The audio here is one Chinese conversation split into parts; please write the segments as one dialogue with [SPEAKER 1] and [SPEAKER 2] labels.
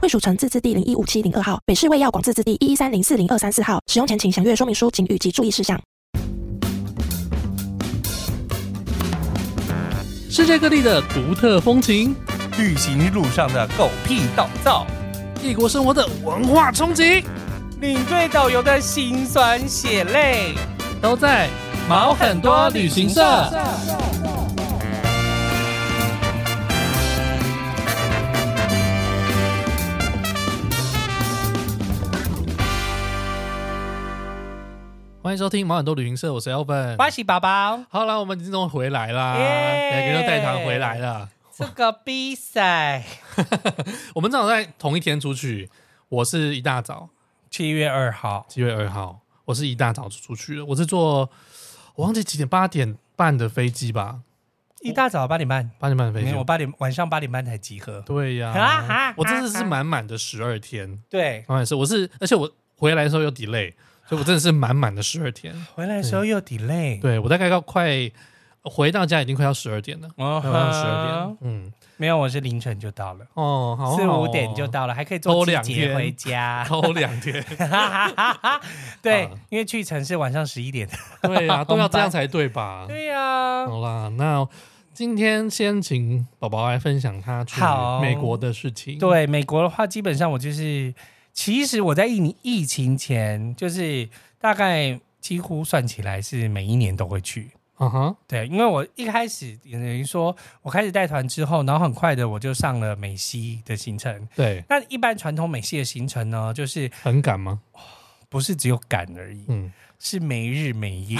[SPEAKER 1] 惠蜀城自治地零一五七零二号，北市卫药广自治地一一三零四零二三四号。使用前请详阅说明书、警语及注意事项。
[SPEAKER 2] 世界各地的独特风情，
[SPEAKER 3] 旅行路上的狗屁倒灶，
[SPEAKER 2] 异国生活的文化冲击，
[SPEAKER 3] 领队导游的辛酸血泪，
[SPEAKER 2] 都在毛很多旅行社。欢迎收听毛很多旅行社，我是 Elvin。
[SPEAKER 3] 欢喜宝宝，
[SPEAKER 2] 好啦，我们已经终于回来啦，
[SPEAKER 3] 耶
[SPEAKER 2] 两个人都带团回来了。
[SPEAKER 3] 这个比赛
[SPEAKER 2] 我们正好在同一天出去，我是一大早
[SPEAKER 3] 七月二号，
[SPEAKER 2] 七月二号，我是一大早就出去了，我是坐我忘记几点，八点半的飞机吧，
[SPEAKER 3] 一大早八点半，
[SPEAKER 2] 八点半的飞
[SPEAKER 3] 没有，我
[SPEAKER 2] 机。
[SPEAKER 3] 八点晚上八点半才集合。
[SPEAKER 2] 对呀、
[SPEAKER 3] 啊哈
[SPEAKER 2] 我真的是满满的十二天，
[SPEAKER 3] 对，
[SPEAKER 2] 满满是，我是，而且我回来的时候又 delay，所以我真的是满满的十二天。
[SPEAKER 3] 回来的时候又 delay，，
[SPEAKER 2] 对我大概要快回到家已经快要十二点了，
[SPEAKER 3] 哦
[SPEAKER 2] 快要十二点，嗯，
[SPEAKER 3] 没有，我是凌晨就到了，
[SPEAKER 2] 哦，好好
[SPEAKER 3] 四
[SPEAKER 2] 哦
[SPEAKER 3] 五点就，到了，还可以
[SPEAKER 2] 偷
[SPEAKER 3] 坐季
[SPEAKER 2] 两
[SPEAKER 3] 节
[SPEAKER 2] 天
[SPEAKER 3] 回家。
[SPEAKER 2] 偷两天，
[SPEAKER 3] 对
[SPEAKER 2] 啊，
[SPEAKER 3] 因为去城市晚上十一点。
[SPEAKER 2] 对 呀、都要这样才对吧？
[SPEAKER 3] 对呀，
[SPEAKER 2] 好啦，那今天先请宝宝来分享他去
[SPEAKER 3] 好
[SPEAKER 2] 美国的事情。，
[SPEAKER 3] 对美国的话，基本上我就是，其实我在疫疫情前，就是大概几乎算起来是每一年都会去。
[SPEAKER 2] 啊哈，
[SPEAKER 3] 对，因为我一开始也等于说，我开始带团之后，然后很快的我就上了美西的行程。
[SPEAKER 2] 对，
[SPEAKER 3] 那一般传统美西的行程呢，就是
[SPEAKER 2] 很赶吗？
[SPEAKER 3] 不是只有赶而已，
[SPEAKER 2] 嗯，
[SPEAKER 3] 是没日没 夜。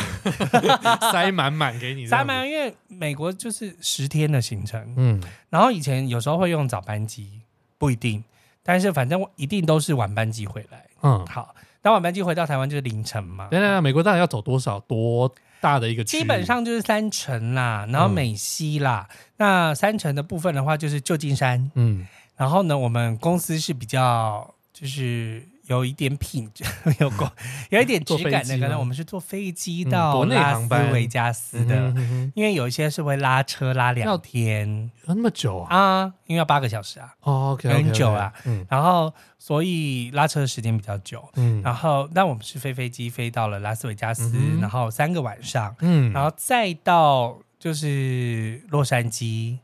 [SPEAKER 2] 塞满满给你，
[SPEAKER 3] 咱们因为美国就是十天的行程，
[SPEAKER 2] 这样子，
[SPEAKER 3] 然后以前有时候会用早班机，不一定，但是反正我一定都是晚班机回来。
[SPEAKER 2] 嗯嗯。
[SPEAKER 3] 好，那晚班机回到台湾就是凌晨嘛，
[SPEAKER 2] 等等等，美国大概要走多少多大的一个区域？
[SPEAKER 3] 基本上就是三城啦，然后
[SPEAKER 2] 嗯
[SPEAKER 3] 美西啦。那三城的部分的话，就是旧金山。
[SPEAKER 2] 嗯，
[SPEAKER 3] 然后呢，我们公司是比较就是有一点品质， 有过有一点质
[SPEAKER 2] 嗯坐
[SPEAKER 3] 感
[SPEAKER 2] 飞
[SPEAKER 3] 的，
[SPEAKER 2] 机
[SPEAKER 3] 可
[SPEAKER 2] 吗
[SPEAKER 3] 能我们是坐飞机
[SPEAKER 2] 嗯
[SPEAKER 3] 到
[SPEAKER 2] 国内
[SPEAKER 3] 拉
[SPEAKER 2] 航
[SPEAKER 3] 斯
[SPEAKER 2] 班
[SPEAKER 3] 维加斯的，
[SPEAKER 2] 嗯哼哼
[SPEAKER 3] 因为有一些是会拉车拉两
[SPEAKER 2] 要
[SPEAKER 3] 天
[SPEAKER 2] 哼有那么久啊？
[SPEAKER 3] 啊，因为要八个小时啊，
[SPEAKER 2] 哦，OK，
[SPEAKER 3] 很久啊。
[SPEAKER 2] 嗯
[SPEAKER 3] 然后所以拉车的时间比较久。
[SPEAKER 2] 嗯
[SPEAKER 3] 然后，那我们是飞飞机飞到了拉斯维加斯，
[SPEAKER 2] 嗯哼
[SPEAKER 3] 然后三个晚上，
[SPEAKER 2] 嗯
[SPEAKER 3] 然后再到就是洛杉矶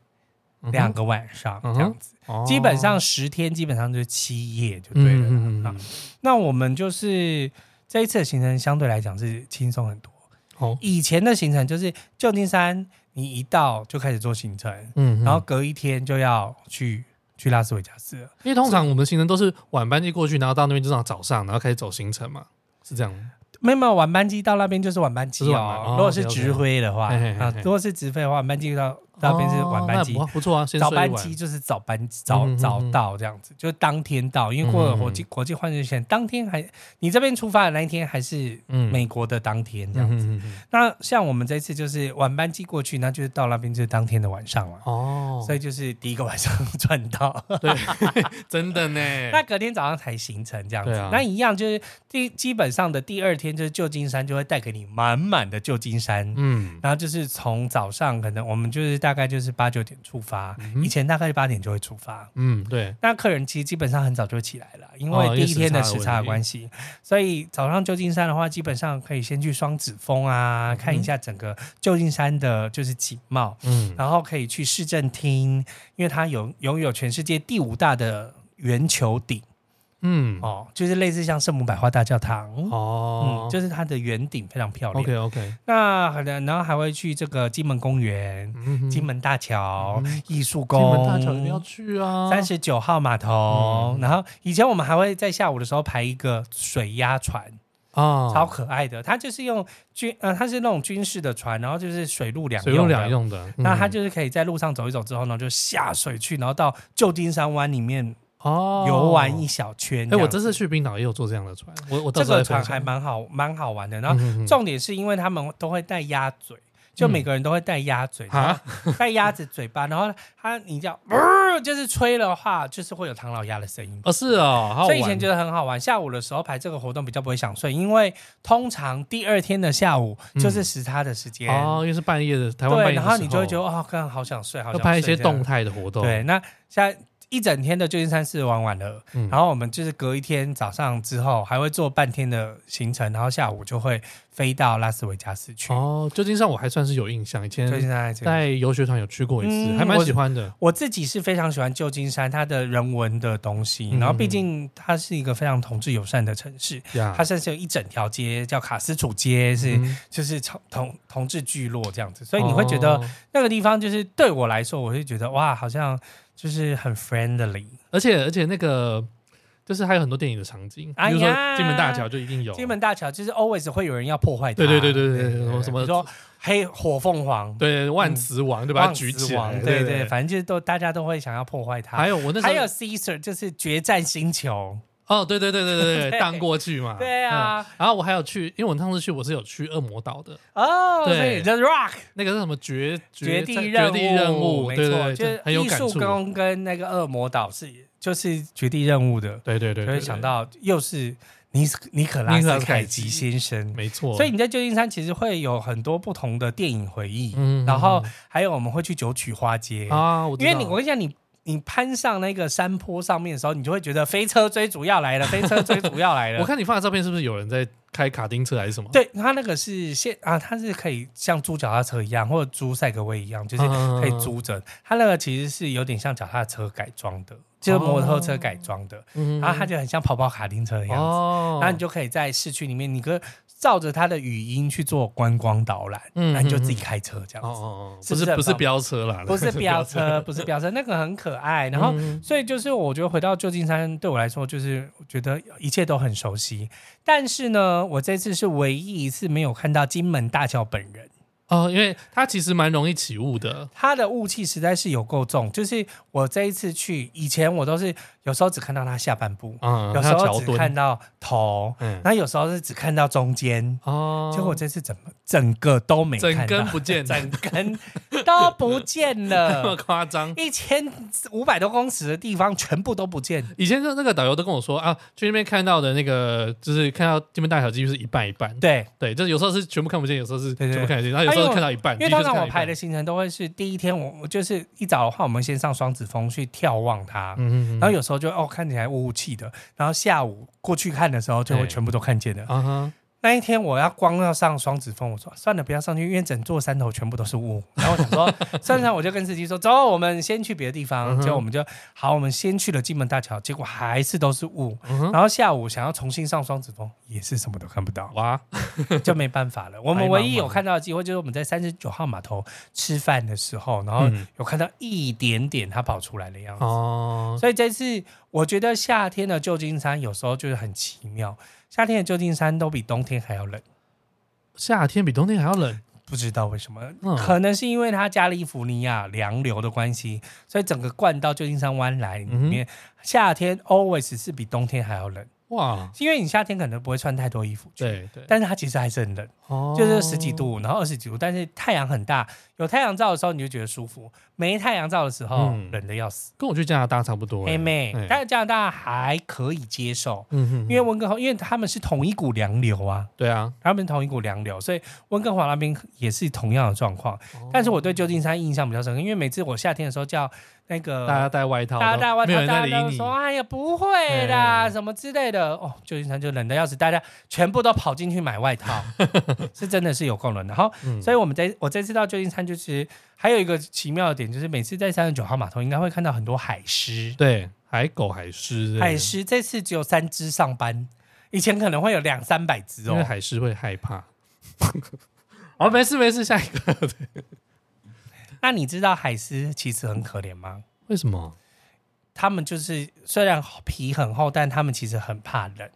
[SPEAKER 3] 两个晚上、
[SPEAKER 2] 嗯哼
[SPEAKER 3] 这样子，
[SPEAKER 2] 哦
[SPEAKER 3] 基本上十天基本上就是七夜就对了啦。
[SPEAKER 2] 嗯嗯嗯嗯
[SPEAKER 3] 啊那我们就是这一次的行程相对来讲是轻松很多。
[SPEAKER 2] 哦，
[SPEAKER 3] 以前的行程就是旧金山，你一到就开始做行程，
[SPEAKER 2] 嗯，
[SPEAKER 3] 然后隔一天就要去去拉斯维加斯了。
[SPEAKER 2] 因为通常我们行程都是晚班机过去，然后到那边就到早上，然后开始走行程嘛，是这样吗？
[SPEAKER 3] 没有没有晚班机到那边就是晚班机
[SPEAKER 2] 就是晚班
[SPEAKER 3] 哦
[SPEAKER 2] 哦。
[SPEAKER 3] 如果是
[SPEAKER 2] OK，OK
[SPEAKER 3] 直飞的话
[SPEAKER 2] 嘿嘿嘿
[SPEAKER 3] 啊
[SPEAKER 2] 嘿，
[SPEAKER 3] 如果是直飞的话，晚班机到到那边是晚班机
[SPEAKER 2] 哦那。不不错啊，先
[SPEAKER 3] 早
[SPEAKER 2] 睡一晚
[SPEAKER 3] 班机就是早班机早
[SPEAKER 2] 嗯嗯嗯嗯
[SPEAKER 3] 早到这样子，就是当天到，因为过了国际国际换日线，当天还你这边出发的那一天还是
[SPEAKER 2] 嗯
[SPEAKER 3] 美国的当天这样子。
[SPEAKER 2] 嗯嗯嗯嗯
[SPEAKER 3] 那像我们这次就是晚班机过去，那就是到那边就是当天的晚上了，
[SPEAKER 2] 哦，
[SPEAKER 3] 所以就是第一个晚上 赚到，
[SPEAKER 2] 对， 真的呢。
[SPEAKER 3] 那隔天早上才行程这样子
[SPEAKER 2] 对啊。
[SPEAKER 3] 那一样就是第基本上的第二天就是旧金山就会带给你满满的旧金山。
[SPEAKER 2] 嗯，
[SPEAKER 3] 然后就是从早上，可能我们就是大概就是八九点出发，以前大概八点就会出发，
[SPEAKER 2] 嗯，对，
[SPEAKER 3] 那客人其实基本上很早就起来了，因
[SPEAKER 2] 哦
[SPEAKER 3] 为第
[SPEAKER 2] 因
[SPEAKER 3] 一
[SPEAKER 2] 为
[SPEAKER 3] 天的
[SPEAKER 2] 时差
[SPEAKER 3] 时
[SPEAKER 2] 的
[SPEAKER 3] 差的
[SPEAKER 2] 问题
[SPEAKER 3] 关系，所以早上旧金山的话，基本上可以先去双子峰啊，看一下整个旧金山的就是景貌，
[SPEAKER 2] 嗯，
[SPEAKER 3] 然后可以去市政厅，因为它有拥有全世界第五大的圆球顶
[SPEAKER 2] 嗯，
[SPEAKER 3] 哦，就是类似像圣母百花大教堂。
[SPEAKER 2] 哦
[SPEAKER 3] 嗯，，就是它的圆顶非常漂亮。
[SPEAKER 2] OK OK，
[SPEAKER 3] 那可能然后还会去这个金门公园、
[SPEAKER 2] 嗯，
[SPEAKER 3] 金
[SPEAKER 2] 金
[SPEAKER 3] 门大桥、艺术宫、
[SPEAKER 2] 门大桥一定要去啊，
[SPEAKER 3] 三十九号码头，
[SPEAKER 2] 嗯
[SPEAKER 3] 然后以前我们还会在下午的时候排一个水压船，
[SPEAKER 2] 啊，
[SPEAKER 3] 超可爱的。它就是用军呃，它是那种军事的船，然后就是水陆两
[SPEAKER 2] 水陆
[SPEAKER 3] 用的
[SPEAKER 2] 两。用的，
[SPEAKER 3] 那它
[SPEAKER 2] 嗯
[SPEAKER 3] 就是可以在路上走一走之后呢，就下水去，然后到旧金山湾里面
[SPEAKER 2] 哦，
[SPEAKER 3] 游玩一。小圈。
[SPEAKER 2] 哎，我
[SPEAKER 3] 这
[SPEAKER 2] 这
[SPEAKER 3] 样
[SPEAKER 2] 次去冰岛也有坐这样的船，我我到
[SPEAKER 3] 这
[SPEAKER 2] 时候
[SPEAKER 3] 个
[SPEAKER 2] 再分
[SPEAKER 3] 船
[SPEAKER 2] 享
[SPEAKER 3] 还蛮好，蛮好玩的。然后
[SPEAKER 2] 嗯哼哼
[SPEAKER 3] 重点是因为他们都会带鸭嘴，就每个人都会带鸭嘴，然
[SPEAKER 2] 啊
[SPEAKER 3] 后带鸭子嘴巴，然后它你叫，呃就是吹的话，就是会有唐老鸭的声音。
[SPEAKER 2] 哦，是哦，好好
[SPEAKER 3] 所
[SPEAKER 2] 玩
[SPEAKER 3] 以以前觉得很好玩，下午的时候排这个活动比较不会想睡，因为通常第二天的下午就是时差的时间，
[SPEAKER 2] 嗯哦，因为是半夜的台湾半
[SPEAKER 3] 对，
[SPEAKER 2] 夜的
[SPEAKER 3] 然
[SPEAKER 2] 时候，
[SPEAKER 3] 后你就会觉得哦，刚刚好想睡，好
[SPEAKER 2] 要
[SPEAKER 3] 想
[SPEAKER 2] 拍一些
[SPEAKER 3] 睡这样
[SPEAKER 2] 动态的活动，
[SPEAKER 3] 对，，那现在一整天的旧金山市玩完了，
[SPEAKER 2] 嗯
[SPEAKER 3] 然后我们就是隔一天早上之后还会做半天的行程，然后下午就会飞到拉斯维加斯去。
[SPEAKER 2] 哦，旧金山我还算是有印象，以
[SPEAKER 3] 旧金
[SPEAKER 2] 前
[SPEAKER 3] 山还这个。
[SPEAKER 2] 带游学团有去过一次，
[SPEAKER 3] 嗯
[SPEAKER 2] 还蛮
[SPEAKER 3] 我
[SPEAKER 2] 喜欢的。
[SPEAKER 3] 我自己是非常喜欢旧金山它的人文的东西，
[SPEAKER 2] 嗯
[SPEAKER 3] 然后毕竟它是一个非常同志友善的城市，
[SPEAKER 2] 呀
[SPEAKER 3] 它，甚至有一整条街叫卡斯楚街，是、
[SPEAKER 2] 嗯
[SPEAKER 3] 就是同同同志聚落这样子，所以你会觉得
[SPEAKER 2] 哦
[SPEAKER 3] 那个地方就是对我来说，我会觉得哇，好像就是很 friendly，
[SPEAKER 2] 而且而且那个就是还有很多电影的场景，
[SPEAKER 3] 哎呀
[SPEAKER 2] 比如说金门大桥就一定有，
[SPEAKER 3] 金门大桥就是 always 会有人要破坏它。
[SPEAKER 2] 对对对对对对什么什么
[SPEAKER 3] 比如说黑火凤凰，
[SPEAKER 2] 对万磁王对吧？把它
[SPEAKER 3] 望
[SPEAKER 2] 举
[SPEAKER 3] 子
[SPEAKER 2] 起
[SPEAKER 3] 嗯王
[SPEAKER 2] 来，
[SPEAKER 3] 对
[SPEAKER 2] 对
[SPEAKER 3] 对，，反正就是都大家都会想要破坏它。
[SPEAKER 2] 还有我那时候
[SPEAKER 3] 还有 Caesar 就是决战星球，
[SPEAKER 2] 哦，对对对对对对，
[SPEAKER 3] 对
[SPEAKER 2] 荡过去嘛，
[SPEAKER 3] 对啊
[SPEAKER 2] 嗯。然后我还有去，因为我上次去我是有去恶魔岛的，
[SPEAKER 3] 哦，
[SPEAKER 2] 对
[SPEAKER 3] 所以 The Rock
[SPEAKER 2] 那个是什么绝
[SPEAKER 3] 绝地
[SPEAKER 2] 地
[SPEAKER 3] 任务，
[SPEAKER 2] 绝任务，
[SPEAKER 3] 没
[SPEAKER 2] 对
[SPEAKER 3] 错，
[SPEAKER 2] 对，
[SPEAKER 3] 就
[SPEAKER 2] 对
[SPEAKER 3] 是
[SPEAKER 2] 很有
[SPEAKER 3] 艺
[SPEAKER 2] 感
[SPEAKER 3] 术
[SPEAKER 2] 触。
[SPEAKER 3] 宫跟那个恶魔岛是就是绝地任务的，
[SPEAKER 2] 对对对，
[SPEAKER 3] 就
[SPEAKER 2] 对
[SPEAKER 3] 会
[SPEAKER 2] 对
[SPEAKER 3] 想到又是尼斯尼可拉
[SPEAKER 2] 尼可拉
[SPEAKER 3] 斯
[SPEAKER 2] 斯
[SPEAKER 3] 凯
[SPEAKER 2] 凯
[SPEAKER 3] 奇
[SPEAKER 2] 奇
[SPEAKER 3] 先生，
[SPEAKER 2] 没错，
[SPEAKER 3] 所以你在旧金山其实会有很多不同的电影回忆，
[SPEAKER 2] 嗯
[SPEAKER 3] 然后还有我们会去九曲花街，
[SPEAKER 2] 啊，我知
[SPEAKER 3] 因
[SPEAKER 2] 道
[SPEAKER 3] 为你我跟你讲，你你攀上那个山坡上面的时候，你就会觉得飞车追逐要来了，飞车追逐要来了。
[SPEAKER 2] 我看你发的照片是不是有人在开卡丁车还是什么？
[SPEAKER 3] 对它那个是现啊，它是可以像租脚踏车一样，或者租赛格威一样，
[SPEAKER 2] 嗯
[SPEAKER 3] 就是可以租着。它那个其实是有点像脚踏车改装的，就是摩托车改装的，
[SPEAKER 2] 嗯，
[SPEAKER 3] 然后它就很像跑跑卡丁车的样子。
[SPEAKER 2] 哦，
[SPEAKER 3] 然后你就可以在市区里面，你可以照着它的语音去做观光导览，
[SPEAKER 2] 嗯
[SPEAKER 3] 嗯，那你就自己开车这
[SPEAKER 2] 哦
[SPEAKER 3] 样子，
[SPEAKER 2] 哦哦，
[SPEAKER 3] 是
[SPEAKER 2] 不
[SPEAKER 3] 不是
[SPEAKER 2] 是
[SPEAKER 3] 很
[SPEAKER 2] 不是
[SPEAKER 3] 棒
[SPEAKER 2] 飙车啦，
[SPEAKER 3] 不是飙车，不 是飙车，那个很可爱。然后，
[SPEAKER 2] 嗯
[SPEAKER 3] 所以就是我觉得回到旧金山对我来说，就是我觉得一切都很熟悉。但是呢，我这次是唯一一次没有看到金门大桥本人，
[SPEAKER 2] 哦，因为它其实蛮容易起雾的，
[SPEAKER 3] 它的雾气实在是有够重。就是我这一次去，以前我都是有时候只看到它下半部，
[SPEAKER 2] 嗯，
[SPEAKER 3] 有时
[SPEAKER 2] 它要
[SPEAKER 3] 候
[SPEAKER 2] 桥
[SPEAKER 3] 只看
[SPEAKER 2] 墩，
[SPEAKER 3] 到头，
[SPEAKER 2] 嗯，
[SPEAKER 3] 那有时候是只看到中间。
[SPEAKER 2] 哦，
[SPEAKER 3] 结果我这次怎么整个都没
[SPEAKER 2] 整
[SPEAKER 3] 看到
[SPEAKER 2] 根不见
[SPEAKER 3] 整根都不见
[SPEAKER 2] 那么
[SPEAKER 3] 了，
[SPEAKER 2] 夸张。
[SPEAKER 3] 一千五百多公尺的地方全部都不见。
[SPEAKER 2] 以前就那个导游都跟我说啊，去那边看到的那个，就是看到金门大桥几乎是一半一半。
[SPEAKER 3] 对，
[SPEAKER 2] 对，就是有时候是全部看不见，有时候是
[SPEAKER 3] 对对
[SPEAKER 2] 全部看得见，然后有时
[SPEAKER 3] 哎
[SPEAKER 2] 候
[SPEAKER 3] 呦
[SPEAKER 2] 看到一半。
[SPEAKER 3] 因
[SPEAKER 2] 的
[SPEAKER 3] 为
[SPEAKER 2] 确
[SPEAKER 3] 通
[SPEAKER 2] 是
[SPEAKER 3] 常我
[SPEAKER 2] 看到一
[SPEAKER 3] 排
[SPEAKER 2] 半
[SPEAKER 3] 的，行程都会是第一天我，我就是一早的话，我们先上双子峰去眺望它，
[SPEAKER 2] 嗯嗯嗯
[SPEAKER 3] 然后有时候就哦看起来雾雾气的，然后下午过去看的时候就会
[SPEAKER 2] 对
[SPEAKER 3] 全部都看见了。
[SPEAKER 2] 啊哈，
[SPEAKER 3] 那一天我要光要上双子峰，我说算了，不要上去，因为整座山头全部都是雾。然后我想说， 算了，我就跟司机说，走，我们先去别的地
[SPEAKER 2] 嗯
[SPEAKER 3] 方。
[SPEAKER 2] 哼
[SPEAKER 3] 结果我们就好，我们先去了金门大桥，结果还是都是雾。
[SPEAKER 2] 嗯哼
[SPEAKER 3] 然后下午想要重新上双子峰，也是什么都看不到，
[SPEAKER 2] 哇，
[SPEAKER 3] 就没办法了。我
[SPEAKER 2] 白
[SPEAKER 3] 们
[SPEAKER 2] 茫
[SPEAKER 3] 唯一有
[SPEAKER 2] 茫
[SPEAKER 3] 看到的机会就是我们在三十九号码头吃饭的时候，然后
[SPEAKER 2] 嗯
[SPEAKER 3] 有看到一点点它跑出来的样子。
[SPEAKER 2] 哦，
[SPEAKER 3] 所以这次我觉得夏天的旧金山有时候就是很奇妙，夏天的旧金山都比冬天还要冷。
[SPEAKER 2] 夏天比冬天还要冷
[SPEAKER 3] 不知道为什么，
[SPEAKER 2] 嗯
[SPEAKER 3] 可能是因为它加利福尼亚洋流的关系，所以整个灌到旧金山湾来
[SPEAKER 2] 嗯
[SPEAKER 3] 里面，夏天 always 是比冬天还要冷，
[SPEAKER 2] 哇！
[SPEAKER 3] 因为你夏天可能不会穿太多衣服去，
[SPEAKER 2] 对对，
[SPEAKER 3] 但是它其实还是很冷，
[SPEAKER 2] 哦
[SPEAKER 3] 就是十几，度，然后二十几度，但是太阳很大，有太阳照的时候你就觉得舒服，没太阳照的时候、
[SPEAKER 2] 嗯
[SPEAKER 3] 冷的要死。
[SPEAKER 2] 跟我去加拿大差不多欸。
[SPEAKER 3] 妹妹
[SPEAKER 2] 哎，
[SPEAKER 3] 但是加拿大还可以接受，
[SPEAKER 2] 嗯哼，
[SPEAKER 3] 因为温哥华，因为他们是同一股洋流啊，
[SPEAKER 2] 对啊，
[SPEAKER 3] 他们同一股洋流，所以温哥华那边也是同样的状况。
[SPEAKER 2] 哦
[SPEAKER 3] 但是我对旧金山印象比较深刻，因为每次我夏天的时候叫那个
[SPEAKER 2] 大家带外套，
[SPEAKER 3] 呃大家大外
[SPEAKER 2] 没有
[SPEAKER 3] 套，
[SPEAKER 2] 人
[SPEAKER 3] 大
[SPEAKER 2] 在
[SPEAKER 3] 家
[SPEAKER 2] 理
[SPEAKER 3] 都
[SPEAKER 2] 你。
[SPEAKER 3] 说哎呀不会啦，
[SPEAKER 2] 嗯
[SPEAKER 3] 什么之类的。哦，旧金山就冷的要死，大家全部都跑进去买外 套，是真的是有够冷的。然后，
[SPEAKER 2] 嗯
[SPEAKER 3] 所以我们这我这次到旧金山，就是还有一个奇妙的点，就是每次在三十九号码头应该会看到很多海狮，
[SPEAKER 2] 对，海狗、海狮，
[SPEAKER 3] 海，狮这次只有三只上班。以前可能会有两三百只
[SPEAKER 2] 因
[SPEAKER 3] 哦
[SPEAKER 2] 为，海狮会害怕。 哦，没事没事，下一个。 对
[SPEAKER 3] 那你知道海狮其实很可怜吗？
[SPEAKER 2] 为什么？
[SPEAKER 3] 他们就是虽然皮很厚，但他们其实很怕冷。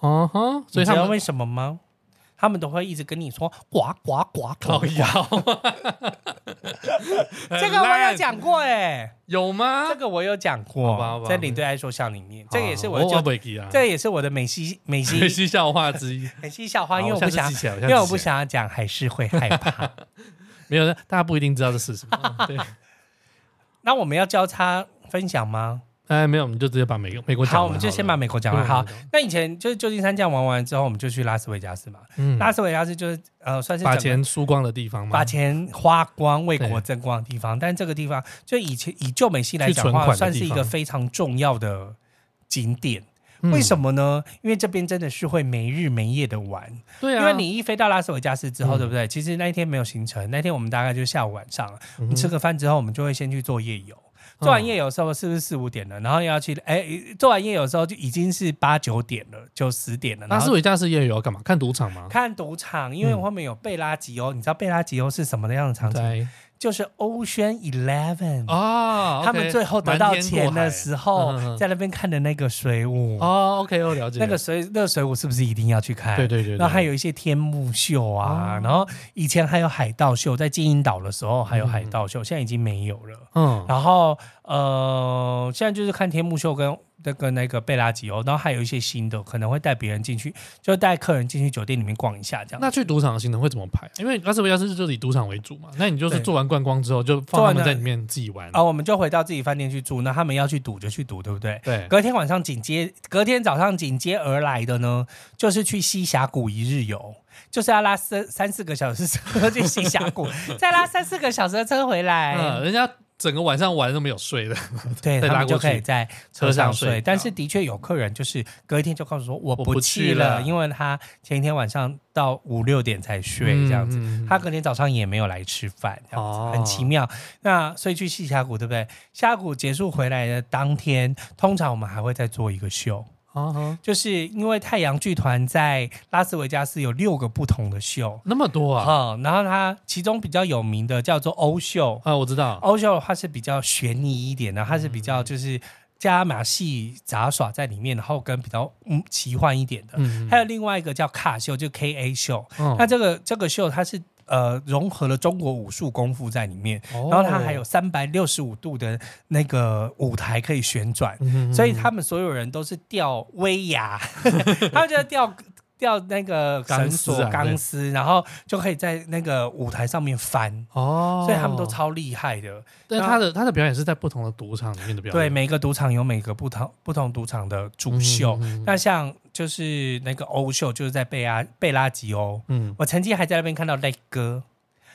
[SPEAKER 2] 哦哈，所以他
[SPEAKER 3] 你知道
[SPEAKER 2] 们
[SPEAKER 3] 为什么哦吗？他们都会一直跟你说“呱呱呱”，
[SPEAKER 2] 靠
[SPEAKER 3] 呱
[SPEAKER 2] 腰。
[SPEAKER 3] 这个我有讲过哎，
[SPEAKER 2] 有吗？
[SPEAKER 3] 这个我有讲
[SPEAKER 2] 啊好吧好
[SPEAKER 3] 过
[SPEAKER 2] 吧，
[SPEAKER 3] 在领队爱说笑里面，这个也是我
[SPEAKER 2] 好我
[SPEAKER 3] 就
[SPEAKER 2] 忘记啊，
[SPEAKER 3] 这也是我的美西 美
[SPEAKER 2] 学
[SPEAKER 3] 西
[SPEAKER 2] 习笑话之一。
[SPEAKER 3] 美西笑话，
[SPEAKER 2] 好
[SPEAKER 3] 因为我
[SPEAKER 2] 下
[SPEAKER 3] 不
[SPEAKER 2] 次
[SPEAKER 3] 想
[SPEAKER 2] 记起来我下
[SPEAKER 3] 因
[SPEAKER 2] 次
[SPEAKER 3] 为我不
[SPEAKER 2] 记起来
[SPEAKER 3] 想要讲，还是会害怕。
[SPEAKER 2] 没有，大家不一定知道这是什 么。对，
[SPEAKER 3] 那我们要交叉分享吗？
[SPEAKER 2] 哎，没有，我们就直接把美国美国讲完
[SPEAKER 3] 好，
[SPEAKER 2] 了。
[SPEAKER 3] 我们就先把美国讲
[SPEAKER 2] 美
[SPEAKER 3] 完。好，，那以前就是旧金山这样玩完之后，我们就去拉斯维加斯嘛。
[SPEAKER 2] 嗯，
[SPEAKER 3] 拉斯维加斯就是呃，算是
[SPEAKER 2] 把
[SPEAKER 3] 整个
[SPEAKER 2] 钱输光的地方嘛，
[SPEAKER 3] 把钱花光为国
[SPEAKER 2] 对
[SPEAKER 3] 争光的地方，但这个地方就以前以旧美西来
[SPEAKER 2] 去
[SPEAKER 3] 讲
[SPEAKER 2] 存
[SPEAKER 3] 话，
[SPEAKER 2] 款的
[SPEAKER 3] 算
[SPEAKER 2] 地
[SPEAKER 3] 是一
[SPEAKER 2] 方
[SPEAKER 3] 个非常重要的景点。
[SPEAKER 2] 嗯
[SPEAKER 3] 为什？么呢？因为这边真的是会没日没夜的玩，
[SPEAKER 2] 对
[SPEAKER 3] 因
[SPEAKER 2] 啊，
[SPEAKER 3] 为你一飞到拉斯维加斯之后，
[SPEAKER 2] 嗯
[SPEAKER 3] 对不对？其实那一天没有行程，那天我们大概就下午晚上，
[SPEAKER 2] 嗯
[SPEAKER 3] 你吃个饭之后，我们就会先去做夜游。做完夜游的时候是不是四五点了？然后又要去哎、做完夜游的时候就已经是八九点了，九十点了。然
[SPEAKER 2] 拉
[SPEAKER 3] 后
[SPEAKER 2] 斯维加斯夜游要干嘛？看赌场吗？
[SPEAKER 3] 看赌场，因为后面有贝拉吉
[SPEAKER 2] 嗯
[SPEAKER 3] 欧，你知道贝拉吉欧是什么样的场景？
[SPEAKER 2] 在
[SPEAKER 3] 就是欧轩 Eleven，、
[SPEAKER 2] 哦，
[SPEAKER 3] 嗯他们
[SPEAKER 2] OK，
[SPEAKER 3] 最后得
[SPEAKER 2] 瞒
[SPEAKER 3] 到
[SPEAKER 2] 天过
[SPEAKER 3] 钱的
[SPEAKER 2] 海
[SPEAKER 3] 时候，
[SPEAKER 2] 嗯嗯嗯
[SPEAKER 3] 在那边看的那个水舞，
[SPEAKER 2] 哦，OK，我了解
[SPEAKER 3] 那个水那个水舞是不是一定要去看？
[SPEAKER 2] 对对对，
[SPEAKER 3] 然后还
[SPEAKER 2] 有
[SPEAKER 3] 有一些天幕秀啊，
[SPEAKER 2] 哦
[SPEAKER 3] 然后以前还有海盗秀，在金银岛的时候还有海盗秀，现在已经没有了。
[SPEAKER 2] 嗯
[SPEAKER 3] 然后呃，现在就是看天幕秀跟那个那个贝拉吉欧，然后还有一些新的，可能会带别人进去，就带客人进去酒店里面逛一下这样。
[SPEAKER 2] 那去赌场的行程会怎么排？啊因为拉斯维加斯就是以赌场为主嘛，那你就是
[SPEAKER 3] 对
[SPEAKER 2] 做完观光之后，就
[SPEAKER 3] 做
[SPEAKER 2] 放
[SPEAKER 3] 完
[SPEAKER 2] 他们
[SPEAKER 3] 了
[SPEAKER 2] 在里面自己玩。
[SPEAKER 3] 啊，我们就回到自己饭店去住，那他们要去赌就去赌，对不对？
[SPEAKER 2] 对，
[SPEAKER 3] 隔天晚上紧接，隔天早上紧接而来的呢，就是去西峡谷一日游，就是要拉三三四个小时车去西峡 谷，再拉三四个小时的车回来，
[SPEAKER 2] 嗯，人家整个晚上玩都没有睡的，
[SPEAKER 3] 对，
[SPEAKER 2] 再
[SPEAKER 3] 他
[SPEAKER 2] 拉
[SPEAKER 3] 们
[SPEAKER 2] 过
[SPEAKER 3] 就
[SPEAKER 2] 去
[SPEAKER 3] 可以在
[SPEAKER 2] 车
[SPEAKER 3] 车
[SPEAKER 2] 上
[SPEAKER 3] 上
[SPEAKER 2] 睡嗯
[SPEAKER 3] 睡。但是的确有客人就是隔一天就告诉说我
[SPEAKER 2] 不
[SPEAKER 3] 不去
[SPEAKER 2] 去了
[SPEAKER 3] 了，因为他前一天晚上到五六点才睡
[SPEAKER 2] 嗯
[SPEAKER 3] 这样子，
[SPEAKER 2] 嗯嗯
[SPEAKER 3] 他隔天早上也没有来吃饭，这样子、
[SPEAKER 2] 哦
[SPEAKER 3] 很奇妙。那所以去西峡谷对不对？峡谷结束回来的当天，通常我们还会再做一个秀。
[SPEAKER 2] 啊哈
[SPEAKER 3] 就是因为太阳剧团在拉斯维加斯有六个不同的秀，
[SPEAKER 2] 那么多啊
[SPEAKER 3] 嗯，然后它其中比较有名的叫做欧秀，
[SPEAKER 2] 啊，嗯我知道，
[SPEAKER 3] 欧秀的话是比较悬疑一点的，它是比较就是加马戏杂耍在里面，然后跟比较嗯奇幻一点的。
[SPEAKER 2] 嗯，
[SPEAKER 3] 还有另外一个叫卡秀，就 K A 秀，
[SPEAKER 2] 嗯
[SPEAKER 3] 那这个这个秀它是呃融合了中国武术功夫在里面，
[SPEAKER 2] 哦
[SPEAKER 3] 然后它还有三百六十五度的那个舞台可以旋转，
[SPEAKER 2] 嗯
[SPEAKER 3] 所以他们所有人都是吊威亚， 他们就是吊吊那个绳索
[SPEAKER 2] 钢丝啊对
[SPEAKER 3] 钢丝，然后就可以在那个舞台上面翻，
[SPEAKER 2] 哦，
[SPEAKER 3] 所以他们都，超厉害的。
[SPEAKER 2] 但他的他的表演是在不同的赌场里面的表演，
[SPEAKER 3] 对，每个赌场有每个不同不同赌场的主秀，
[SPEAKER 2] 嗯
[SPEAKER 3] 那像就是那个欧秀，就是在贝拉贝拉吉欧。
[SPEAKER 2] 嗯，
[SPEAKER 3] 我曾经还在那边看到赖哥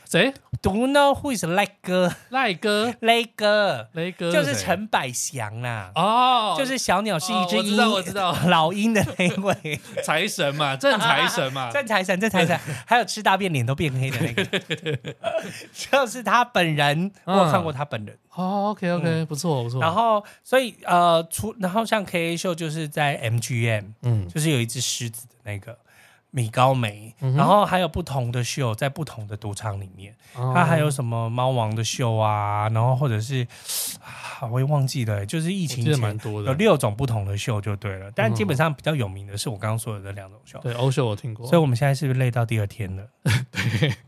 [SPEAKER 2] 谁？
[SPEAKER 3] ，Do you know who is 赖 哥？
[SPEAKER 2] 赖哥，
[SPEAKER 3] 赖哥
[SPEAKER 2] 雷哥
[SPEAKER 3] 就是
[SPEAKER 2] 谁啊
[SPEAKER 3] 陈百祥啦，
[SPEAKER 2] 哦，
[SPEAKER 3] 就是小鸟是一只
[SPEAKER 2] 哦我知
[SPEAKER 3] 鹰，
[SPEAKER 2] 道我知道
[SPEAKER 3] 老鹰的那一位。
[SPEAKER 2] 财神嘛， 正财神嘛，
[SPEAKER 3] 正财神，正 财神，还有吃大便脸都变黑的那个，就是他本人，我有看过他本人。
[SPEAKER 2] 哦，OK OK，不错不错。
[SPEAKER 3] 然后，所以呃，除然后像 K A 秀就是在 M G M，
[SPEAKER 2] 嗯，
[SPEAKER 3] 就是有一只狮子的那个米高梅，
[SPEAKER 2] 嗯哼
[SPEAKER 3] 然后还有不同的秀在不同的赌场里面，它
[SPEAKER 2] 他
[SPEAKER 3] 还有什么猫王的秀啊，然后或者是啊，我也忘记了，就是疫
[SPEAKER 2] 疫
[SPEAKER 3] 情
[SPEAKER 2] 记得
[SPEAKER 3] 前
[SPEAKER 2] 蛮多
[SPEAKER 3] 有
[SPEAKER 2] 的，嗯
[SPEAKER 3] 六种不同的秀就对了，但基本上比较有名的是我刚刚说的那两种秀。
[SPEAKER 2] 对欧秀我听过，
[SPEAKER 3] 所以我们现在是不是累到第二 天了？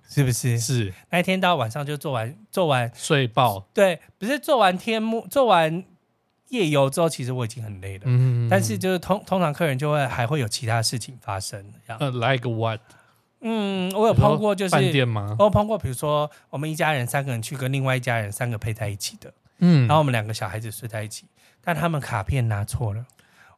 [SPEAKER 3] 是不是？
[SPEAKER 2] 是
[SPEAKER 3] 那一天到晚上就做完做完，
[SPEAKER 2] 睡爆，
[SPEAKER 3] 对，不是做完天幕做完夜游之后，其实我已经很累了。
[SPEAKER 2] 嗯，
[SPEAKER 3] 但是就是通通常客人就会还会有其他事情发生，这样。
[SPEAKER 2] 呃，like what
[SPEAKER 3] 嗯，我有碰过就是。
[SPEAKER 2] 饭店啊吗？
[SPEAKER 3] 我有碰过，比如说我们一家人三个人去跟另外一家人三个配在一起的，
[SPEAKER 2] 嗯，
[SPEAKER 3] 然后我们两个小孩子睡在一起，但他们卡片拿错了，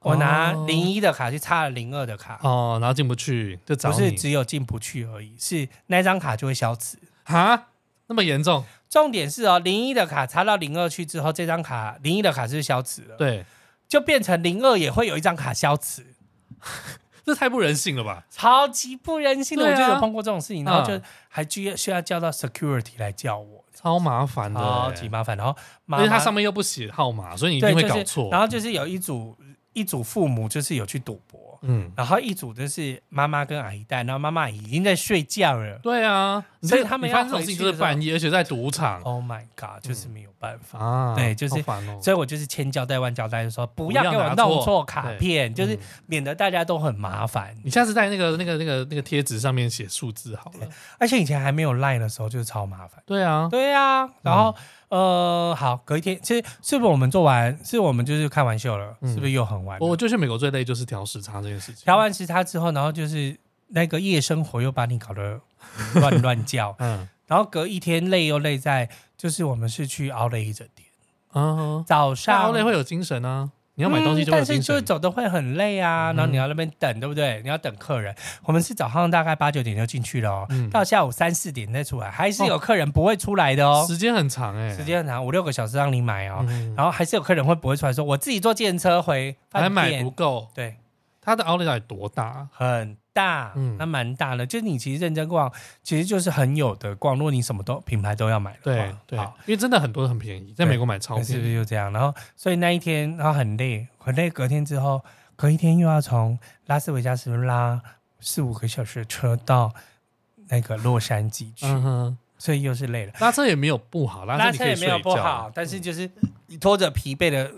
[SPEAKER 3] 我拿
[SPEAKER 2] 哦
[SPEAKER 3] 零一的卡去插了零二的卡，
[SPEAKER 2] 哦，然后进不去就找
[SPEAKER 3] 不是
[SPEAKER 2] 你
[SPEAKER 3] 只有进不去而已，是那张卡就会消磁。
[SPEAKER 2] 哈，那么严重？
[SPEAKER 3] 重点是哦，零一的卡插到零二去之后，这张卡零一的卡是消磁了，，
[SPEAKER 2] 对，
[SPEAKER 3] 就变成零二也会有一张卡消磁，
[SPEAKER 2] 这太不人性了吧？
[SPEAKER 3] 超级不人性的。
[SPEAKER 2] 对
[SPEAKER 3] 我
[SPEAKER 2] 啊
[SPEAKER 3] 就有碰过这种事情，然后就
[SPEAKER 2] 嗯
[SPEAKER 3] 还需要需要叫到 security 来叫我，
[SPEAKER 2] 超麻烦的
[SPEAKER 3] 超级
[SPEAKER 2] 欸，
[SPEAKER 3] 麻烦。然后
[SPEAKER 2] 因
[SPEAKER 3] 妈
[SPEAKER 2] 为
[SPEAKER 3] 妈
[SPEAKER 2] 它上面又不写号码，所以你一
[SPEAKER 3] 对
[SPEAKER 2] 定会
[SPEAKER 3] 就是
[SPEAKER 2] 搞错
[SPEAKER 3] 然。后就是有一组一组父母就是有去赌博，
[SPEAKER 2] 嗯，
[SPEAKER 3] 然后一组就是妈妈跟阿姨带，然后妈妈已经在睡觉了。
[SPEAKER 2] 对啊，你
[SPEAKER 3] 所以
[SPEAKER 2] 这
[SPEAKER 3] 他们
[SPEAKER 2] 你
[SPEAKER 3] 要
[SPEAKER 2] 发生这种
[SPEAKER 3] 回
[SPEAKER 2] 事情
[SPEAKER 3] 去
[SPEAKER 2] 就是
[SPEAKER 3] 的时候
[SPEAKER 2] 半夜，而且在赌场
[SPEAKER 3] Oh my god，就是没有办法。
[SPEAKER 2] 啊，
[SPEAKER 3] 对就是
[SPEAKER 2] 好烦哦。
[SPEAKER 3] 所以我就是千交代万交代，就说不
[SPEAKER 2] 不
[SPEAKER 3] 要
[SPEAKER 2] 要
[SPEAKER 3] 给我
[SPEAKER 2] 拿
[SPEAKER 3] 弄
[SPEAKER 2] 错
[SPEAKER 3] 错卡
[SPEAKER 2] 对
[SPEAKER 3] 片，就是
[SPEAKER 2] 嗯
[SPEAKER 3] 免得大家都很麻烦。
[SPEAKER 2] 你下次在那个那个那个那个贴纸上面写数字好了。
[SPEAKER 3] 而且以前还没有 Line 的时候，就是超麻烦。
[SPEAKER 2] 对啊，
[SPEAKER 3] 对呀、然后、呃，好，隔一天，其实是不是我们做完，是我们就是看完秀了，
[SPEAKER 2] 嗯
[SPEAKER 3] 是不是又很晚了？
[SPEAKER 2] 我我就去美国最累就是调时差这件事情。
[SPEAKER 3] 调完时差之后，然后就是那个夜生活又把你搞得乱 乱叫，
[SPEAKER 2] 嗯
[SPEAKER 3] 然后隔一天累又累在，就是我们是去熬了一整天，
[SPEAKER 2] 啊，
[SPEAKER 3] 早
[SPEAKER 2] 大
[SPEAKER 3] 上
[SPEAKER 2] 熬累会有精神啊，你要买东西就会有
[SPEAKER 3] 嗯但是
[SPEAKER 2] 精
[SPEAKER 3] 就
[SPEAKER 2] 神。
[SPEAKER 3] 走的会很累啊，
[SPEAKER 2] 嗯
[SPEAKER 3] 然后你要那边等，对不对？你要等客人。我们是早上大概八九点就进去了哦，
[SPEAKER 2] 嗯
[SPEAKER 3] 到下午三四点再出来，还是有客人不会出来的哦，
[SPEAKER 2] 时间很长哎，
[SPEAKER 3] 时间很长，五六个小时让你买哦，
[SPEAKER 2] 嗯
[SPEAKER 3] 然后还是有客人会不会出来说，我自己坐计程车回
[SPEAKER 2] 还
[SPEAKER 3] 饭
[SPEAKER 2] 买不
[SPEAKER 3] 店，
[SPEAKER 2] 够，
[SPEAKER 3] 对，
[SPEAKER 2] 它的 outlet 到底多大？
[SPEAKER 3] 很大，
[SPEAKER 2] 嗯
[SPEAKER 3] 那蛮大的。就是你其实认真逛，其实就是很有的逛。如果你什么都品牌都要买的
[SPEAKER 2] 对
[SPEAKER 3] 话，
[SPEAKER 2] 对，
[SPEAKER 3] 好
[SPEAKER 2] 因为真的很多很便宜，在美国买超
[SPEAKER 3] 那是
[SPEAKER 2] 便
[SPEAKER 3] 不是
[SPEAKER 2] 宜。
[SPEAKER 3] 就这样？然后，所以那一天，然后很累，很累。隔天之后，隔一天又要从拉斯维加斯拉四五个小时的车到那个洛杉矶去，
[SPEAKER 2] 嗯哼，
[SPEAKER 3] 所以又是累了。
[SPEAKER 2] 拉车也没有不好，拉
[SPEAKER 3] 拉
[SPEAKER 2] 你
[SPEAKER 3] 车
[SPEAKER 2] 可以
[SPEAKER 3] 也没
[SPEAKER 2] 睡
[SPEAKER 3] 有
[SPEAKER 2] 觉，
[SPEAKER 3] 不好，但是就是你拖着疲惫的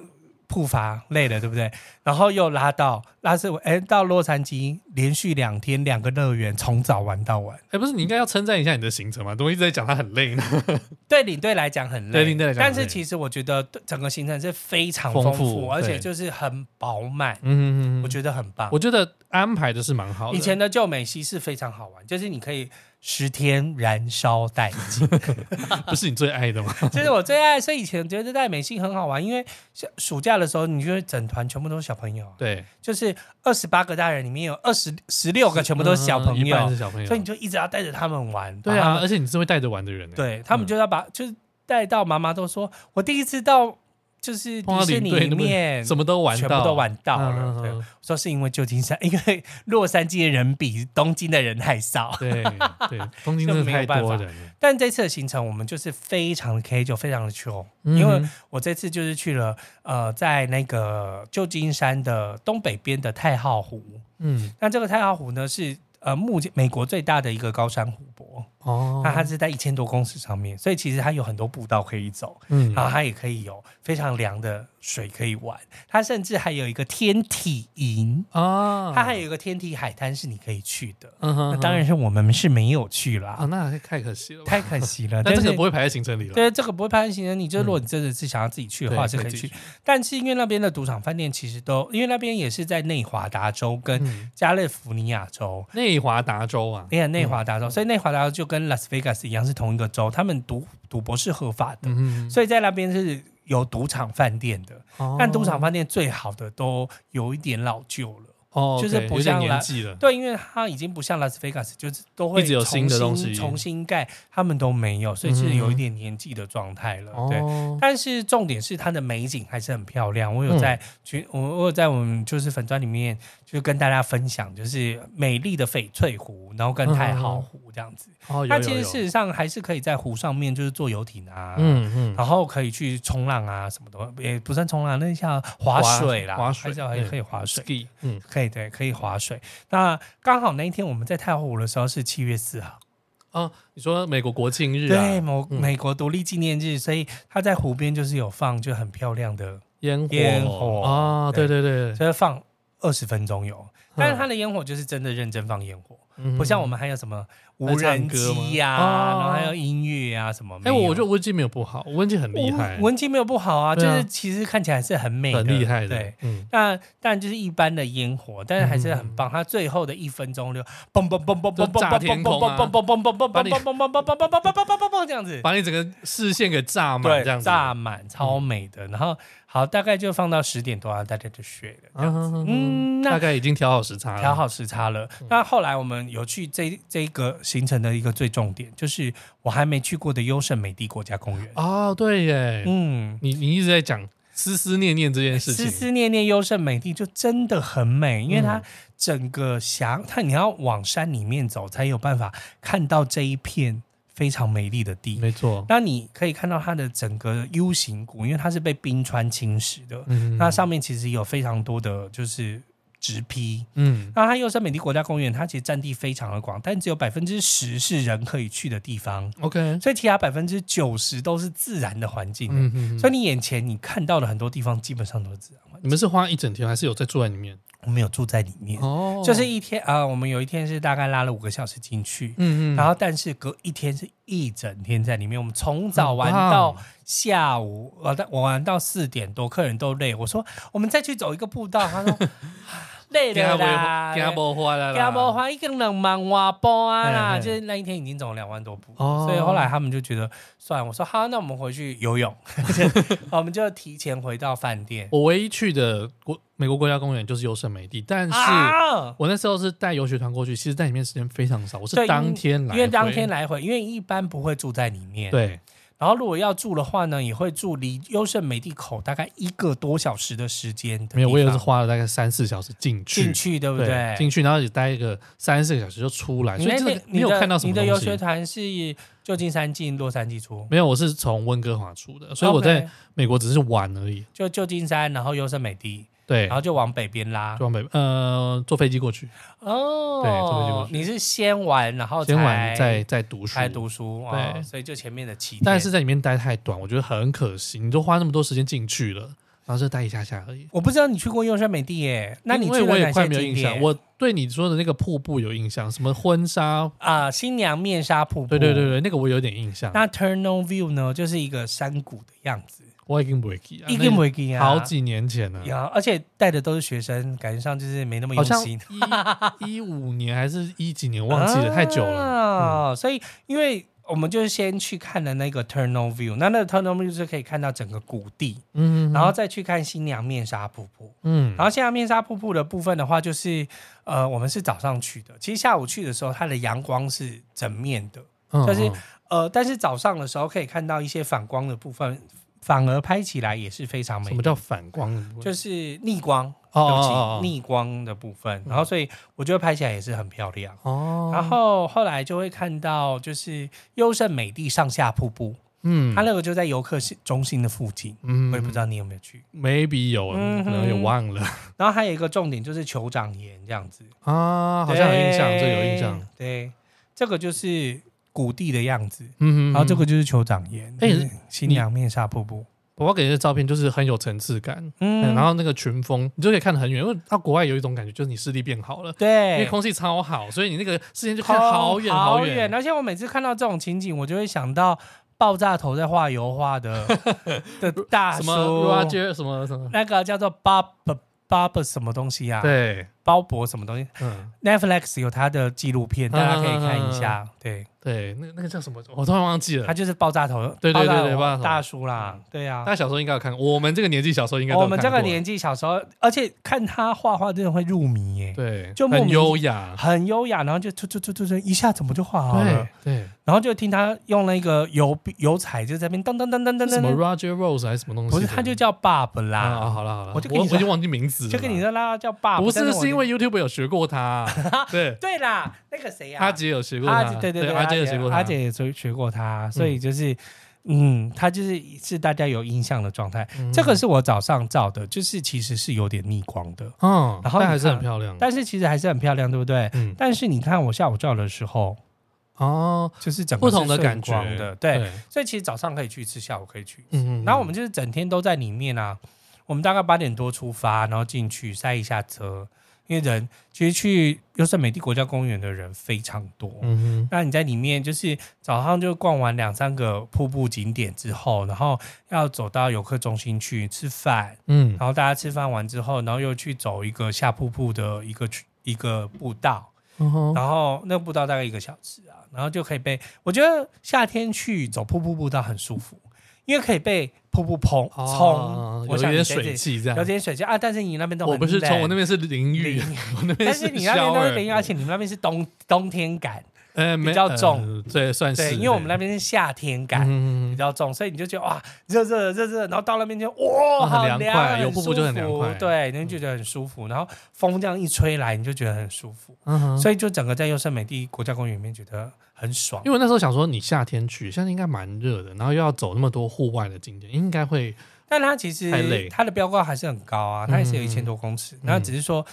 [SPEAKER 3] 步伐，累了，对不对？然后又拉到拉斯维，哎，到洛杉矶，连续两天两个乐园，从早玩到晚。
[SPEAKER 2] 哎，不是你应该要称赞一下你的行程吗？怎么一直在讲他很累呢？
[SPEAKER 3] 对领队来讲很累，
[SPEAKER 2] 对领队来讲
[SPEAKER 3] 但
[SPEAKER 2] 很
[SPEAKER 3] 是
[SPEAKER 2] 累
[SPEAKER 3] 其实我觉得整个行程是非常
[SPEAKER 2] 丰
[SPEAKER 3] 丰
[SPEAKER 2] 富
[SPEAKER 3] 而且
[SPEAKER 2] 对
[SPEAKER 3] 就是很饱满，
[SPEAKER 2] 嗯，
[SPEAKER 3] 我觉得很棒
[SPEAKER 2] 我。觉得安排的是蛮好的。
[SPEAKER 3] 以前的旧美西是非常好玩，就是你可以十天燃烧殆 尽，
[SPEAKER 2] 不是你最爱的 吗？
[SPEAKER 3] 这是我最爱。所以以前觉得在美西很好玩，因为像暑假的时候，你就会整团全部都是小朋友啊，
[SPEAKER 2] 对，
[SPEAKER 3] 就是二十八个大人里面有二十十六个全部都是小朋
[SPEAKER 2] 嗯一
[SPEAKER 3] 友
[SPEAKER 2] 半，是小朋友，
[SPEAKER 3] 所以你就一直要带着他们玩。
[SPEAKER 2] 对
[SPEAKER 3] 把他
[SPEAKER 2] 啊，
[SPEAKER 3] 们
[SPEAKER 2] 而且你是会带着玩的人欸，
[SPEAKER 3] 对他们就要把、就是带到妈妈都说，我第一次到就是
[SPEAKER 2] 碰到
[SPEAKER 3] 迪士
[SPEAKER 2] 领
[SPEAKER 3] 尼
[SPEAKER 2] 队
[SPEAKER 3] 里
[SPEAKER 2] 那么
[SPEAKER 3] 面，
[SPEAKER 2] 什么都玩到，
[SPEAKER 3] 全部都玩到了。
[SPEAKER 2] 嗯
[SPEAKER 3] 对，
[SPEAKER 2] 嗯
[SPEAKER 3] 说是因为旧金山， 因为洛杉矶的人比东京的人还少。
[SPEAKER 2] 对对，东京真的太多人了，
[SPEAKER 3] 但这次的行程我们就是非常的 K 就非常的 chill，、
[SPEAKER 2] 嗯
[SPEAKER 3] 因为我这次就是去了呃，在那个旧金山的东北边的太浩湖。
[SPEAKER 2] 嗯
[SPEAKER 3] 那这个太浩湖呢是呃目前美国最大的一个高山湖泊，
[SPEAKER 2] 哦，
[SPEAKER 3] 那它是在一千多公尺上面，所以其实它有很多步道可以走。
[SPEAKER 2] 嗯
[SPEAKER 3] 然后它也可以有非常凉的水可以玩，它甚至还有一个天体营，
[SPEAKER 2] 啊，
[SPEAKER 3] 它还有一个天体海滩是你可以去的。
[SPEAKER 2] 嗯哼
[SPEAKER 3] 那当然是我们是没有去
[SPEAKER 2] 啊，
[SPEAKER 3] 啦，
[SPEAKER 2] 那太可惜了吧，
[SPEAKER 3] 太可 惜了。
[SPEAKER 2] 但
[SPEAKER 3] 但
[SPEAKER 2] 这
[SPEAKER 3] 是
[SPEAKER 2] 个不会啊排在行程里了，
[SPEAKER 3] 对这个不会拍行程，你就是如果你真的是想要自己去的话是可以
[SPEAKER 2] 自己
[SPEAKER 3] 去，但是因为那边的赌场饭店其实都，因为那边也是在内华达州跟
[SPEAKER 2] 嗯，
[SPEAKER 3] 加利福尼亚州。
[SPEAKER 2] 内华达州啊，
[SPEAKER 3] 也内华达州，所以内华达州就跟拉斯维加斯一样是同一个州，他们赌赌博是合法的，
[SPEAKER 2] 嗯，
[SPEAKER 3] 所以在那边是有赌场饭店的。
[SPEAKER 2] 哦
[SPEAKER 3] 但赌场饭店最好的都有一点老旧了。
[SPEAKER 2] 哦，
[SPEAKER 3] 就是
[SPEAKER 2] OK，
[SPEAKER 3] 不
[SPEAKER 2] 有点
[SPEAKER 3] 像
[SPEAKER 2] 年
[SPEAKER 3] 来
[SPEAKER 2] 纪了，
[SPEAKER 3] 对，因为它已经不像拉斯维加斯，就是都会
[SPEAKER 2] 一直有
[SPEAKER 3] 重
[SPEAKER 2] 新的东
[SPEAKER 3] 新
[SPEAKER 2] 西
[SPEAKER 3] 重新盖，他们都没有，所以是有一
[SPEAKER 2] 嗯
[SPEAKER 3] 点年纪的状态了。对，
[SPEAKER 2] 哦，
[SPEAKER 3] 但是重点是它的美景还是很漂亮。
[SPEAKER 2] 嗯
[SPEAKER 3] 我有在群，我我有在我们就是粉砖里面，就是跟大家分享，就是美丽的翡翠湖，然后跟
[SPEAKER 2] 嗯
[SPEAKER 3] 太浩湖这样子。
[SPEAKER 2] 哦，
[SPEAKER 3] 它
[SPEAKER 2] 有
[SPEAKER 3] 其
[SPEAKER 2] 有有，
[SPEAKER 3] 实事实上还是可以在湖上面就是坐游艇啊，
[SPEAKER 2] 嗯嗯，
[SPEAKER 3] 然后可以去冲浪啊，什么的，也不算冲浪，那像划水啦，
[SPEAKER 2] 划水
[SPEAKER 3] 还是还
[SPEAKER 2] 对
[SPEAKER 3] 可以划水，
[SPEAKER 2] ski，嗯，
[SPEAKER 3] 可以对，可以划水。那刚好那一天我们在太湖的时候是七月四号，
[SPEAKER 2] 哦，你说美国国庆日
[SPEAKER 3] 对，
[SPEAKER 2] 啊，
[SPEAKER 3] 某
[SPEAKER 2] 嗯
[SPEAKER 3] 美国独立纪念日，所以他在湖边就是有放就很漂亮的，
[SPEAKER 2] 烟火，
[SPEAKER 3] 烟火
[SPEAKER 2] 啊，对对对，
[SPEAKER 3] 就是放二十分钟有，但是他
[SPEAKER 2] 嗯
[SPEAKER 3] 的烟火就是真的认真放烟火，
[SPEAKER 2] 嗯
[SPEAKER 3] 不像我们还有什么无
[SPEAKER 2] 来唱
[SPEAKER 3] 人
[SPEAKER 2] 歌吗
[SPEAKER 3] 机呀、
[SPEAKER 2] 哦
[SPEAKER 3] 然后还有音乐啊什么。
[SPEAKER 2] 哎、我我觉得
[SPEAKER 3] 就
[SPEAKER 2] 温基没有不好，温基很厉害，
[SPEAKER 3] 文姬没有不好啊，就
[SPEAKER 2] 对啊
[SPEAKER 3] 是其实看起来是很美的，
[SPEAKER 2] 很厉害的，
[SPEAKER 3] 对。
[SPEAKER 2] 嗯，
[SPEAKER 3] 那当然就是一般的烟火，但是还是很棒。它最后的一分钟就嘣嘣嘣嘣嘣嘣嘣嘣嘣嘣嘣嘣嘣嘣嘣嘣嘣嘣嘣嘣嘣嘣嘣嘣这样子，
[SPEAKER 2] 把你整个视线给炸满，这样
[SPEAKER 3] 对，
[SPEAKER 2] 子，
[SPEAKER 3] 炸满，超美的。然后好，大概就放到十点多啊，大家就睡了这样子。嗯，
[SPEAKER 2] 大
[SPEAKER 3] 那
[SPEAKER 2] 概已经调好时差了，
[SPEAKER 3] 调，好时差了。那后来我们有去这这个行程的一个最重点，就是我还没去过的优胜美地国家公园。
[SPEAKER 2] 哦，对耶，
[SPEAKER 3] 嗯，
[SPEAKER 2] 你你一直在讲思思念念这件事情，嗯
[SPEAKER 3] 思思念念优胜美地就真的很美，因为它整个峡，它你要往山里面走才有办法看到这一片非常美丽的地。
[SPEAKER 2] 没错，
[SPEAKER 3] 那你可以看到它的整个 U 型谷，因为它是被冰川侵蚀的，
[SPEAKER 2] 嗯
[SPEAKER 3] 那上面其实有非常多的就是直批。
[SPEAKER 2] 嗯，
[SPEAKER 3] 那它优胜美地国家公园，它其实占地非常的广，但只有百分之十是人可以去的地方，
[SPEAKER 2] OK，
[SPEAKER 3] 所以其他百分之九十都是自然的环境。
[SPEAKER 2] 嗯嗯，所
[SPEAKER 3] 所以你眼前你看到的很多地方，基本上都是自然环
[SPEAKER 2] 你
[SPEAKER 3] 境。
[SPEAKER 2] 们是花一整天，还是有在住在里面？
[SPEAKER 3] 我们有住在里面，
[SPEAKER 2] 哦
[SPEAKER 3] 就是一天啊、我们有一天是大概拉了五个小时进去，
[SPEAKER 2] 嗯嗯，
[SPEAKER 3] 然后但是隔一天是一整天在里面，我们从早玩
[SPEAKER 2] 很哦棒
[SPEAKER 3] 到下午，玩到我玩到四点多，客人都累。我说我们再去走一个步道， 他说啊累了啦，
[SPEAKER 2] 加波花了啦，
[SPEAKER 3] 加波花一个人忙哇波啊啦，
[SPEAKER 2] 嘿嘿
[SPEAKER 3] 就是那一天已经走了两万多步，
[SPEAKER 2] 哦
[SPEAKER 3] 所以后来他们就觉得算了，我说好，那我们回去 游泳， 我们就提前回到饭店。
[SPEAKER 2] 我唯一去的国美国国家公园就是优胜美地，但是
[SPEAKER 3] 啊
[SPEAKER 2] 我那时候是带游学团过去，其实在里面时间非常少，我
[SPEAKER 3] 对
[SPEAKER 2] 是
[SPEAKER 3] 因
[SPEAKER 2] 当天来，
[SPEAKER 3] 因为当天，来回，因为一般不会住在里面。。
[SPEAKER 2] 对，
[SPEAKER 3] 然后如果要住的话呢，也会住离优胜美地口大概一个多小时的时间的地方。
[SPEAKER 2] 没有，我也是花了大概三四小时进去，
[SPEAKER 3] 进去，对不对？
[SPEAKER 2] 进去，然后也待一个三四个小时就出来，
[SPEAKER 3] 你
[SPEAKER 2] 所以
[SPEAKER 3] 那
[SPEAKER 2] 真
[SPEAKER 3] 天
[SPEAKER 2] 的没有看到什么
[SPEAKER 3] 你的游
[SPEAKER 2] 东
[SPEAKER 3] 学
[SPEAKER 2] 西。
[SPEAKER 3] 团是旧金山进洛杉矶出，
[SPEAKER 2] 没有，我是从温哥华出的，所以我
[SPEAKER 3] OK，
[SPEAKER 2] 在美国只是玩而已。
[SPEAKER 3] 就旧金山，然后优胜美地，
[SPEAKER 2] 对，
[SPEAKER 3] 然后就往北边拉
[SPEAKER 2] 就。往北呃坐飞机过去，对坐飞机
[SPEAKER 3] 哦
[SPEAKER 2] 过，去
[SPEAKER 3] 你是先玩，然后
[SPEAKER 2] 先玩
[SPEAKER 3] 哦才
[SPEAKER 2] 再再读书
[SPEAKER 3] 才。读书，哦
[SPEAKER 2] 对
[SPEAKER 3] 所以就前面的七天。
[SPEAKER 2] 但是在里面待太短，我觉得很可惜。你都花那么多时间进去了，然后就待一下下而已。
[SPEAKER 3] 我不知道你去过优胜美地耶，那你
[SPEAKER 2] 因
[SPEAKER 3] 去
[SPEAKER 2] 为
[SPEAKER 3] 了
[SPEAKER 2] 我也
[SPEAKER 3] 哪
[SPEAKER 2] 快
[SPEAKER 3] 些
[SPEAKER 2] 没有印
[SPEAKER 3] 景
[SPEAKER 2] 象，
[SPEAKER 3] 点？
[SPEAKER 2] 我对你说的那个瀑布有印象，什么婚纱，
[SPEAKER 3] 啊，新娘面纱瀑布，
[SPEAKER 2] 对对对对，那个我有点印象。
[SPEAKER 3] 那 Turtle View 呢，就是一个山谷的样子，
[SPEAKER 2] 我已经不会记了，
[SPEAKER 3] 一个没给
[SPEAKER 2] 那
[SPEAKER 3] 啊，
[SPEAKER 2] 好几年前了，
[SPEAKER 3] 呀，而且带的都是学生，感觉上就是没那么
[SPEAKER 2] 好
[SPEAKER 3] 用
[SPEAKER 2] 像
[SPEAKER 3] 心，
[SPEAKER 2] 一一五年还是一几年，忘记了，太久了。嗯
[SPEAKER 3] 啊所以因为我们就是先去看了那个 Turtle View，那那个 Turtle View 是可以看到整个谷地，
[SPEAKER 2] 嗯，
[SPEAKER 3] 然后再去看新娘面纱瀑布。
[SPEAKER 2] 嗯，
[SPEAKER 3] 然后现在面纱瀑布的部分的话，就是呃，我们是早上去的，其实下午去的时候，它的阳光是整面的，
[SPEAKER 2] 嗯
[SPEAKER 3] 就是
[SPEAKER 2] 嗯
[SPEAKER 3] 呃，但是早上的时候可以看到一些反光的部分，反而拍起来也是非常美
[SPEAKER 2] 嗯什么
[SPEAKER 3] 的。
[SPEAKER 2] 叫反光的部分？
[SPEAKER 3] 就是逆光，
[SPEAKER 2] 哦
[SPEAKER 3] 对不起
[SPEAKER 2] 哦哦哦
[SPEAKER 3] 逆光的部分。
[SPEAKER 2] 嗯
[SPEAKER 3] 然后所以我觉得拍起来也是很漂亮。
[SPEAKER 2] 哦，
[SPEAKER 3] 然后后来就会看到，就是优胜美地上下瀑布，
[SPEAKER 2] 嗯，
[SPEAKER 3] 它那个就在游客中心的附近。
[SPEAKER 2] 嗯
[SPEAKER 3] 我也不知道你有没有去。
[SPEAKER 2] ，maybe 有，
[SPEAKER 3] 嗯
[SPEAKER 2] 可能也忘了
[SPEAKER 3] 然后还有一个重点就是酋长岩这样子，
[SPEAKER 2] 啊，好像有印象，
[SPEAKER 3] 对
[SPEAKER 2] 这有印象。。
[SPEAKER 3] 对，这个就是谷地的样子，
[SPEAKER 2] 嗯，
[SPEAKER 3] 然后这
[SPEAKER 2] 嗯
[SPEAKER 3] 个就是酋长岩，
[SPEAKER 2] 哎
[SPEAKER 3] 就是新娘面纱瀑布。
[SPEAKER 2] 我给的照片就是很有层次感，嗯
[SPEAKER 3] 嗯
[SPEAKER 2] 然后那个群峰你就可以看得很远，因为到国外有一种感觉，就是你视力变好了，因为
[SPEAKER 3] 对，
[SPEAKER 2] 空气超好，所以你那个视线就看
[SPEAKER 3] 好
[SPEAKER 2] 好远
[SPEAKER 3] 好
[SPEAKER 2] 远。
[SPEAKER 3] 而且我每次看到这种情景，我就会想到爆炸头在画油 画的的大
[SPEAKER 2] 什
[SPEAKER 3] 叔，
[SPEAKER 2] 么 Roger 什么什么，
[SPEAKER 3] 那个叫做 Bob Bob 什么东西啊？，
[SPEAKER 2] 对，
[SPEAKER 3] 鲍勃什么东西
[SPEAKER 2] 嗯，
[SPEAKER 3] ？Netflix 有他的纪录片，大家可以看一下。对，
[SPEAKER 2] 对，那那个叫什么，我突然忘记
[SPEAKER 3] 他
[SPEAKER 2] 了。
[SPEAKER 3] 就是爆炸头，
[SPEAKER 2] 对对对
[SPEAKER 3] 爆炸头
[SPEAKER 2] 对爆炸头嗯
[SPEAKER 3] 大叔啦，对啊
[SPEAKER 2] 大。家小时候应该有看过，我们这个年纪小时候应该都有
[SPEAKER 3] 我们这个
[SPEAKER 2] 看过
[SPEAKER 3] 年纪小时候，而且看他画画真的会入迷耶，
[SPEAKER 2] 对，
[SPEAKER 3] 就莫
[SPEAKER 2] 很
[SPEAKER 3] 名
[SPEAKER 2] 优雅，
[SPEAKER 3] 很优雅，然后就突突突突突一下怎么就画好了
[SPEAKER 2] 对，对，
[SPEAKER 3] 然后就听他用那个油笔油彩就在那边噔噔噔噔噔
[SPEAKER 2] 什么
[SPEAKER 3] 噔，
[SPEAKER 2] Roger Rose 还是什么东西的？
[SPEAKER 3] 不是他就叫 Bob
[SPEAKER 2] 啊，
[SPEAKER 3] 啦，
[SPEAKER 2] 好了好了，
[SPEAKER 3] 我
[SPEAKER 2] 我
[SPEAKER 3] 就跟你说
[SPEAKER 2] 我已经忘记名字了，
[SPEAKER 3] 就跟你。说啦叫 Bob，
[SPEAKER 2] 不
[SPEAKER 3] 但
[SPEAKER 2] 是，
[SPEAKER 3] 我
[SPEAKER 2] 是因为 YouTube 有学过 他，对，
[SPEAKER 3] 对啦，那个谁呀，啊
[SPEAKER 2] 阿杰有学过
[SPEAKER 3] 阿
[SPEAKER 2] 他
[SPEAKER 3] 姐，，对对
[SPEAKER 2] 对，
[SPEAKER 3] 对，
[SPEAKER 2] 阿杰有学过他，
[SPEAKER 3] 阿姐也学学过他，所以就是，嗯，他就是是大家有印象的状态。
[SPEAKER 2] 嗯
[SPEAKER 3] 这个是我早上照的，就是其实是有点逆光的，
[SPEAKER 2] 嗯，
[SPEAKER 3] 然后
[SPEAKER 2] 但
[SPEAKER 3] 你
[SPEAKER 2] 还是
[SPEAKER 3] 看
[SPEAKER 2] 很漂亮。
[SPEAKER 3] 但是其实还是很漂亮，对不对？
[SPEAKER 2] 嗯，
[SPEAKER 3] 但是你看我下午照的时候，
[SPEAKER 2] 哦，
[SPEAKER 3] 就是整个
[SPEAKER 2] 不同
[SPEAKER 3] 是
[SPEAKER 2] 的
[SPEAKER 3] 顺
[SPEAKER 2] 感觉
[SPEAKER 3] 光的，对。，所以其实早上可以去一次，下午可以去一次。
[SPEAKER 2] 嗯
[SPEAKER 3] 然后我们就是整天都在里面啊。我们大概八点多出发，然后进去塞一下车，因为人其实去优胜美地国家公园的人非常多。
[SPEAKER 2] 嗯
[SPEAKER 3] 那你在里面就是早上就逛完两三个瀑布景点之后，然后要走到游客中心去吃饭，
[SPEAKER 2] 嗯
[SPEAKER 3] 然后大家吃饭完之后，然后又去走一个下瀑布的一个区一个步道，
[SPEAKER 2] 嗯，
[SPEAKER 3] 然后那步道大概一个小时啊，然后就可以被我觉得夏天去走瀑布步道很舒服，因为可以被瀑布碰冲，
[SPEAKER 2] 哦有
[SPEAKER 3] 我
[SPEAKER 2] 一
[SPEAKER 3] 想你
[SPEAKER 2] 点
[SPEAKER 3] 这
[SPEAKER 2] 水
[SPEAKER 3] 次，
[SPEAKER 2] 汽这样
[SPEAKER 3] 有。点水汽啊，但是你那边都
[SPEAKER 2] 我
[SPEAKER 3] 很
[SPEAKER 2] 不是冲，
[SPEAKER 3] 冷
[SPEAKER 2] 我那边是淋浴，
[SPEAKER 3] 淋
[SPEAKER 2] 我那边
[SPEAKER 3] 但是你那边
[SPEAKER 2] shower
[SPEAKER 3] 都是淋雨，而且你们那边是冬冬天感，
[SPEAKER 2] 呃没
[SPEAKER 3] 比较重
[SPEAKER 2] 呃对，嗯算是
[SPEAKER 3] 对，因为我们那边是夏天感，比
[SPEAKER 2] 嗯，
[SPEAKER 3] 较重，所以你就觉得哇，热热的热热的，然后到那边就哇，
[SPEAKER 2] 嗯很
[SPEAKER 3] 好
[SPEAKER 2] 凉
[SPEAKER 3] 凉
[SPEAKER 2] 快
[SPEAKER 3] 很
[SPEAKER 2] 有瀑布就很凉
[SPEAKER 3] 舒服
[SPEAKER 2] 快嗯
[SPEAKER 3] 对，你就觉得很舒服。然后风这样一吹来，你就觉得很舒服，
[SPEAKER 2] 嗯哼
[SPEAKER 3] 所以就整个在优胜美地国家公园里面觉得很爽
[SPEAKER 2] 因。为我那时候想说，你夏天去，夏天应该蛮热的，然后又要走那么多户外的景点，应该会
[SPEAKER 3] 但它其
[SPEAKER 2] 太累
[SPEAKER 3] 实它的标高还是很高啊，它还是有
[SPEAKER 2] 嗯
[SPEAKER 3] 一千多公尺，那只是说。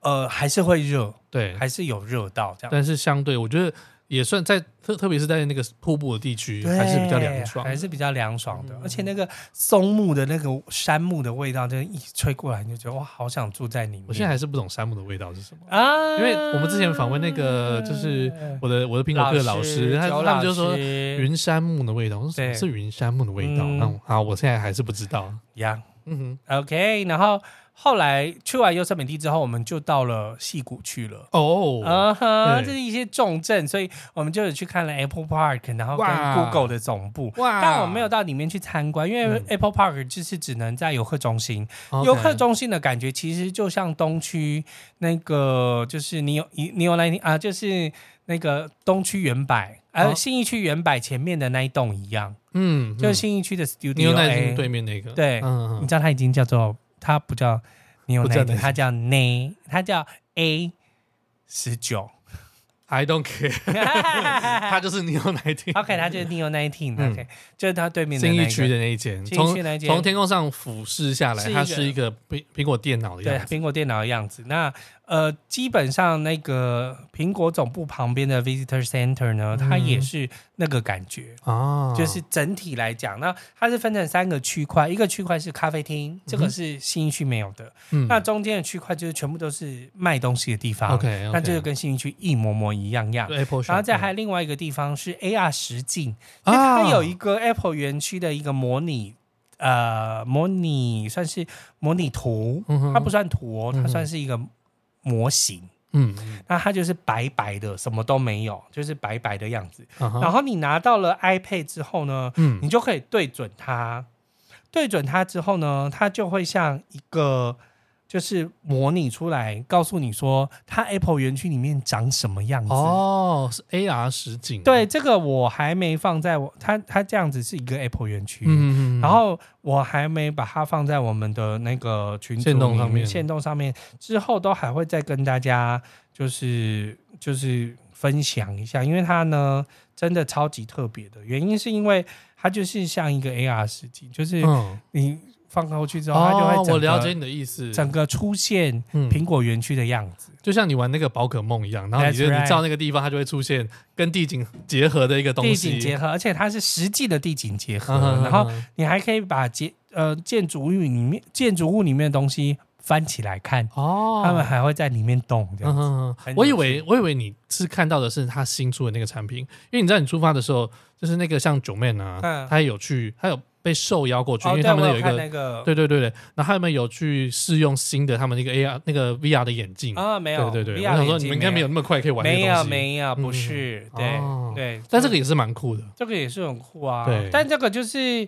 [SPEAKER 3] 呃，还是会热，
[SPEAKER 2] 对，
[SPEAKER 3] 还是有热到这样。
[SPEAKER 2] 但是相对我觉得也算在特特别是在那个瀑布的地区
[SPEAKER 3] 对
[SPEAKER 2] 还是比较凉爽嗯的，
[SPEAKER 3] 还是比较凉爽的，而且那个松木的那个杉木的味道，就一吹过来，你就觉得哇，好想住在里面。
[SPEAKER 2] 我现在还是不懂山姆的味道是什么。
[SPEAKER 3] 啊，
[SPEAKER 2] 因为我们之前访问那个就是我的我的苹果课老师，他
[SPEAKER 3] 九
[SPEAKER 2] 他们就
[SPEAKER 3] 老
[SPEAKER 2] 说
[SPEAKER 3] 师
[SPEAKER 2] 云杉木的味道，我说什么
[SPEAKER 3] 对
[SPEAKER 2] 是云杉木的味道？
[SPEAKER 3] 嗯
[SPEAKER 2] 那我好，我现在还是不知道。
[SPEAKER 3] 呀
[SPEAKER 2] 嗯
[SPEAKER 3] OK，然后后来去完优胜美地之后，我们就到了戏谷去了。
[SPEAKER 2] 哼，哦，
[SPEAKER 3] 啊哈，
[SPEAKER 2] 对
[SPEAKER 3] 这是一些重症，所以我们就有去看了 Apple Park，然后跟
[SPEAKER 2] 哇
[SPEAKER 3] Google 的总部。
[SPEAKER 2] 哇
[SPEAKER 3] 但我没有到里面去参观，因为
[SPEAKER 2] 嗯
[SPEAKER 3] Apple Park 就是只能在游客中心。
[SPEAKER 2] OK
[SPEAKER 3] 游客中心的感觉其实就像东区那个，就是你有你你有来啊，就是那个东区原柏，呃、
[SPEAKER 2] 哦
[SPEAKER 3] 信义区原柏前面的那一栋一样，
[SPEAKER 2] 嗯，
[SPEAKER 3] 就是
[SPEAKER 2] 嗯
[SPEAKER 3] 信义区的 Studio
[SPEAKER 2] 牛奶精
[SPEAKER 3] A。
[SPEAKER 2] 对面那个，
[SPEAKER 3] 哎对
[SPEAKER 2] 嗯
[SPEAKER 3] 你
[SPEAKER 2] 嗯
[SPEAKER 3] 知道它已经叫做它不叫牛
[SPEAKER 2] 不叫
[SPEAKER 3] 奶
[SPEAKER 2] 奶
[SPEAKER 3] 的，它叫 N，它叫 A 十九。
[SPEAKER 2] ，I don't care，他就是牛奶精。
[SPEAKER 3] OK，他就是 Neo Nineteen，OK，、
[SPEAKER 2] 嗯
[SPEAKER 3] OK，就是他对面的
[SPEAKER 2] 新
[SPEAKER 3] 那
[SPEAKER 2] 一
[SPEAKER 3] 个
[SPEAKER 2] 区的那一间，
[SPEAKER 3] 信义
[SPEAKER 2] 从
[SPEAKER 3] 区那一间
[SPEAKER 2] 从天空上俯视下来，
[SPEAKER 3] 是一
[SPEAKER 2] 它
[SPEAKER 3] 个
[SPEAKER 2] 是一个苹苹果电脑的
[SPEAKER 3] 对
[SPEAKER 2] 样子。
[SPEAKER 3] 苹果电脑的样子。那呃，基本上那个苹果总部旁边的 Visitor Center 呢，它
[SPEAKER 2] 嗯
[SPEAKER 3] 也是那个感觉。
[SPEAKER 2] 啊，
[SPEAKER 3] 就是整体来讲，那它是分成三个区块，一个区块是咖啡厅，
[SPEAKER 2] 嗯
[SPEAKER 3] 这个是新一区没有的。
[SPEAKER 2] 嗯
[SPEAKER 3] 那中间的区块就是全部都是卖东西的地方
[SPEAKER 2] OK，OK
[SPEAKER 3] 那这就跟新一区一模模一样样。
[SPEAKER 2] Apple，
[SPEAKER 3] 然后
[SPEAKER 2] Shop，嗯
[SPEAKER 3] 再还有另外一个地方是 AR 实境，
[SPEAKER 2] 啊
[SPEAKER 3] 就它有一个 Apple 园区的一个模拟，呃，模拟算是模拟图，
[SPEAKER 2] 嗯哼
[SPEAKER 3] 它不算图哦，
[SPEAKER 2] 嗯哼
[SPEAKER 3] 它算是一个模型。
[SPEAKER 2] 嗯，嗯
[SPEAKER 3] 那它就是白白的，什么都没有，就是白白的样子。
[SPEAKER 2] 啊哈
[SPEAKER 3] 然后你拿到了 iPad 之后呢，
[SPEAKER 2] 嗯
[SPEAKER 3] 你就可以对准它，对准它之后呢，它就会像一个就是模拟出来，告诉你说它 Apple 园区里面长什么样子。
[SPEAKER 2] 哦，是 AR 实景，
[SPEAKER 3] 对，，这个我还没放在我它它这样子是一个 Apple 园区，
[SPEAKER 2] 嗯，嗯嗯
[SPEAKER 3] 然后我还没把它放在我们的那个群组
[SPEAKER 2] 限动
[SPEAKER 3] 里
[SPEAKER 2] 上面
[SPEAKER 3] 限动上面之后都还会再跟大家就是就是分享一下，因为它呢真的超级特别的，原因是因为它就是像一个 AR 实景，就是
[SPEAKER 2] 嗯，
[SPEAKER 3] 你放过去之后，它就会
[SPEAKER 2] 哦
[SPEAKER 3] 整，个、
[SPEAKER 2] 我了解你的嗯意思，
[SPEAKER 3] 整个出现
[SPEAKER 2] 嗯
[SPEAKER 3] 苹果园区的样子。
[SPEAKER 2] 就像你玩那个宝可梦一样，然后你
[SPEAKER 3] That's
[SPEAKER 2] 就你
[SPEAKER 3] right
[SPEAKER 2] 照那个地方，它就会出现跟地景结合的一个东
[SPEAKER 3] 地
[SPEAKER 2] 西，
[SPEAKER 3] 景结合，而且它是实际的地景结合，
[SPEAKER 2] 嗯哼
[SPEAKER 3] 然后
[SPEAKER 2] 嗯哼
[SPEAKER 3] 你还可以把建呃建筑物里面建筑物里面的东西翻起来看，
[SPEAKER 2] 哦，
[SPEAKER 3] 他们还会在里面动
[SPEAKER 2] 嗯
[SPEAKER 3] 这样
[SPEAKER 2] 哼
[SPEAKER 3] 子。
[SPEAKER 2] 嗯哼
[SPEAKER 3] 很
[SPEAKER 2] 我以
[SPEAKER 3] 有
[SPEAKER 2] 为我以为你是看到的是他新出的那个产品，因为你知道你出发的时候，就是那个像九妹啊
[SPEAKER 3] 嗯，
[SPEAKER 2] 他有去，他有被受邀过去，因
[SPEAKER 3] 哦，
[SPEAKER 2] 为
[SPEAKER 3] 对，
[SPEAKER 2] 他
[SPEAKER 3] 我
[SPEAKER 2] 们有
[SPEAKER 3] 有
[SPEAKER 2] 一
[SPEAKER 3] 看
[SPEAKER 2] 个
[SPEAKER 3] 那个，
[SPEAKER 2] 对对对对，然后他们有去试用新的他们那个 AR 那个 VR 的眼镜，
[SPEAKER 3] 啊，没有，
[SPEAKER 2] 对对对，
[SPEAKER 3] VR
[SPEAKER 2] 我想说
[SPEAKER 3] 眼
[SPEAKER 2] 你
[SPEAKER 3] 镜
[SPEAKER 2] 们应该没有那么快可以玩那
[SPEAKER 3] 没
[SPEAKER 2] 个
[SPEAKER 3] 有
[SPEAKER 2] 东西，
[SPEAKER 3] 没有，
[SPEAKER 2] 嗯
[SPEAKER 3] 不是，
[SPEAKER 2] 哦
[SPEAKER 3] 对对，
[SPEAKER 2] 但这
[SPEAKER 3] 就
[SPEAKER 2] 个也是蛮 酷的，
[SPEAKER 3] 这个也是很酷啊
[SPEAKER 2] 对，
[SPEAKER 3] 但这个就是。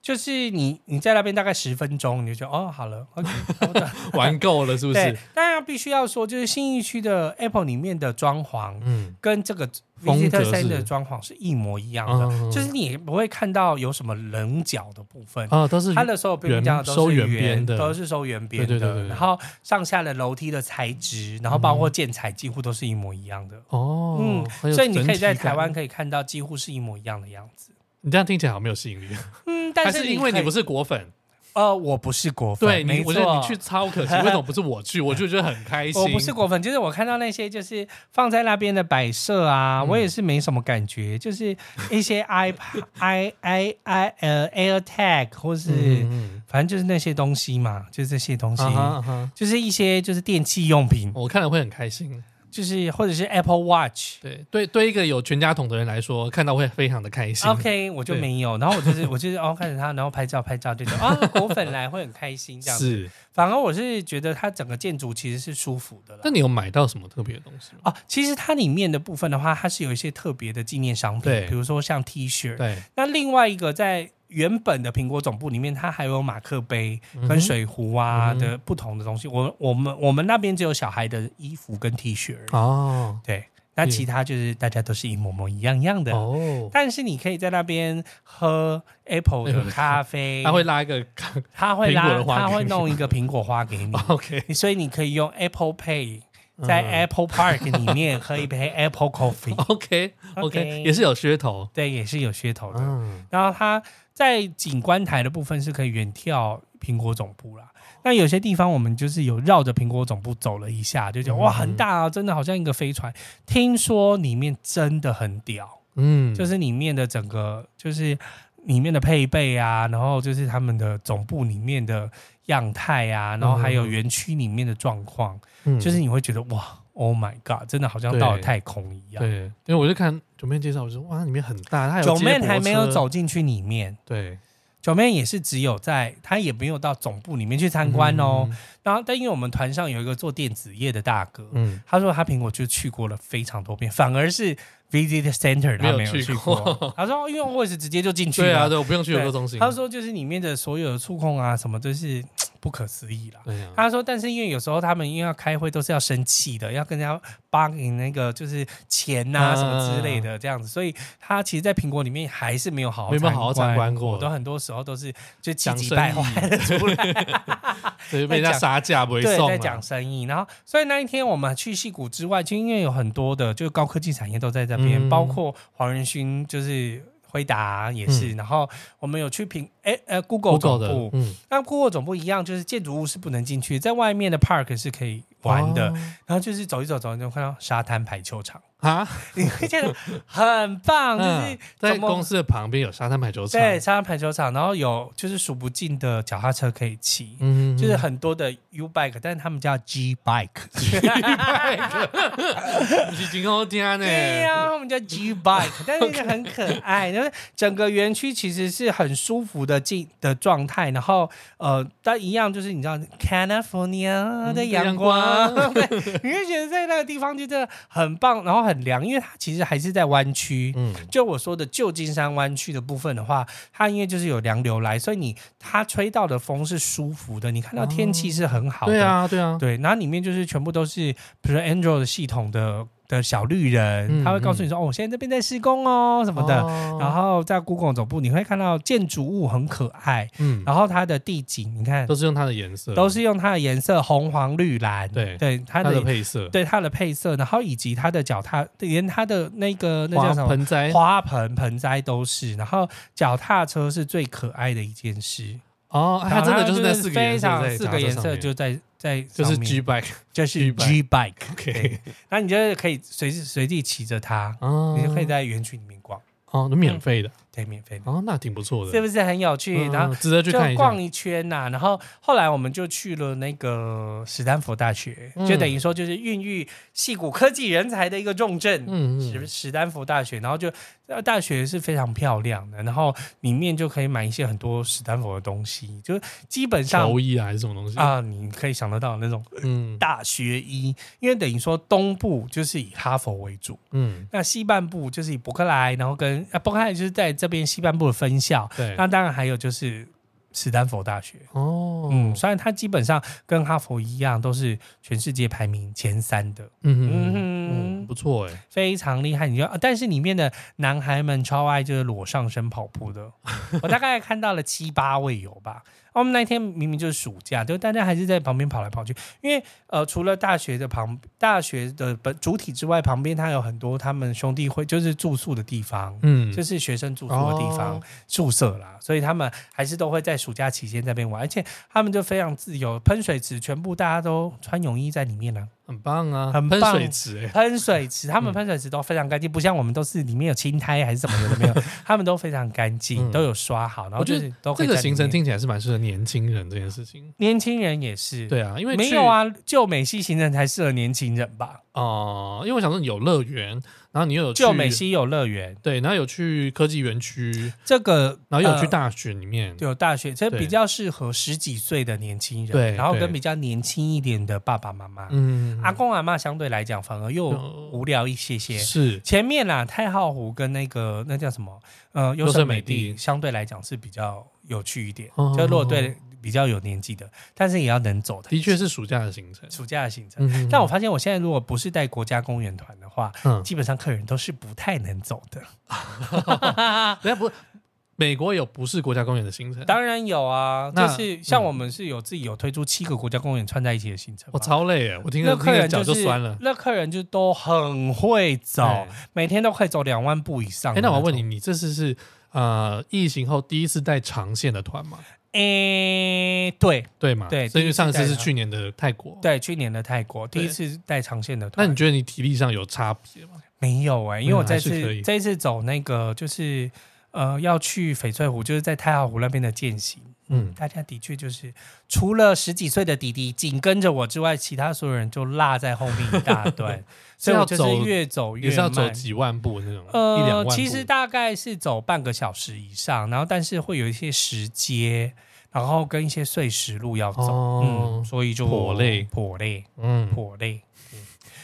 [SPEAKER 3] 就是你，你在那边大概十分钟，你就觉得哦，好了，OK，我懂
[SPEAKER 2] 玩够了是不
[SPEAKER 3] 对
[SPEAKER 2] 是？，
[SPEAKER 3] 当然必须要说，就是新义区的 Apple 里面的装潢
[SPEAKER 2] 嗯，
[SPEAKER 3] 跟这个
[SPEAKER 2] 风格
[SPEAKER 3] Visitor
[SPEAKER 2] 是
[SPEAKER 3] Center 的装潢是一模一样的，
[SPEAKER 2] 嗯
[SPEAKER 3] 就是你也不会看到有什么棱角的部分。
[SPEAKER 2] 啊，都是
[SPEAKER 3] 它的手柄
[SPEAKER 2] 圆
[SPEAKER 3] 这样都
[SPEAKER 2] 收
[SPEAKER 3] 是
[SPEAKER 2] 圆边的
[SPEAKER 3] 都是收圆边
[SPEAKER 2] 对
[SPEAKER 3] 的。
[SPEAKER 2] 对对对对
[SPEAKER 3] 然后上下的楼梯的材质，然后包括建材，几乎都是一模一样的。
[SPEAKER 2] 哦，
[SPEAKER 3] 嗯，
[SPEAKER 2] 很有
[SPEAKER 3] 所以你可以在
[SPEAKER 2] 整体感
[SPEAKER 3] 台湾，可以看到，几乎是一模一样的样子。
[SPEAKER 2] 你这样听起来好没有吸引力，
[SPEAKER 3] 嗯，
[SPEAKER 2] 还
[SPEAKER 3] 但
[SPEAKER 2] 是
[SPEAKER 3] 你
[SPEAKER 2] 因为
[SPEAKER 3] 可
[SPEAKER 2] 你
[SPEAKER 3] 以
[SPEAKER 2] 不是果粉，
[SPEAKER 3] 呃，我不是果粉，
[SPEAKER 2] 对你
[SPEAKER 3] 没，
[SPEAKER 2] 我觉得你
[SPEAKER 3] 错
[SPEAKER 2] 去超可惜，为什么不是我去？我就觉得很开心，
[SPEAKER 3] 我不是果粉，就是我看到那些就是放在那边的摆设啊，我
[SPEAKER 2] 嗯
[SPEAKER 3] 也是没什么感觉，就是一 些 iPad、i i i 呃 AirTag 或是、
[SPEAKER 2] 嗯，嗯
[SPEAKER 3] 反正就是那些东西嘛，就是这些东西，
[SPEAKER 2] 嗯啊哈啊哈
[SPEAKER 3] 就是一些就是电器用品，
[SPEAKER 2] 我看了会很开心。
[SPEAKER 3] 就是或者是 Apple Watch。
[SPEAKER 2] 对对，对一个有全家桶的人来说，看到会非常的开心。
[SPEAKER 3] OK，我就
[SPEAKER 2] 对
[SPEAKER 3] 没有，然后我就是我就是哦，看着它，然后拍照拍照，就觉 得啊，果粉来会很开心这样子。
[SPEAKER 2] 是，
[SPEAKER 3] 反而我是觉得它整个建筑其实是舒服的啦。
[SPEAKER 2] 那你有买到什么特别的东西吗？
[SPEAKER 3] 哦，其实它里面的部分的话，它是有一些特别的纪念商品
[SPEAKER 2] 对，
[SPEAKER 3] 比如说像 T 恤。
[SPEAKER 2] 对，
[SPEAKER 3] 那另外一个在原本的苹果总部里面，它还有马克杯
[SPEAKER 2] 嗯哼
[SPEAKER 3] 跟水壶啊
[SPEAKER 2] 嗯哼
[SPEAKER 3] 的不同的东西。我我们我们那边只有小孩的衣服跟 T 恤而已，
[SPEAKER 2] 哦
[SPEAKER 3] 对。那
[SPEAKER 2] 嗯
[SPEAKER 3] 其他就是大家都是一模模一样样的。
[SPEAKER 2] 哦，
[SPEAKER 3] 但是你可以在那边喝 Apple 的咖啡，
[SPEAKER 2] 他会拉一个
[SPEAKER 3] 它会
[SPEAKER 2] 苹果的
[SPEAKER 3] 拉
[SPEAKER 2] 花
[SPEAKER 3] 它
[SPEAKER 2] 给
[SPEAKER 3] 会
[SPEAKER 2] 你
[SPEAKER 3] 弄一个苹果花给你，
[SPEAKER 2] OK，
[SPEAKER 3] 所以你可以用 Apple Pay 在
[SPEAKER 2] 嗯
[SPEAKER 3] Apple Park 里面喝一杯 Apple
[SPEAKER 2] 哦
[SPEAKER 3] Coffee，
[SPEAKER 2] OK OK，
[SPEAKER 3] OK
[SPEAKER 2] 也是有噱头。
[SPEAKER 3] 对，也是有噱头的。
[SPEAKER 2] 嗯，
[SPEAKER 3] 然后它在景观台的部分是可以远眺苹果总部啦。那有些地方我们就是有绕着苹果总部走了一下，就觉
[SPEAKER 2] 嗯
[SPEAKER 3] 得哇很大啊，真的好像一个飞船。听说里面真的很屌，
[SPEAKER 2] 嗯，
[SPEAKER 3] 就是里面的整个就是里面的配备啊，然后就是他们的总部里面的样态啊，然后还有
[SPEAKER 2] 嗯
[SPEAKER 3] 园区里面的状况，
[SPEAKER 2] 嗯
[SPEAKER 3] 就是你会觉得哇，Oh my God，真的好像到了太空一样。
[SPEAKER 2] 对，因为我就看九妹介绍，我说哇，里面很大，它有
[SPEAKER 3] 九
[SPEAKER 2] 接
[SPEAKER 3] 妹
[SPEAKER 2] 驳
[SPEAKER 3] 还没有
[SPEAKER 2] 车，
[SPEAKER 3] 走进去里面，
[SPEAKER 2] 对，
[SPEAKER 3] 九妹也是只有在，她也没有到总部里面去参观哦。然后，但因为我们团上有一个做电子业的大哥，
[SPEAKER 2] 嗯，
[SPEAKER 3] 他说他苹果就去过了非常多遍，反而是 Visit Center 他没有
[SPEAKER 2] 没有
[SPEAKER 3] 去
[SPEAKER 2] 去
[SPEAKER 3] 过
[SPEAKER 2] 过。
[SPEAKER 3] 嗯他说，因为我也是直接就进去 了。
[SPEAKER 2] 对啊，对，我不用去游客中心，
[SPEAKER 3] 他说就是里面的所有的触控啊什么，都是不可思议啦。
[SPEAKER 2] 对啊，
[SPEAKER 3] 他说，但是因为有时候他们因为要开会都是要生气的，要跟人家 bargain 那个就是钱呐、
[SPEAKER 2] 啊
[SPEAKER 3] 什么之类的这样子，所以他其实，在苹果里面还是没有好好
[SPEAKER 2] 没有好好参观过
[SPEAKER 3] 都很多时候都是就气
[SPEAKER 2] 讲
[SPEAKER 3] 急
[SPEAKER 2] 生
[SPEAKER 3] 败
[SPEAKER 2] 意
[SPEAKER 3] 坏的出来，
[SPEAKER 2] 对，被人家杀价不会
[SPEAKER 3] 对，
[SPEAKER 2] 送
[SPEAKER 3] 在
[SPEAKER 2] 啊，
[SPEAKER 3] 讲生 意。然后，所以那一天我们去戏谷之外，就因为有很多的就是高科技产业都在这边，
[SPEAKER 2] 嗯
[SPEAKER 3] 包括黄仁勋就是。辉达也是，然后我们有去苹哎呃 Google
[SPEAKER 2] 嗯
[SPEAKER 3] 总
[SPEAKER 2] Google
[SPEAKER 3] 部
[SPEAKER 2] 的，嗯，
[SPEAKER 3] 那 Google 总部一样，就是建筑物是不能进去，在外面的 park 是可以玩的。
[SPEAKER 2] 哦
[SPEAKER 3] 然后就是走一走，走一走，看到沙滩排 球场，
[SPEAKER 2] 啊，
[SPEAKER 3] 你会觉得很棒，就是
[SPEAKER 2] 嗯在
[SPEAKER 3] 怎么
[SPEAKER 2] 公司的旁边有沙滩排球场，
[SPEAKER 3] 对沙滩排球场，然后有就是数不尽的脚踏车可以骑。
[SPEAKER 2] 嗯，嗯，
[SPEAKER 3] 就是很多的 U bike，但是他们叫 G bike。
[SPEAKER 2] 很金欧家呢，
[SPEAKER 3] 对呀、他们叫 G bike，但是很可 爱。就是整个园区其实是很舒服的进的状态，然后呃，但一样就是你知道 California 的
[SPEAKER 2] 被
[SPEAKER 3] 阳
[SPEAKER 2] 阳
[SPEAKER 3] 光，
[SPEAKER 2] 光
[SPEAKER 3] 对，你会觉得在那个地方就真的很棒，然后很凉，因为它其实还是在湾区。
[SPEAKER 2] 嗯，
[SPEAKER 3] 就我说的旧金山湾区的部分的话，它因为就是有洋流来，所以你它吹到的风是舒服的，你看到天气是很好的。
[SPEAKER 2] 对啊，对啊，
[SPEAKER 3] 对，然后里面就是全部都是，比如说 Android 系统的的小绿人，
[SPEAKER 2] 嗯
[SPEAKER 3] 他会告诉你说，哦，我现在这边在施工哦什么的。
[SPEAKER 2] 哦
[SPEAKER 3] 然后在 Google 总部，你会看到建筑物很可爱，
[SPEAKER 2] 嗯，
[SPEAKER 3] 然后它的地景，你看
[SPEAKER 2] 都是用它的颜色，
[SPEAKER 3] 都是用它的颜色红、黄、绿、蓝，
[SPEAKER 2] 对
[SPEAKER 3] 对，它
[SPEAKER 2] 它的
[SPEAKER 3] 的
[SPEAKER 2] 配色，
[SPEAKER 3] 对它的配色，然后以及它的脚踏，连它的那个那叫
[SPEAKER 2] 花
[SPEAKER 3] 什么
[SPEAKER 2] 盆栽，
[SPEAKER 3] 花盆盆栽都是，然后脚踏车是最可爱的一件事，
[SPEAKER 2] 哦，它真的就是那
[SPEAKER 3] 在
[SPEAKER 2] 四个
[SPEAKER 3] 非
[SPEAKER 2] 颜色
[SPEAKER 3] 常
[SPEAKER 2] 在
[SPEAKER 3] 四
[SPEAKER 2] 杂
[SPEAKER 3] 个
[SPEAKER 2] 志
[SPEAKER 3] 颜
[SPEAKER 2] 上
[SPEAKER 3] 色
[SPEAKER 2] 面
[SPEAKER 3] 就在在
[SPEAKER 2] 就
[SPEAKER 3] 上
[SPEAKER 2] 是
[SPEAKER 3] 面
[SPEAKER 2] G bike，
[SPEAKER 3] 就是 G
[SPEAKER 2] G
[SPEAKER 3] bike，
[SPEAKER 2] OK，
[SPEAKER 3] 那你就是可以随时随地骑着它，
[SPEAKER 2] 哦，
[SPEAKER 3] 你就可以在园区里面逛，
[SPEAKER 2] 哦，那免费的，
[SPEAKER 3] 对，免费的，
[SPEAKER 2] 哦，那挺不错的，
[SPEAKER 3] 是不是很有趣？
[SPEAKER 2] 嗯
[SPEAKER 3] 然后
[SPEAKER 2] 值得去
[SPEAKER 3] 就
[SPEAKER 2] 看一下
[SPEAKER 3] 逛，一圈呐、然后后来我们就去了那个史丹佛大学，
[SPEAKER 2] 嗯
[SPEAKER 3] 就等于说就是孕育戏骨科技人才的一个重镇。
[SPEAKER 2] 嗯
[SPEAKER 3] 史
[SPEAKER 2] 嗯，
[SPEAKER 3] 史丹佛大学，然后就呃大学是非常漂亮的，然后里面就可以买一些很多史丹佛的东西，就是基本上
[SPEAKER 2] 球衣啊还是什么东西，
[SPEAKER 3] 啊、你可以想得到那种
[SPEAKER 2] 嗯
[SPEAKER 3] 大学一，因为等于说东部就是以哈佛为主，
[SPEAKER 2] 嗯，
[SPEAKER 3] 那西半部就是以伯克莱，然后跟啊伯克莱就是在这边西半部的分校，
[SPEAKER 2] 对，
[SPEAKER 3] 那当然还有就是史丹佛大学。
[SPEAKER 2] 哦，
[SPEAKER 3] 嗯，虽然它基本上跟哈佛一样，都是全世界排名前三的，
[SPEAKER 2] 嗯嗯
[SPEAKER 3] 嗯
[SPEAKER 2] 嗯，不错哎，
[SPEAKER 3] 非常厉害。你就，啊但是里面的男孩们超爱就是裸上身跑 步的，我大概看到了七八位有吧。啊我们那天明明就是暑假，就大家还是在旁边跑来跑去，因为呃，除了大学的旁大学的本主体之外，旁边它有很多他们兄弟会就是住宿的地方。
[SPEAKER 2] 嗯，
[SPEAKER 3] 就是学生住宿的地方、
[SPEAKER 2] 哦
[SPEAKER 3] 宿舍啦，所以他们还是都会在暑假期间在那边玩，而且他们就非常自由，喷水池全部大家都穿泳衣在里面啦、
[SPEAKER 2] 很棒啊，
[SPEAKER 3] 很
[SPEAKER 2] 喷
[SPEAKER 3] 棒
[SPEAKER 2] 水池哎，
[SPEAKER 3] 喷水池，他们喷水池都非常干净，不像我们都是里面有青苔还是什么有的 没有，他们都非常干净，
[SPEAKER 2] 嗯
[SPEAKER 3] 都有刷好，然后
[SPEAKER 2] 我
[SPEAKER 3] 就
[SPEAKER 2] 觉
[SPEAKER 3] 是
[SPEAKER 2] 得
[SPEAKER 3] 都可
[SPEAKER 2] 这
[SPEAKER 3] 以
[SPEAKER 2] 个
[SPEAKER 3] 在里
[SPEAKER 2] 行程
[SPEAKER 3] 面
[SPEAKER 2] 听起来是蛮适合年轻人这件事情，
[SPEAKER 3] 年轻人也是，
[SPEAKER 2] 对啊，因为
[SPEAKER 3] 没
[SPEAKER 2] 去
[SPEAKER 3] 有啊，就美西行程才适合年轻人吧？
[SPEAKER 2] 哦，因为我想说有乐园，然后你又有
[SPEAKER 3] 就
[SPEAKER 2] 去
[SPEAKER 3] 美西有乐园，
[SPEAKER 2] 对，然后有去科技园区，
[SPEAKER 3] 这个
[SPEAKER 2] 然后又有去
[SPEAKER 3] 呃
[SPEAKER 2] 大学里面，
[SPEAKER 3] 有大学，这
[SPEAKER 2] 对
[SPEAKER 3] 比较适合十几岁的年轻人，
[SPEAKER 2] 对
[SPEAKER 3] 然后跟
[SPEAKER 2] 对
[SPEAKER 3] 比较年轻一点的爸爸妈妈，
[SPEAKER 2] 嗯，
[SPEAKER 3] 阿公阿妈相对来讲反而又
[SPEAKER 2] 嗯
[SPEAKER 3] 无聊一些些。
[SPEAKER 2] 是
[SPEAKER 3] 前面啦，太浩湖跟那个那叫什么，呃，
[SPEAKER 2] 优
[SPEAKER 3] 优胜
[SPEAKER 2] 胜
[SPEAKER 3] 美
[SPEAKER 2] 美地
[SPEAKER 3] 地相对来讲是比较有趣一点，
[SPEAKER 2] 哦
[SPEAKER 3] 就落队比较有年纪的，但是也要能走的，
[SPEAKER 2] 的确是暑假的行程，
[SPEAKER 3] 暑假的行程。
[SPEAKER 2] 嗯
[SPEAKER 3] 但我发现我现在如果不是带国家公园团的话，
[SPEAKER 2] 嗯，
[SPEAKER 3] 基本上客人都是不太能走的。
[SPEAKER 2] 人家不是美国有不是国家公园的行程，
[SPEAKER 3] 当然有啊，就
[SPEAKER 2] 那嗯
[SPEAKER 3] 是像我们是有自己有推出七个国家公园串在一起的行程嘛。
[SPEAKER 2] 我超累哎，我听
[SPEAKER 3] 那
[SPEAKER 2] 着
[SPEAKER 3] 客
[SPEAKER 2] 听着
[SPEAKER 3] 人
[SPEAKER 2] 脚
[SPEAKER 3] 就
[SPEAKER 2] 就是酸了。哎
[SPEAKER 3] 那客人就都很会走，
[SPEAKER 2] 对
[SPEAKER 3] 每天都可以走两
[SPEAKER 2] 哎
[SPEAKER 3] 万步以上。
[SPEAKER 2] 哎、那我要问你，，你这次是呃疫情后第一次带长线的团吗？
[SPEAKER 3] 诶、对
[SPEAKER 2] 对嘛？
[SPEAKER 3] 对
[SPEAKER 2] 所以
[SPEAKER 3] 第一次
[SPEAKER 2] 上一次
[SPEAKER 3] 带
[SPEAKER 2] 是
[SPEAKER 3] 他
[SPEAKER 2] 去年的泰国。，
[SPEAKER 3] 对，去年的泰国第一
[SPEAKER 2] 哦对
[SPEAKER 3] 次带长线的
[SPEAKER 2] 那
[SPEAKER 3] 团，
[SPEAKER 2] 你觉得你体力上有差别吗？
[SPEAKER 3] 没有哎、因为
[SPEAKER 2] 没有
[SPEAKER 3] 我这
[SPEAKER 2] 还是可
[SPEAKER 3] 次
[SPEAKER 2] 以
[SPEAKER 3] 这一次走那个就是呃要去翡翠湖，就是在太浩湖那边的践行，
[SPEAKER 2] 嗯，
[SPEAKER 3] 大家的确就是除了十几岁的弟弟紧跟着我之外，其他所有人就落在后面一大 段，所以我就是
[SPEAKER 2] 是要走
[SPEAKER 3] 越走越
[SPEAKER 2] 也
[SPEAKER 3] 慢。
[SPEAKER 2] 是要走几万步那种，一两万，
[SPEAKER 3] 呃
[SPEAKER 2] 步。
[SPEAKER 3] 其实大概是走半个小时以上，然后但是会有一些石阶，然后跟一些碎石路要走，
[SPEAKER 2] 哦
[SPEAKER 3] 嗯，所以就
[SPEAKER 2] 颇累
[SPEAKER 3] 颇累，
[SPEAKER 2] 嗯
[SPEAKER 3] 颇累。嗯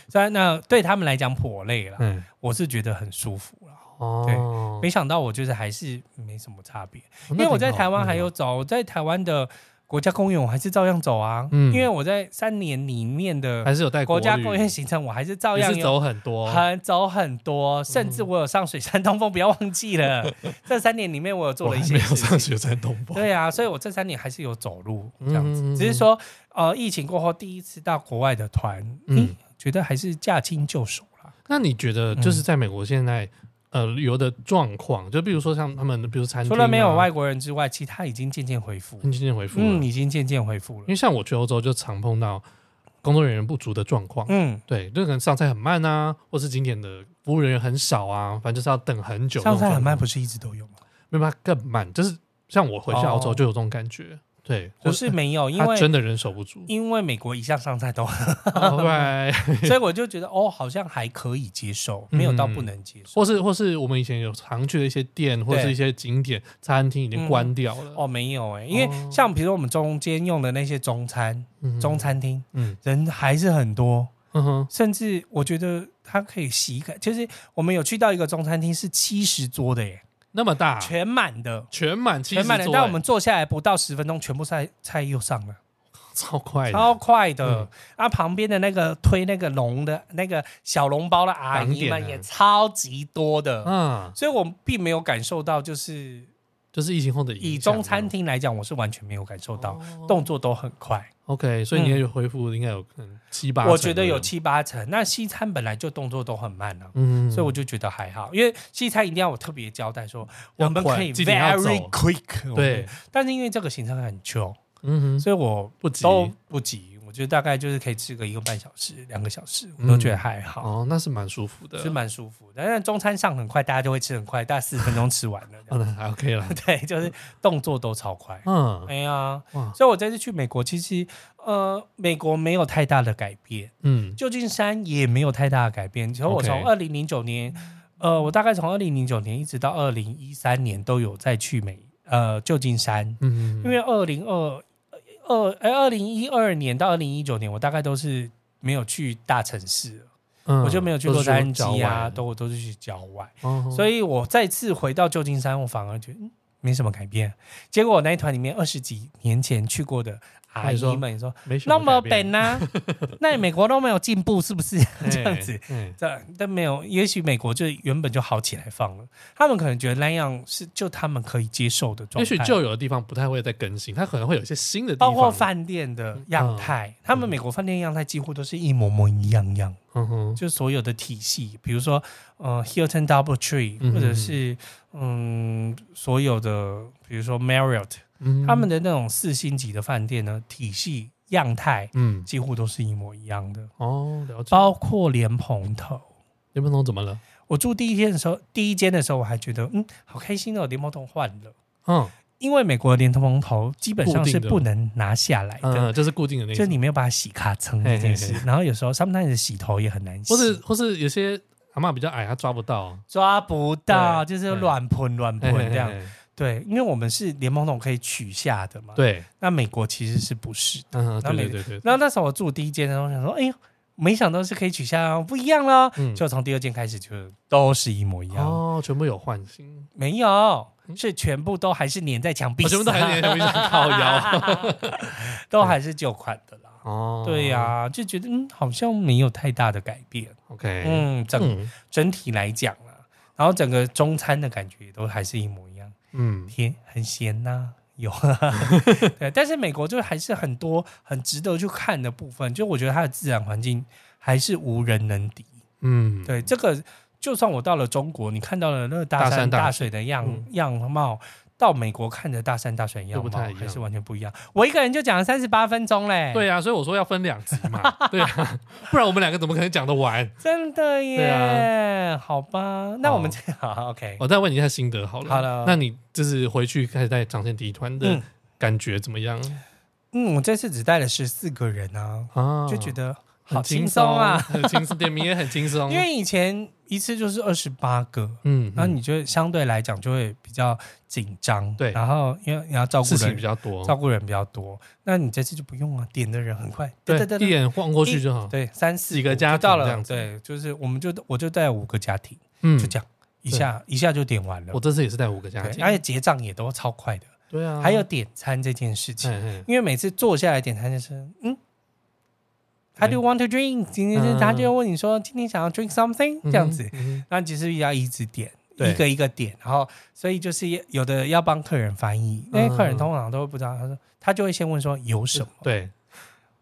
[SPEAKER 3] 虽然那对他们来讲颇累了，
[SPEAKER 2] 嗯
[SPEAKER 3] 我是觉得很舒服了。
[SPEAKER 2] 哦，
[SPEAKER 3] 没想到我就是还是没什么差别，
[SPEAKER 2] 因
[SPEAKER 3] 因为我在台
[SPEAKER 2] 嗯
[SPEAKER 3] 湾还有走，我在台湾的国家公园我还是照样走啊，
[SPEAKER 2] 嗯
[SPEAKER 3] 因为我在三年里面的
[SPEAKER 2] 还是有带
[SPEAKER 3] 国家
[SPEAKER 2] 旅
[SPEAKER 3] 公园行程我还是照
[SPEAKER 2] 也
[SPEAKER 3] 样
[SPEAKER 2] 是
[SPEAKER 3] 有
[SPEAKER 2] 走哦嗯很多，
[SPEAKER 3] 很走很多，甚至我有上水山东峰，不要忘记 了。这三年里面，我有做
[SPEAKER 2] 我
[SPEAKER 3] 了
[SPEAKER 2] 还
[SPEAKER 3] 一些
[SPEAKER 2] 没有
[SPEAKER 3] 事
[SPEAKER 2] 上学
[SPEAKER 3] 情。
[SPEAKER 2] 在东坡。
[SPEAKER 3] 对啊，所以我这三年还是有走路这样子，
[SPEAKER 2] 嗯
[SPEAKER 3] 只是说呃，疫情过后第一次到国外的团，
[SPEAKER 2] 嗯
[SPEAKER 3] 嗯，觉得还是驾轻就熟啦。
[SPEAKER 2] 那你觉
[SPEAKER 3] 嗯
[SPEAKER 2] 得就是在美国现在呃旅游的状况，就比如说像他们，比如餐厅
[SPEAKER 3] 除
[SPEAKER 2] 啊，
[SPEAKER 3] 了没有外国人之外，其他已经渐渐恢复，
[SPEAKER 2] 很今天回复了，嗯因
[SPEAKER 3] 嗯，已经渐渐恢复了。
[SPEAKER 2] 为像我去欧洲就常碰到工作人员不足的状况，
[SPEAKER 3] 嗯，
[SPEAKER 2] 对，就可能上菜很慢啊，或是景点的服务人员很少啊，反正就是要等很久。
[SPEAKER 3] 上菜很慢，不是一直都有吗？
[SPEAKER 2] 没办法更慢，就是像我回去澳洲
[SPEAKER 3] 哦
[SPEAKER 2] 就有这种感觉，对，
[SPEAKER 3] 我
[SPEAKER 2] 就是呃
[SPEAKER 3] 是没有，因
[SPEAKER 2] 他
[SPEAKER 3] 为，
[SPEAKER 2] 真的人手不足
[SPEAKER 3] 因为美国一向上 菜都很，
[SPEAKER 2] 对，
[SPEAKER 3] 所以我就觉得哦，好像还可以接受，
[SPEAKER 2] 嗯
[SPEAKER 3] 没有到不能接受。
[SPEAKER 2] 或是或是我们以前有常去的一些店或是一些景点餐厅已经关掉了，
[SPEAKER 3] 哦，没有哎、因
[SPEAKER 2] 哦
[SPEAKER 3] 为像比如我们中间用的那些中餐、
[SPEAKER 2] 嗯
[SPEAKER 3] 中，餐厅，
[SPEAKER 2] 嗯
[SPEAKER 3] 人还是很多，
[SPEAKER 2] 嗯哼，
[SPEAKER 3] 甚至我觉得它可以洗改，就是我们有去到一个中餐厅是七十桌的耶，
[SPEAKER 2] 那么大，全
[SPEAKER 3] 全满的，
[SPEAKER 2] 全满七
[SPEAKER 3] 全
[SPEAKER 2] 十
[SPEAKER 3] 满的，
[SPEAKER 2] 桌，
[SPEAKER 3] 但我们坐下来不到十分钟，全部菜菜又上了，
[SPEAKER 2] 哎超快的，
[SPEAKER 3] 超快的
[SPEAKER 2] 嗯。
[SPEAKER 3] 啊，旁边的那个推那个笼的那个小笼包的阿姨
[SPEAKER 2] 港点
[SPEAKER 3] 们
[SPEAKER 2] 啊
[SPEAKER 3] 也超级多的，
[SPEAKER 2] 嗯，
[SPEAKER 3] 所以我并没有感受到，就是
[SPEAKER 2] 就是疫情后的
[SPEAKER 3] 以
[SPEAKER 2] 影响啊
[SPEAKER 3] 中餐厅来讲，我是完全没有感受到，
[SPEAKER 2] 哦
[SPEAKER 3] 动作都很快。
[SPEAKER 2] ，OK，所以你也有恢复，应该有可能七八，
[SPEAKER 3] 嗯我觉得有，七八成。那西餐本来就动作都很慢了、
[SPEAKER 2] 嗯，
[SPEAKER 3] 所以我就觉得还好，因为西餐一定要我特别交代说，
[SPEAKER 2] 要
[SPEAKER 3] 我们可以
[SPEAKER 2] 快记得要走
[SPEAKER 3] very quick，我们
[SPEAKER 2] 对。，
[SPEAKER 3] 但是因为这个行程很久，
[SPEAKER 2] 嗯哼，
[SPEAKER 3] 所以我
[SPEAKER 2] 不急
[SPEAKER 3] 都不急，我觉得大概就是可以吃个一个半小时、两个小时，我都觉得还好，
[SPEAKER 2] 哦，那是蛮舒服的，
[SPEAKER 3] 是蛮舒服的。但是中餐上很快，大家就会吃很快，大概四十分钟吃完了。这
[SPEAKER 2] 哦，
[SPEAKER 3] 样
[SPEAKER 2] 那还 OK 啦，
[SPEAKER 3] 对，就是动作都超快。
[SPEAKER 2] 嗯
[SPEAKER 3] 哎呀
[SPEAKER 2] 哇，
[SPEAKER 3] 所以我这次去美国，其实呃，美国没有太大的改变。
[SPEAKER 2] 嗯
[SPEAKER 3] 旧金山也没有太大的改变。其实我
[SPEAKER 2] OK
[SPEAKER 3] 从二零零九年，呃，我大概从二零零九年一直到二零一三年都有在去美呃旧金山，
[SPEAKER 2] 嗯，
[SPEAKER 3] 因为二零二二哎二零一二年到二零一九年，我大概都是没有去大城市了，
[SPEAKER 2] 嗯
[SPEAKER 3] 我就没有去洛杉矶啊，，
[SPEAKER 2] 都
[SPEAKER 3] 都我都是去郊外，
[SPEAKER 2] 所
[SPEAKER 3] 所以我再次回到旧金山，我反而觉得。嗯没什么改变，结果我那一团里面二十几年前去过的阿
[SPEAKER 2] 你说
[SPEAKER 3] 姨们也说，
[SPEAKER 2] 没什
[SPEAKER 3] 那
[SPEAKER 2] 么
[SPEAKER 3] 么
[SPEAKER 2] 改变
[SPEAKER 3] 笨呐、那美国都没有进步，是不是 这样子？，
[SPEAKER 2] 哎哎
[SPEAKER 3] 这但没有，也许美国就原本就好起来放了，他们可能觉得那样是就他们可以接受的状
[SPEAKER 2] 也
[SPEAKER 3] 态，
[SPEAKER 2] 许就有的地方不太会再更新，它可能会有一些新的地方，
[SPEAKER 3] 包括饭店的样态，他们美国饭店样态几乎都是一模模一样样，
[SPEAKER 2] 嗯哼，
[SPEAKER 3] 就所有的体系，比如说呃 Hilton Double Tree，
[SPEAKER 2] 嗯
[SPEAKER 3] 或者是嗯所有的，比如说 Marriott，
[SPEAKER 2] 嗯
[SPEAKER 3] 他们的那种四星级的饭店呢，体系样态
[SPEAKER 2] 嗯
[SPEAKER 3] 几乎都是一模一样的，
[SPEAKER 2] 哦了解，
[SPEAKER 3] 包括莲蓬头。
[SPEAKER 2] 林不懂怎么了？
[SPEAKER 3] 我住第一天的时候，第一间的时候，我还觉得嗯，好开心哦，莲蓬头换了，
[SPEAKER 2] 嗯
[SPEAKER 3] 因为美国的莲蓬头基本上是不能拿下来的，
[SPEAKER 2] 嗯，就是固定的那
[SPEAKER 3] 哎就
[SPEAKER 2] 种，
[SPEAKER 3] 你没有把它洗咔蹭这件事。
[SPEAKER 2] 嘿嘿
[SPEAKER 3] 然后有时候 sometimes 洗头也很难洗，
[SPEAKER 2] 或是或是有些阿嬷比较矮，她抓不 到，哎
[SPEAKER 3] 抓不到，
[SPEAKER 2] 对
[SPEAKER 3] 就是乱喷乱
[SPEAKER 2] 嘿
[SPEAKER 3] 喷
[SPEAKER 2] 嘿
[SPEAKER 3] 这样。
[SPEAKER 2] 嘿嘿
[SPEAKER 3] 对，因为我们是莲蓬头可以取下的嘛，，
[SPEAKER 2] 对，
[SPEAKER 3] 那美国其实是不是的？
[SPEAKER 2] 嗯，对
[SPEAKER 3] 然后
[SPEAKER 2] 对
[SPEAKER 3] 每
[SPEAKER 2] 对对，
[SPEAKER 3] 然后那时候我住第一间的时候，我想说，哎呦。没想到是可以取下哦，不一样了。
[SPEAKER 2] 嗯
[SPEAKER 3] 就从第二间开始，就都是一模一样。
[SPEAKER 2] 哦，全部有换新，
[SPEAKER 3] 没有，是全部都还是粘在墙壁
[SPEAKER 2] 哦
[SPEAKER 3] 上，
[SPEAKER 2] 全部都还是粘在墙壁上靠
[SPEAKER 3] 腰，都还是旧款的啦。
[SPEAKER 2] 哦，
[SPEAKER 3] 对呀、就觉得嗯，好像没有太大的改变。
[SPEAKER 2] ，OK，
[SPEAKER 3] 嗯，整、
[SPEAKER 2] 嗯
[SPEAKER 3] 整体来讲啊，然后整个中餐的感觉也都还是一模一样，
[SPEAKER 2] 嗯
[SPEAKER 3] 甜很咸呐、 有，对，但是美国就还是很多很值得去看的部分，就我觉得它的自然环境还是无人能敌。
[SPEAKER 2] 嗯，
[SPEAKER 3] 对，这个就算我到了中国，你看到了那个大
[SPEAKER 2] 大山
[SPEAKER 3] 山
[SPEAKER 2] 大
[SPEAKER 3] 大水的样、样貌，到美国看的大山大水样
[SPEAKER 2] 都不
[SPEAKER 3] 貌
[SPEAKER 2] 太一样
[SPEAKER 3] 还是完全不一样。我一个人就讲了三十八分钟嘞，
[SPEAKER 2] 对啊，所以我说要分两集嘛，对啊，不然我们两个怎么可能讲得完？
[SPEAKER 3] 真的耶，
[SPEAKER 2] 对啊
[SPEAKER 3] 好吧，那我们
[SPEAKER 2] 好
[SPEAKER 3] 这 好 OK，
[SPEAKER 2] 我再问你一下心得好了。
[SPEAKER 3] 好了
[SPEAKER 2] 那你就是回去开始带长线第一团的
[SPEAKER 3] 嗯
[SPEAKER 2] 感觉怎么样、
[SPEAKER 3] 嗯，我这次只带了十四个人啊，
[SPEAKER 2] 啊？
[SPEAKER 3] 就觉得好
[SPEAKER 2] 很
[SPEAKER 3] 轻松啊，
[SPEAKER 2] 很轻松，点名也很轻松。
[SPEAKER 3] 因为以前一次就是二十八个。
[SPEAKER 2] 嗯，
[SPEAKER 3] 然后你就相对来讲就会比较紧张，
[SPEAKER 2] 对
[SPEAKER 3] 然后因为你要照
[SPEAKER 2] 嗯
[SPEAKER 3] 顾
[SPEAKER 2] 事情
[SPEAKER 3] 人
[SPEAKER 2] 比，较多，
[SPEAKER 3] 照顾人比较多，那你这次就不用啊，点的人很快，
[SPEAKER 2] 对
[SPEAKER 3] 对，
[SPEAKER 2] 一
[SPEAKER 3] 对
[SPEAKER 2] 眼晃过去就好。
[SPEAKER 3] 对，三四
[SPEAKER 2] 几个
[SPEAKER 3] 五
[SPEAKER 2] 家
[SPEAKER 3] 就到
[SPEAKER 2] 庭这
[SPEAKER 3] 了，
[SPEAKER 2] 样子
[SPEAKER 3] 对，就是我们就我就带五个家庭，
[SPEAKER 2] 嗯
[SPEAKER 3] 就这样一下一下就点完了
[SPEAKER 2] 我，这次也是带五个家
[SPEAKER 3] 对，
[SPEAKER 2] 庭，
[SPEAKER 3] 而且结账也都超快的，
[SPEAKER 2] 对啊，
[SPEAKER 3] 还有点餐这件事情，
[SPEAKER 2] 嘿嘿
[SPEAKER 3] 因为每次坐下来点餐就是嗯。How do you want to drink？今天是
[SPEAKER 2] 嗯
[SPEAKER 3] 他就问你说，今天想要 drink something 这样子，
[SPEAKER 2] 嗯
[SPEAKER 3] 那其实要一直点，
[SPEAKER 2] 对
[SPEAKER 3] 一个一个点，然后所以就是有的要帮客人翻译，那
[SPEAKER 2] 嗯
[SPEAKER 3] 些客人通常都会不知道，他说他就会先问说有什么，
[SPEAKER 2] 对，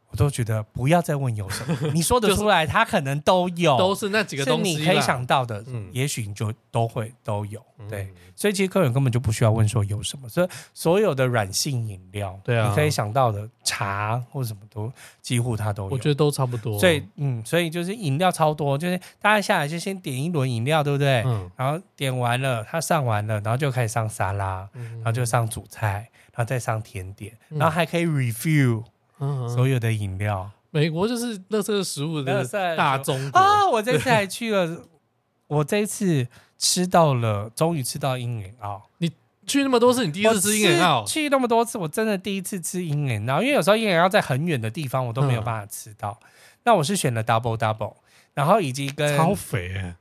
[SPEAKER 3] 我都觉得不要再问有什么，你说得出来，他可能都有，
[SPEAKER 2] 都是那几个
[SPEAKER 3] 哦是
[SPEAKER 2] 东西啦，
[SPEAKER 3] 你可以想到的，
[SPEAKER 2] 嗯
[SPEAKER 3] 也许你就都会都有，
[SPEAKER 2] 嗯
[SPEAKER 3] 对，所以其实客人根本就不需要问说有什么，所以所有的软性饮料，
[SPEAKER 2] 对啊
[SPEAKER 3] 你可以想到的茶或什么都几乎他都有，
[SPEAKER 2] 我觉得都差不多。
[SPEAKER 3] 所以嗯，所以就是饮料超多，就是大家下来就先点一轮饮料，对不对？
[SPEAKER 2] 嗯，
[SPEAKER 3] 然后点完了，他上完了，然后就开始上沙拉，
[SPEAKER 2] 然
[SPEAKER 3] 然后就上主菜，然后再上甜点，
[SPEAKER 2] 嗯
[SPEAKER 3] 然后还可以 review 所有的饮料。
[SPEAKER 2] 美国就是乐色食物
[SPEAKER 3] 垃
[SPEAKER 2] 的
[SPEAKER 3] 圾食物
[SPEAKER 2] 大中国，
[SPEAKER 3] 啊！我这次还去了，我这一次吃到了，终于吃到哦鹰眼澳。
[SPEAKER 2] 去那么多次，你第一次吃英眼澳
[SPEAKER 3] 我吃去那么多次，我真的第一次吃鹰眼澳，因为有时候鹰眼澳在很远的地方我都没有
[SPEAKER 2] 嗯
[SPEAKER 3] 办法吃到。那我是选了 double double，然后以及跟
[SPEAKER 2] 超肥欸，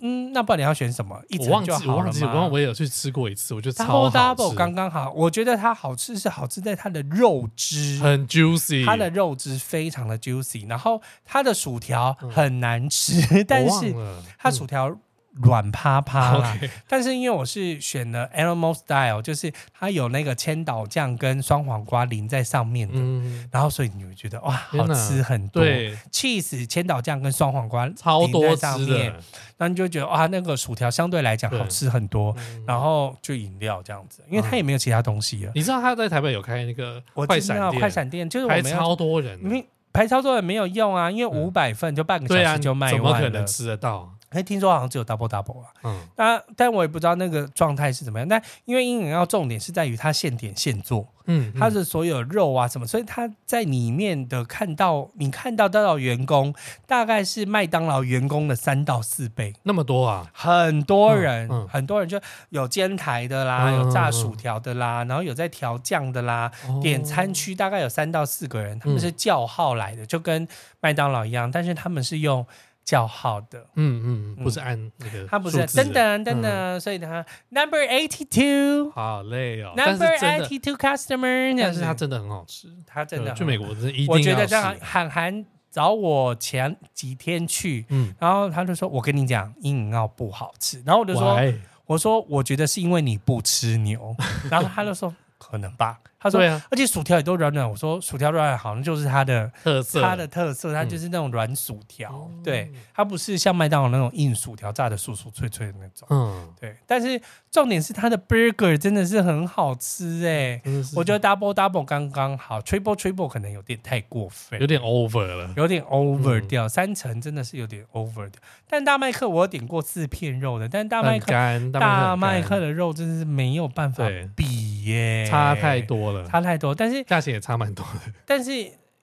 [SPEAKER 3] 嗯，那不然你要选什么？一
[SPEAKER 2] 我
[SPEAKER 3] 层
[SPEAKER 2] 忘
[SPEAKER 3] 就
[SPEAKER 2] 记
[SPEAKER 3] 好
[SPEAKER 2] 我
[SPEAKER 3] 了
[SPEAKER 2] 忘记，
[SPEAKER 3] 吗
[SPEAKER 2] 我忘我也有去吃过一次，我觉得超好
[SPEAKER 3] Double Double
[SPEAKER 2] 吃，
[SPEAKER 3] 刚刚好，我觉得它好吃是好吃在它的肉汁，
[SPEAKER 2] 很 juicy，
[SPEAKER 3] 它的肉汁非常的 juicy，然后它的薯条
[SPEAKER 2] 嗯
[SPEAKER 3] 很难吃，但是它薯条软趴趴啦。
[SPEAKER 2] OK
[SPEAKER 3] 但是因为我是选了 Animal Style，就是它有那个千岛酱跟双黄瓜淋在上面的，
[SPEAKER 2] 嗯，
[SPEAKER 3] 然后所以你会觉得哇，好
[SPEAKER 2] 天哪
[SPEAKER 3] 吃很多。
[SPEAKER 2] 对，
[SPEAKER 3] cheese 千岛酱跟双黄瓜
[SPEAKER 2] 超
[SPEAKER 3] 淋在
[SPEAKER 2] 多
[SPEAKER 3] 上
[SPEAKER 2] 汁
[SPEAKER 3] 面，
[SPEAKER 2] 的，
[SPEAKER 3] 那你就觉得哇，那个薯条相对来讲
[SPEAKER 2] 对
[SPEAKER 3] 好吃很多。
[SPEAKER 2] 嗯
[SPEAKER 3] 然后就饮料这样子，因为它也没有其他东西了。
[SPEAKER 2] 你知道他在台北有开那个
[SPEAKER 3] 我
[SPEAKER 2] 快
[SPEAKER 3] 知道
[SPEAKER 2] 闪店，
[SPEAKER 3] 快闪店就是我
[SPEAKER 2] 还
[SPEAKER 3] 们要，
[SPEAKER 2] 超多人，
[SPEAKER 3] 因为排超多人没有用啊，因为五百份就半个
[SPEAKER 2] 对
[SPEAKER 3] 小
[SPEAKER 2] 啊，
[SPEAKER 3] 时就卖
[SPEAKER 2] 怎么可
[SPEAKER 3] 完
[SPEAKER 2] 能
[SPEAKER 3] 了。
[SPEAKER 2] 吃得到？
[SPEAKER 3] 哎，听说好像只有 double double 啊，
[SPEAKER 2] 嗯，
[SPEAKER 3] 那但我也不知道那个状态是怎么样。但因为鹰眼要重点是在于它现点现做，
[SPEAKER 2] 嗯，
[SPEAKER 3] 它的所有肉啊什么，所以它在里面的看到你看到到员工大概是麦当劳员工的三到四倍。
[SPEAKER 2] 那么多啊，
[SPEAKER 3] 很多人，
[SPEAKER 2] 嗯嗯
[SPEAKER 3] 很多人就有煎台的啦，
[SPEAKER 2] 嗯
[SPEAKER 3] 有
[SPEAKER 2] 嗯
[SPEAKER 3] 炸
[SPEAKER 2] 嗯
[SPEAKER 3] 薯条的啦，然后有在调酱的啦，
[SPEAKER 2] 哦
[SPEAKER 3] 点餐区大概有三到四个人，他们是叫号来的，就跟麦当劳一样，但是他们是用叫号的，
[SPEAKER 2] 嗯
[SPEAKER 3] 嗯
[SPEAKER 2] 嗯，不是按那个，
[SPEAKER 3] 他不是啊等，等等等，所以他 number eighty two。
[SPEAKER 2] 好累哦。但是
[SPEAKER 3] Number
[SPEAKER 2] 真的，
[SPEAKER 3] eighty two customer，
[SPEAKER 2] 但是它
[SPEAKER 3] 他
[SPEAKER 2] 真的很好吃，
[SPEAKER 3] 他真的
[SPEAKER 2] 去美，国真的一定
[SPEAKER 3] 我觉
[SPEAKER 2] 要
[SPEAKER 3] 得
[SPEAKER 2] 吃
[SPEAKER 3] 这样，韩寒找我前几天去，
[SPEAKER 2] 嗯，
[SPEAKER 3] 然后他就说：“我跟你讲，英饮澳不好吃。”然后我就说：“
[SPEAKER 2] 喂
[SPEAKER 3] 我说我觉得是因为你不吃 牛，然后他就说可能吧，他说
[SPEAKER 2] 对啊，
[SPEAKER 3] 而且薯条也都软软，我说薯条软软好像就是它的
[SPEAKER 2] 特色哦
[SPEAKER 3] 它的特色，嗯它就是那种软薯条，对，它不是像麦当劳那种硬薯条炸的酥酥脆脆的那种，
[SPEAKER 2] 嗯，
[SPEAKER 3] 对，但是重点是它的 burger 真的是很好吃哎、
[SPEAKER 2] 真的是
[SPEAKER 3] 我觉得 double double 刚刚好，triple triple 可能有点太过分
[SPEAKER 2] 有。点 over 了，
[SPEAKER 3] 有点 over
[SPEAKER 2] 嗯
[SPEAKER 3] 掉，三层真的是有点 over 掉。但大麦克我有点过四片肉的，但大麦
[SPEAKER 2] 很
[SPEAKER 3] 克
[SPEAKER 2] 干，
[SPEAKER 3] 大
[SPEAKER 2] 麦
[SPEAKER 3] 麦
[SPEAKER 2] 克
[SPEAKER 3] 克的肉真是没有办法
[SPEAKER 2] 对
[SPEAKER 3] 比耶、
[SPEAKER 2] 很干差太，多了，
[SPEAKER 3] 差太多。但是
[SPEAKER 2] 价钱也差蛮多的，
[SPEAKER 3] 但是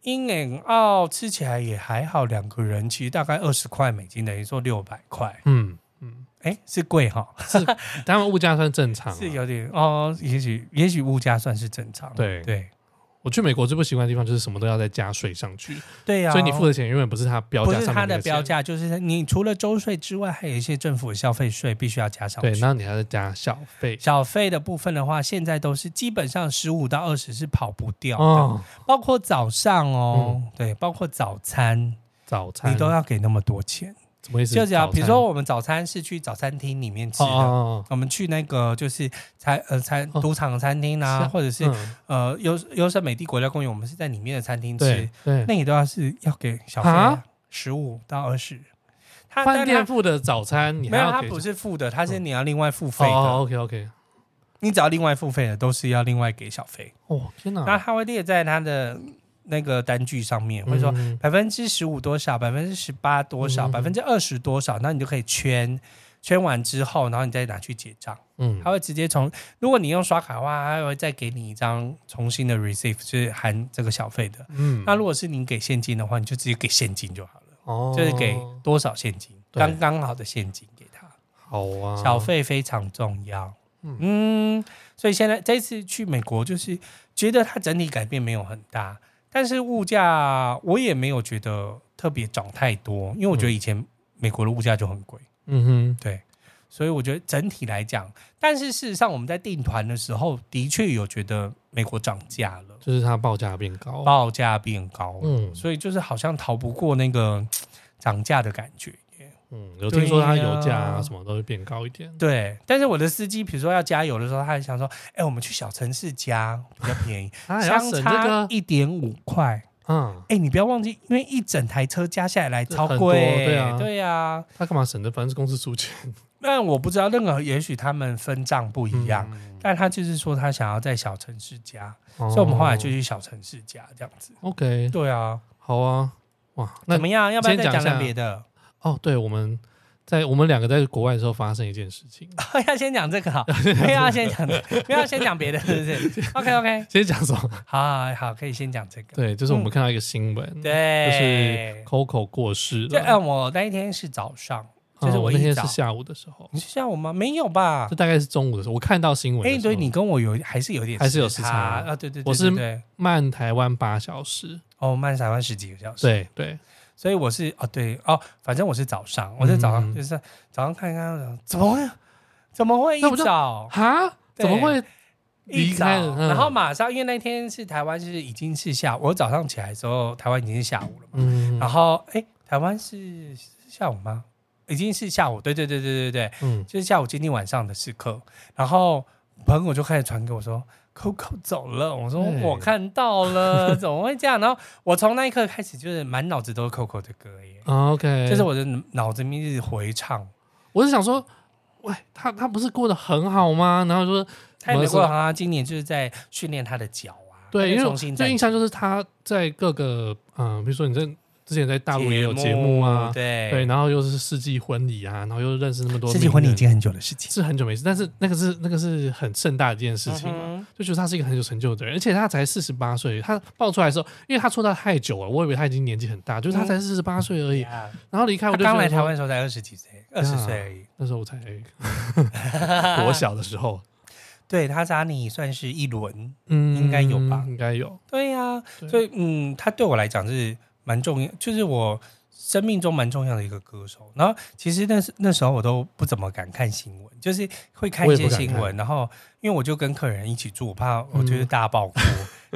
[SPEAKER 3] 英眼澳吃起来也还好，两个人其实大概二十块美金，等于说六百块，
[SPEAKER 2] 嗯嗯，
[SPEAKER 3] 哎、是贵哈，
[SPEAKER 2] 他们物价算正常啊，
[SPEAKER 3] 是有点哦，也许也许物价算是正常，
[SPEAKER 2] 对
[SPEAKER 3] 对
[SPEAKER 2] 我去美国最不习惯的地方就是什么都要再加税上去，
[SPEAKER 3] 对呀、
[SPEAKER 2] 所以你付的钱永远不是它标
[SPEAKER 3] 啊不
[SPEAKER 2] 价
[SPEAKER 3] 是
[SPEAKER 2] 上
[SPEAKER 3] 它
[SPEAKER 2] 面
[SPEAKER 3] 的
[SPEAKER 2] 那个钱
[SPEAKER 3] 标，价，就是你除了州税之外，还有一些政府的消费税必须要加上去。
[SPEAKER 2] 对，然后你还要再加小费，
[SPEAKER 3] 小费的部分的话，现在都是基本上十五到二十是跑不掉的。
[SPEAKER 2] 哦，嗯
[SPEAKER 3] 包括早上哦，对，包括早餐，
[SPEAKER 2] 早餐
[SPEAKER 3] 你都要给那么多钱。
[SPEAKER 2] 怎么意思？
[SPEAKER 3] 就只要
[SPEAKER 2] 早餐
[SPEAKER 3] 比如说我们早餐是去早餐厅里面吃
[SPEAKER 2] 哦
[SPEAKER 3] 的，
[SPEAKER 2] 哦
[SPEAKER 3] 我们去那个就是餐呃餐
[SPEAKER 2] 哦
[SPEAKER 3] 赌场餐厅
[SPEAKER 2] 是
[SPEAKER 3] 啊，
[SPEAKER 2] 啊
[SPEAKER 3] 或者
[SPEAKER 2] 哦，
[SPEAKER 3] 是、
[SPEAKER 2] 嗯
[SPEAKER 3] 呃优优胜美地国家公园，我们是在里面的餐厅吃
[SPEAKER 2] 对，对，
[SPEAKER 3] 那你都要是要给小费
[SPEAKER 2] 啊
[SPEAKER 3] 十五到二十。他
[SPEAKER 2] 饭
[SPEAKER 3] 啊但
[SPEAKER 2] 店
[SPEAKER 3] 他
[SPEAKER 2] 付的早餐你还
[SPEAKER 3] 没有，
[SPEAKER 2] 要
[SPEAKER 3] 他
[SPEAKER 2] 给嗯哦
[SPEAKER 3] 不是付的，他是你要另外付费的。
[SPEAKER 2] 哦，OK OK，
[SPEAKER 3] 你只要另外付费的，都是要另外给小费。
[SPEAKER 2] 哦，天哪！
[SPEAKER 3] 那它会列在它的那个单据上面，会说
[SPEAKER 2] 嗯
[SPEAKER 3] 百分之十五多少，百分之十八多少，
[SPEAKER 2] 嗯
[SPEAKER 3] 百分之二十多少，那你就可以圈。圈完之后，然后你再拿去结账，
[SPEAKER 2] 嗯
[SPEAKER 3] 它会直接从。如果你用刷卡的话，它会再给你一张重新的 receipt，就是含这个小费的。
[SPEAKER 2] 嗯
[SPEAKER 3] 那如果是你给现金的话，你就直接给现金就好了，
[SPEAKER 2] 哦
[SPEAKER 3] 就是给多少现金，
[SPEAKER 2] 对
[SPEAKER 3] 刚刚好的现金给他。
[SPEAKER 2] 好啊，
[SPEAKER 3] 小费非常重要。嗯，所以现在这一次去美国，就是觉得它整体改变没有很大，但是物价我也没有觉得特别涨太多，因为我觉得以前美国的物价就很贵，
[SPEAKER 2] 嗯哼，
[SPEAKER 3] 对，所以我觉得整体来讲，但是事实上我们在订团的时候，的确有觉得美国涨价了，
[SPEAKER 2] 就是它报价变高，
[SPEAKER 3] 报价变高了，
[SPEAKER 2] 哦嗯
[SPEAKER 3] 所以就是好像逃不过那个涨价的感觉。
[SPEAKER 2] 嗯，有听说它
[SPEAKER 3] 对
[SPEAKER 2] 油
[SPEAKER 3] 呀
[SPEAKER 2] 价啊什么都会变高一点，
[SPEAKER 3] 对，但是我的司机，比如说要加油的时候，他还想说：“哎、我们去小城市加比较便 宜，
[SPEAKER 2] 它还要
[SPEAKER 3] 相
[SPEAKER 2] 省这
[SPEAKER 3] 差
[SPEAKER 2] 个，
[SPEAKER 3] 一点五块。
[SPEAKER 2] 嗯，
[SPEAKER 3] 哎，你不要忘记，因为一整台车加下来
[SPEAKER 2] 这
[SPEAKER 3] 超
[SPEAKER 2] 很
[SPEAKER 3] 贵、
[SPEAKER 2] 多对啊
[SPEAKER 3] 对啊。
[SPEAKER 2] 它干嘛省的？反正是公司出钱，
[SPEAKER 3] 那我不知道任何，也许他们分账不一样，
[SPEAKER 2] 嗯，哦
[SPEAKER 3] 但他就是说他想要在小城市加，
[SPEAKER 2] 所
[SPEAKER 3] 所以我们后来就去小城市加这样子。
[SPEAKER 2] 嗯哦 OK，
[SPEAKER 3] 对啊，
[SPEAKER 2] 好啊，哇，那
[SPEAKER 3] 怎么样？要不要再
[SPEAKER 2] 先讲
[SPEAKER 3] 讲
[SPEAKER 2] 一
[SPEAKER 3] 点
[SPEAKER 2] 下
[SPEAKER 3] 别的？
[SPEAKER 2] 哦，对，我们在我们两个在国外的时候发生一件事情，
[SPEAKER 3] 要先讲这 个啊，没有要先讲，没有要先讲别的，是不是？OK OK，
[SPEAKER 2] 先讲什么？
[SPEAKER 3] 好好好，可以先讲这个。
[SPEAKER 2] 对， 就是我们看到一个新闻，
[SPEAKER 3] 对，
[SPEAKER 2] 就是 Coco 过世
[SPEAKER 3] 这
[SPEAKER 2] 了，
[SPEAKER 3] 按我那一天是早上，
[SPEAKER 2] 嗯
[SPEAKER 3] 就是
[SPEAKER 2] 我
[SPEAKER 3] 我
[SPEAKER 2] 那
[SPEAKER 3] 一
[SPEAKER 2] 天
[SPEAKER 3] 早
[SPEAKER 2] 是，下午的时候，
[SPEAKER 3] 你是下午吗？没有吧
[SPEAKER 2] 就？大概是中午的时候，嗯我看到新闻的时
[SPEAKER 3] 哎，
[SPEAKER 2] 候，
[SPEAKER 3] 对你跟我有还是有点
[SPEAKER 2] 还是有时
[SPEAKER 3] 时
[SPEAKER 2] 差
[SPEAKER 3] 啊？对对，对
[SPEAKER 2] 我是
[SPEAKER 3] 对对
[SPEAKER 2] 慢台湾八小时，
[SPEAKER 3] 哦，慢台湾十几个小时，，
[SPEAKER 2] 对对，
[SPEAKER 3] 所以我是哦对哦，反正我是早上，我是早上
[SPEAKER 2] 嗯
[SPEAKER 3] 就是早上看一看，怎么会啊怎么会
[SPEAKER 2] 那我
[SPEAKER 3] 一
[SPEAKER 2] 就
[SPEAKER 3] 早
[SPEAKER 2] 哈，
[SPEAKER 3] 哦对
[SPEAKER 2] 怎么会
[SPEAKER 3] 一
[SPEAKER 2] 离
[SPEAKER 3] 早，
[SPEAKER 2] 开了？嗯
[SPEAKER 3] 然后马上因为那天是台湾是已经是下午，我早上起来的时候台湾已经是下午了嘛，
[SPEAKER 2] 嗯
[SPEAKER 3] 然后哎，台湾是是下午吗？已经是下午，对对对对对对，
[SPEAKER 2] 嗯，
[SPEAKER 3] 就是下午接近晚上的时刻，然后朋友就开始传给我说，Coco 走了。我说
[SPEAKER 2] 对
[SPEAKER 3] 我看到了，怎么会这样？然后我从那一刻开始，就是满脑子都是 Coco 的歌耶，
[SPEAKER 2] 啊 OK，
[SPEAKER 3] 就是我的脑子里面一直回唱。
[SPEAKER 2] 我是想说，喂，他他不是过得很好吗？然后说
[SPEAKER 3] 他也没过啊，今年就是在训练他的脚啊，
[SPEAKER 2] 对，因
[SPEAKER 3] 他
[SPEAKER 2] 为
[SPEAKER 3] 就重新
[SPEAKER 2] 最印象就是他在各个嗯、呃比如说你在之前在大陆也有节目啊，
[SPEAKER 3] 对
[SPEAKER 2] 然后又是世纪婚礼啊，然后又认识那么多
[SPEAKER 3] 世纪婚礼已
[SPEAKER 2] 名人
[SPEAKER 3] 经很久的事情，
[SPEAKER 2] 是很久没事，但是那个是那个是很盛大的一件事情啊嘛。
[SPEAKER 3] 嗯哼
[SPEAKER 2] 就觉得他是一个很有成就的人，而且他才四十八岁，他爆出来的时候，因为他出道太久了，我以为他已经年纪很大，就是他才四十八岁而已。
[SPEAKER 3] Yeah
[SPEAKER 2] 然后离开我
[SPEAKER 3] 嗯他
[SPEAKER 2] 就觉
[SPEAKER 3] 刚
[SPEAKER 2] 得
[SPEAKER 3] 来
[SPEAKER 2] 说
[SPEAKER 3] 台湾的时候才二十几岁，二十岁而已。
[SPEAKER 2] 那时候我才
[SPEAKER 3] 啊
[SPEAKER 2] 我小的时候，
[SPEAKER 3] 对他扎你算是一轮，
[SPEAKER 2] 嗯，
[SPEAKER 3] 应该有吧
[SPEAKER 2] 应该有。
[SPEAKER 3] 对呀、
[SPEAKER 2] 对
[SPEAKER 3] 所以嗯，他对我来讲是蛮重要，就是我生命中蛮重要的一个歌手。然后其实那时那时候我都不怎么敢看新闻，就是会看
[SPEAKER 2] 我
[SPEAKER 3] 一
[SPEAKER 2] 也不
[SPEAKER 3] 些
[SPEAKER 2] 敢
[SPEAKER 3] 新
[SPEAKER 2] 看
[SPEAKER 3] 闻，然后因为我就跟客人一起住，我怕我就是
[SPEAKER 2] 嗯
[SPEAKER 3] 大爆哭，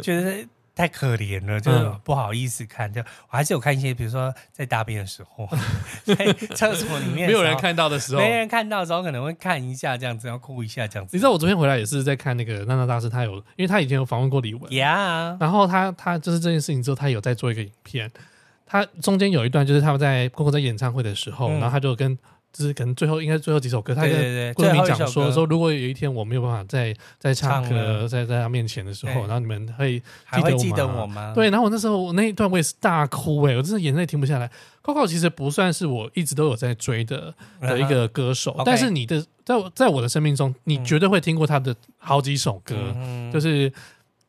[SPEAKER 3] 觉得。太可怜了，就是
[SPEAKER 2] 嗯
[SPEAKER 3] 不好意思看，就我还是有看一些，比如说在大便的时候， 在厕所里面，
[SPEAKER 2] 没有人，看到的时候，
[SPEAKER 3] 没人看到的时候可能会看一下这样子，然后哭一下这样子。
[SPEAKER 2] 你知道我昨天回来也是在看那个娜娜大师，他有，因为他以前有访问过李玟，
[SPEAKER 3] 呀？
[SPEAKER 2] 然后他他就是这件事情之后，他有在做一个影片，他中间有一段就是他们在公公在演唱会的时候，
[SPEAKER 3] 嗯
[SPEAKER 2] 然后他就跟就是可能最后应该最后几首歌，他
[SPEAKER 3] 对
[SPEAKER 2] 跟
[SPEAKER 3] 对对，
[SPEAKER 2] 郭
[SPEAKER 3] 最
[SPEAKER 2] 台
[SPEAKER 3] 后
[SPEAKER 2] 铭
[SPEAKER 3] 一
[SPEAKER 2] 讲
[SPEAKER 3] 首
[SPEAKER 2] 说
[SPEAKER 3] 歌
[SPEAKER 2] 说，如果有一天我没有办法再再唱
[SPEAKER 3] 唱
[SPEAKER 2] 歌，
[SPEAKER 3] 了
[SPEAKER 2] 在在他面前的时候，
[SPEAKER 3] 对啊
[SPEAKER 2] 然后你们会
[SPEAKER 3] 还会
[SPEAKER 2] 记
[SPEAKER 3] 记
[SPEAKER 2] 得
[SPEAKER 3] 得
[SPEAKER 2] 我吗
[SPEAKER 3] 我吗？
[SPEAKER 2] 对，然后我那时候我那一段我也是大哭哎、我真的眼泪停不下来。Coco 其实不算是我一直都有在追的的一个歌手，
[SPEAKER 3] 嗯 OK
[SPEAKER 2] 但是你的在我在我的生命中，你绝对会听过他的好几首歌，
[SPEAKER 3] 嗯嗯哼
[SPEAKER 2] 就是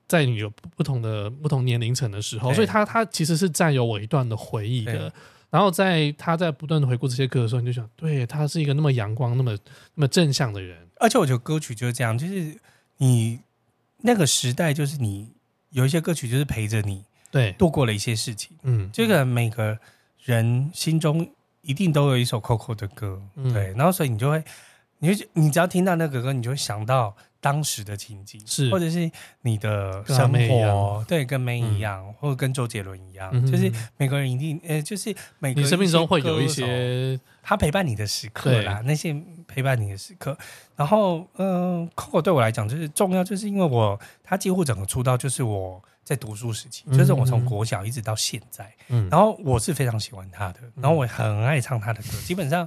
[SPEAKER 2] 在你有不同的不同年龄层的时候，
[SPEAKER 3] 对
[SPEAKER 2] 所以他他其实是占有我一段的回忆的
[SPEAKER 3] 对。
[SPEAKER 2] 然后在他在不断的回顾这些歌的时候，你就想，对他是一个那么阳光、那么那么正向的人，
[SPEAKER 3] 而且我觉得歌曲就是这样，就是你那个时代，就是你有一些歌曲就是陪着你
[SPEAKER 2] 对，
[SPEAKER 3] 度过了一些事情。
[SPEAKER 2] 嗯，
[SPEAKER 3] 这个每个人心中一定都有一首 Coco 的歌，
[SPEAKER 2] 嗯
[SPEAKER 3] 对，然后所以你就会，你就你只要听到那个歌，你就会想到当时的情景，
[SPEAKER 2] 是
[SPEAKER 3] 或者是你的
[SPEAKER 2] 跟阿
[SPEAKER 3] 生
[SPEAKER 2] 妹一
[SPEAKER 3] 活
[SPEAKER 2] 样，
[SPEAKER 3] 对，跟梅
[SPEAKER 2] 嗯
[SPEAKER 3] 一样，或者跟周杰伦一样，
[SPEAKER 2] 嗯哼
[SPEAKER 3] 啊就是每个人一定，呃，就是每个
[SPEAKER 2] 你生命中会有一
[SPEAKER 3] 歌手
[SPEAKER 2] 些
[SPEAKER 3] 他陪伴你的时刻啦，那些陪伴你的时刻。然后，嗯、c o c o 对我来讲就是重要，就是因为我他几乎整个出道就是我在读书时期，
[SPEAKER 2] 嗯
[SPEAKER 3] 就是我从国小一直到现在。
[SPEAKER 2] 嗯
[SPEAKER 3] 然后我是非常喜欢他的，然后我很爱唱他的歌，基本上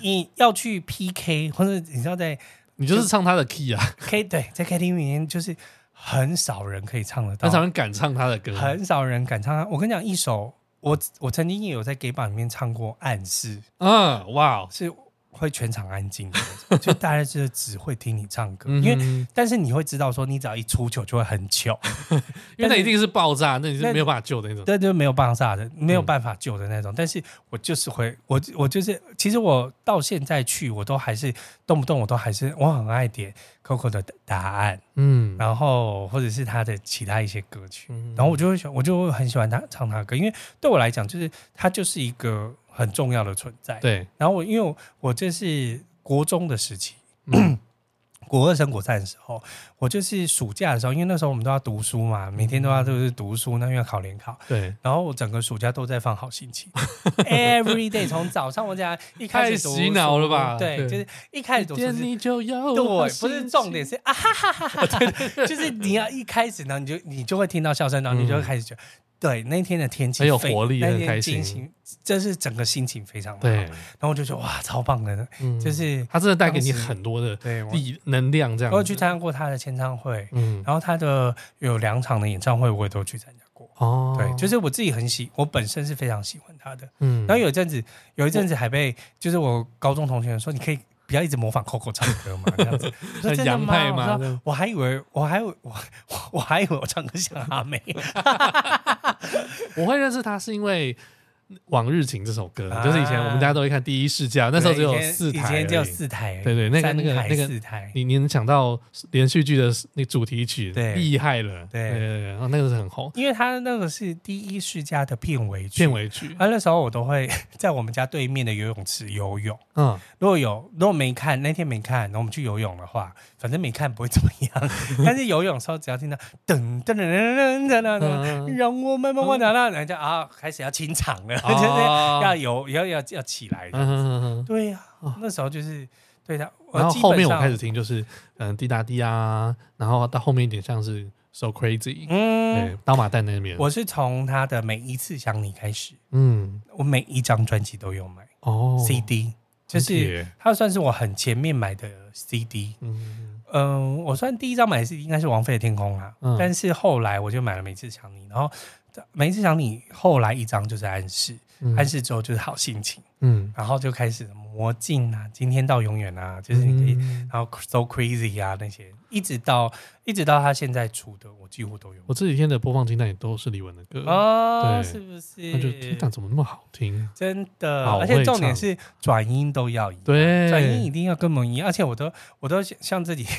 [SPEAKER 3] 你要去 PK 或者你知道在。
[SPEAKER 2] 你就是唱他的 key 啊，
[SPEAKER 3] K 对，在 KTV 里面就是很少人可以唱得到
[SPEAKER 2] 很，少人敢唱他的歌。
[SPEAKER 3] 很少人敢唱它。我跟你讲，一首我我曾经也有在 gay bar 里面唱过《暗示
[SPEAKER 2] 嗯，哇哦》，，
[SPEAKER 3] 是会全场安静的 那种，就大家就是只会听你唱歌，
[SPEAKER 2] 嗯
[SPEAKER 3] 因为
[SPEAKER 2] 哼
[SPEAKER 3] 但是你会知道说，你只要一出糗就会很糗，
[SPEAKER 2] 嗯因为那
[SPEAKER 3] 但是
[SPEAKER 2] 一定是爆炸，那你
[SPEAKER 3] 那
[SPEAKER 2] 是没有办法救的那种。
[SPEAKER 3] 对，就没有办法
[SPEAKER 2] 嗯
[SPEAKER 3] 的，没有办法救的那种。但是我就是会，我我就是，其实我到现在去，我都还是动不动我都还是我很爱点 Coco 的答案，
[SPEAKER 2] 嗯，
[SPEAKER 3] 然后或者是他的其他一些歌曲，
[SPEAKER 2] 嗯
[SPEAKER 3] 啊然后我就会喜欢，我就会很喜欢他唱他的歌，因为对我来讲，就是他就是一个很重要的存在。
[SPEAKER 2] 对，
[SPEAKER 3] 然后我因为我我这是国中的时期，
[SPEAKER 2] 嗯
[SPEAKER 3] 国二升国三的时候，我就是暑假的时候，因为那时候我们都要读书嘛，每天都
[SPEAKER 2] 嗯
[SPEAKER 3] 要就是读书，那因为要考联考，
[SPEAKER 2] 对，
[SPEAKER 3] 然后我整个暑假都在放好心 情，every day 从早上我讲一开始读
[SPEAKER 2] 太洗脑
[SPEAKER 3] 书
[SPEAKER 2] 了吧
[SPEAKER 3] 对，
[SPEAKER 2] 对
[SPEAKER 3] 就是一开始读书
[SPEAKER 2] 见
[SPEAKER 3] 是
[SPEAKER 2] 你就要
[SPEAKER 3] 对，不
[SPEAKER 2] 心
[SPEAKER 3] 是重点是啊哈哈哈 哈哈，就是你要一开始呢，你就你就会听到笑声，然后你就会
[SPEAKER 2] 嗯
[SPEAKER 3] 开始觉得，对那天的天气
[SPEAKER 2] 很有
[SPEAKER 3] 非
[SPEAKER 2] 活力
[SPEAKER 3] 那
[SPEAKER 2] 很
[SPEAKER 3] 天
[SPEAKER 2] 开
[SPEAKER 3] 心
[SPEAKER 2] 心
[SPEAKER 3] 情，这是整个心情非常好。
[SPEAKER 2] 对，
[SPEAKER 3] 然后我就觉得哇，超棒的，
[SPEAKER 2] 嗯
[SPEAKER 3] 啊就是
[SPEAKER 2] 他真的带给你
[SPEAKER 3] 当时
[SPEAKER 2] 很多的
[SPEAKER 3] 对我
[SPEAKER 2] 力能量，这样子。
[SPEAKER 3] 我有去参加过他的签唱会，
[SPEAKER 2] 嗯，
[SPEAKER 3] 然后他的有两场的演唱会我也都去参加过。
[SPEAKER 2] 哦，，
[SPEAKER 3] 对，就是是我自己很喜，我本身是非常喜欢他的。
[SPEAKER 2] 嗯
[SPEAKER 3] 然后有一阵子，有一阵子还被就是我高中同学说，你可以不要一直模仿 Coco 唱歌嘛，这 样子。我说
[SPEAKER 2] 很
[SPEAKER 3] 真的
[SPEAKER 2] 洋
[SPEAKER 3] 吗
[SPEAKER 2] 派
[SPEAKER 3] 我
[SPEAKER 2] 嘛
[SPEAKER 3] 说
[SPEAKER 2] 这样
[SPEAKER 3] 我还以为我还以为我我我还以为我唱歌像阿妹，
[SPEAKER 2] 我会认识他是因为《往日情》这首歌，
[SPEAKER 3] 啊
[SPEAKER 2] 就是以前我们大家都会看第一视角， 那时候只有四台
[SPEAKER 3] 以
[SPEAKER 2] 而已，
[SPEAKER 3] 前只有四台而已，
[SPEAKER 2] 对对那个
[SPEAKER 3] 三
[SPEAKER 2] 那个
[SPEAKER 3] 台
[SPEAKER 2] 那个
[SPEAKER 3] 四台，
[SPEAKER 2] 你你能想到连续剧的那主题曲，
[SPEAKER 3] 对
[SPEAKER 2] 厉害了，
[SPEAKER 3] 对
[SPEAKER 2] 对对，哦然后那个是很红，
[SPEAKER 3] 因为他那个是第一世家的片尾曲，
[SPEAKER 2] 片。尾曲，
[SPEAKER 3] 啊，那时候我都会 在我们家对面的游泳池游泳。
[SPEAKER 2] 嗯，
[SPEAKER 3] 如果有，如果没看那天没看，然后我们去游泳的话，反正没看不会怎么 样。但是游泳的时候，只要听到噔噔噔噔噔噔噔，
[SPEAKER 2] 嗯
[SPEAKER 3] 让我慢慢慢长大，人家啊开始要清场了，
[SPEAKER 2] 哦
[SPEAKER 3] 就是要有要要要起来
[SPEAKER 2] 嗯嗯
[SPEAKER 3] 的。
[SPEAKER 2] 嗯嗯
[SPEAKER 3] 对呀
[SPEAKER 2] 哦，
[SPEAKER 3] 那时候就是对他，
[SPEAKER 2] 然后
[SPEAKER 3] 基本
[SPEAKER 2] 后面我
[SPEAKER 3] 上
[SPEAKER 2] 开始听就是嗯滴答滴啊，然后到后面一点像是 So Crazy，
[SPEAKER 3] 嗯，
[SPEAKER 2] 对，刀马旦那边，
[SPEAKER 3] 我是从他的每一次想你开始，
[SPEAKER 2] 嗯
[SPEAKER 3] 我每一张专辑都有买
[SPEAKER 2] 哦
[SPEAKER 3] CD，就
[SPEAKER 2] 很
[SPEAKER 3] 是
[SPEAKER 2] 铁
[SPEAKER 3] 他算是我很前面买的 CD。
[SPEAKER 2] 嗯
[SPEAKER 3] 嗯，我算第一张买的是应该是王菲的《天空》啊
[SPEAKER 2] 嗯，
[SPEAKER 3] 但是后来我就买了《每一次想你》，然后呃《每一次想你》后来一张就是暗示，
[SPEAKER 2] 嗯
[SPEAKER 3] 暗示之后就是好心情。
[SPEAKER 2] 嗯，
[SPEAKER 3] 然后就开始魔镜啊，今天到永远啊，就是你可以，
[SPEAKER 2] 嗯
[SPEAKER 3] 然后 so crazy 啊那些，一直到一直到他现在出的，我几乎都有。
[SPEAKER 2] 我这几天的播放清单也都是李玟的歌，
[SPEAKER 3] 哦，
[SPEAKER 2] 对
[SPEAKER 3] 是不是？
[SPEAKER 2] 那就天哪，怎么那么好听？啊
[SPEAKER 3] 真的，
[SPEAKER 2] 好
[SPEAKER 3] 而且
[SPEAKER 2] 会
[SPEAKER 3] 重点
[SPEAKER 2] 唱
[SPEAKER 3] 是转音都要一样，
[SPEAKER 2] 对，
[SPEAKER 3] 转音一定要跟我们一样，而且我都我都像自己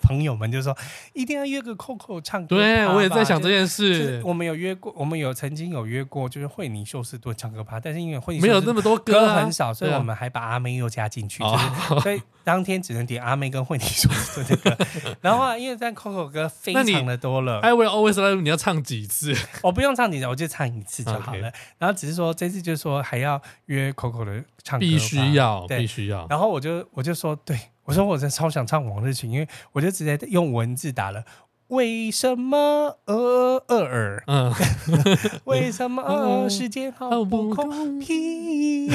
[SPEAKER 3] 朋友们就说，一定要约个 Coco 唱歌吧。
[SPEAKER 2] 对我也在想
[SPEAKER 3] 就
[SPEAKER 2] 这件
[SPEAKER 3] 就是
[SPEAKER 2] 事，
[SPEAKER 3] 我们有约过，我们有曾经有约过，就是惠妮休斯顿唱歌趴，但是因为惠妮
[SPEAKER 2] 没有
[SPEAKER 3] 休斯
[SPEAKER 2] 那么多
[SPEAKER 3] 歌
[SPEAKER 2] 啊
[SPEAKER 3] 很少，所以
[SPEAKER 2] 对啊
[SPEAKER 3] 我们还把阿妹又加进去，
[SPEAKER 2] 哦
[SPEAKER 3] 就是所以当天只能点阿妹跟惠妮说的歌。 然后啊，因为但 Coco 歌非常的多了，
[SPEAKER 2] I will always love you，你要唱几次？
[SPEAKER 3] 我不用唱几首，我就唱一次就好了
[SPEAKER 2] OK。
[SPEAKER 3] 然后只是说这次就是说还要约 Coco 的唱歌，
[SPEAKER 2] 必须。要，
[SPEAKER 3] 对
[SPEAKER 2] 必须要。
[SPEAKER 3] 然后我就我就说，对我说我真的超想唱《往日情》，因为我就直接用文字打了。为什么呃呃尔？
[SPEAKER 2] 嗯，
[SPEAKER 3] 为 什么
[SPEAKER 2] 哦
[SPEAKER 3] 呃时间好不空？屁一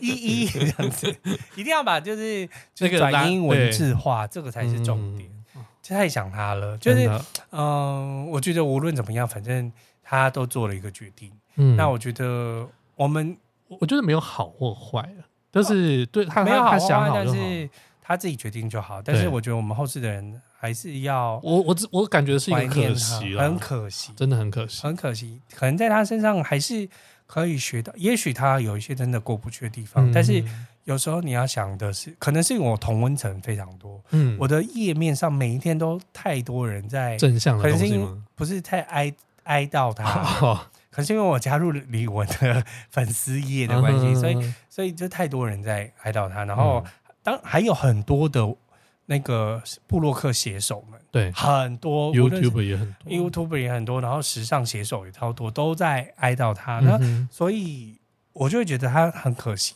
[SPEAKER 3] 一 这样子，一定要把就是
[SPEAKER 2] 那
[SPEAKER 3] 就是
[SPEAKER 2] 个拉
[SPEAKER 3] 转音文字化，这个才是重点。
[SPEAKER 2] 嗯，
[SPEAKER 3] 就太想他了，就是
[SPEAKER 2] 真的
[SPEAKER 3] 嗯、我觉得无论怎么样，反正他都做了一个决定。
[SPEAKER 2] 嗯，
[SPEAKER 3] 那
[SPEAKER 2] 那
[SPEAKER 3] 我觉得我们
[SPEAKER 2] 我我觉得没有好或坏啊，但是对他
[SPEAKER 3] 哦没有
[SPEAKER 2] 他
[SPEAKER 3] 好
[SPEAKER 2] 他
[SPEAKER 3] 话，
[SPEAKER 2] 想好
[SPEAKER 3] 但
[SPEAKER 2] 就好。
[SPEAKER 3] 是他自己决定就好。但是
[SPEAKER 2] 对
[SPEAKER 3] 我觉得我们后世的人还是要
[SPEAKER 2] 我我只我感觉是一
[SPEAKER 3] 怀
[SPEAKER 2] 个
[SPEAKER 3] 念
[SPEAKER 2] 可
[SPEAKER 3] 他，
[SPEAKER 2] 惜了，
[SPEAKER 3] 很可惜，
[SPEAKER 2] 真的很可惜。
[SPEAKER 3] 很可惜，可能在他身上还是可以学到。也许他有一些真的过不去的地
[SPEAKER 2] 嗯
[SPEAKER 3] 方，但是有时候你要想的是，可能是因为我同温层非常多，
[SPEAKER 2] 嗯，
[SPEAKER 3] 我的页面上每一天都太多人在，
[SPEAKER 2] 正向
[SPEAKER 3] 可
[SPEAKER 2] 的
[SPEAKER 3] 能
[SPEAKER 2] 东
[SPEAKER 3] 是
[SPEAKER 2] 西
[SPEAKER 3] 因为啊
[SPEAKER 2] 吗？
[SPEAKER 3] 不是太哀哀悼他，
[SPEAKER 2] 哦
[SPEAKER 3] 可能是因为我加入李玟的粉丝页的关系，所以
[SPEAKER 2] 嗯
[SPEAKER 3] 所以就太多人在哀悼他，然后当还有很多的那个布洛克写手们，
[SPEAKER 2] 对
[SPEAKER 3] 很多无论是
[SPEAKER 2] ，YouTube 也很多。
[SPEAKER 3] YouTube 也很多，然后时尚写手也超多，都在哀悼他。啊那、
[SPEAKER 2] 嗯哼
[SPEAKER 3] 所以我就会觉得他很可惜，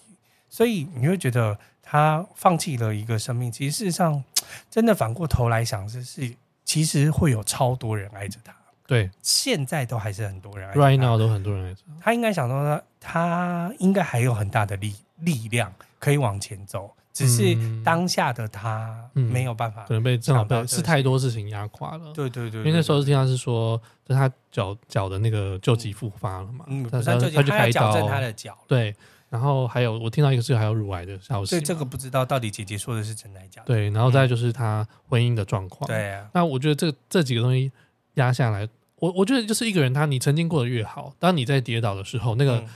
[SPEAKER 3] 所以你会觉得他放弃了一个生命。其实事实上，真的反过头来想，是是其实会有超多人爱着他，
[SPEAKER 2] 对
[SPEAKER 3] 现在都还是很多人爱着他。
[SPEAKER 2] ，Right now 都很多人也知道
[SPEAKER 3] 他应该想到他，他应该还有很大的力力量可以往前走。只是
[SPEAKER 2] 嗯
[SPEAKER 3] 当下的他
[SPEAKER 2] 嗯
[SPEAKER 3] 没有办法。
[SPEAKER 2] 可能被正好
[SPEAKER 3] 想啊到
[SPEAKER 2] 被
[SPEAKER 3] 这
[SPEAKER 2] 是
[SPEAKER 3] 些
[SPEAKER 2] 太多事情压垮了。
[SPEAKER 3] 对对对，
[SPEAKER 2] 因为那时候
[SPEAKER 3] 对
[SPEAKER 2] 听他是说，就他脚脚的那个旧疾复发了嘛，
[SPEAKER 3] 嗯，不
[SPEAKER 2] 他
[SPEAKER 3] 算
[SPEAKER 2] 他
[SPEAKER 3] 就
[SPEAKER 2] 他去
[SPEAKER 3] 他要
[SPEAKER 2] 开
[SPEAKER 3] 矫
[SPEAKER 2] 刀，
[SPEAKER 3] 正他的脚，
[SPEAKER 2] 对，然后还有我听到一个是还有乳癌的消息
[SPEAKER 3] 所
[SPEAKER 2] 嘛，
[SPEAKER 3] 以这个不知道到底姐姐说的是真的还是假的。
[SPEAKER 2] 对，然后再来就是他婚姻的状况，
[SPEAKER 3] 对啊，
[SPEAKER 2] 那我觉得这这几个东西压下来，我我觉得就是一个人他你曾经过得越好，当你在跌倒的时候，那个、
[SPEAKER 3] 嗯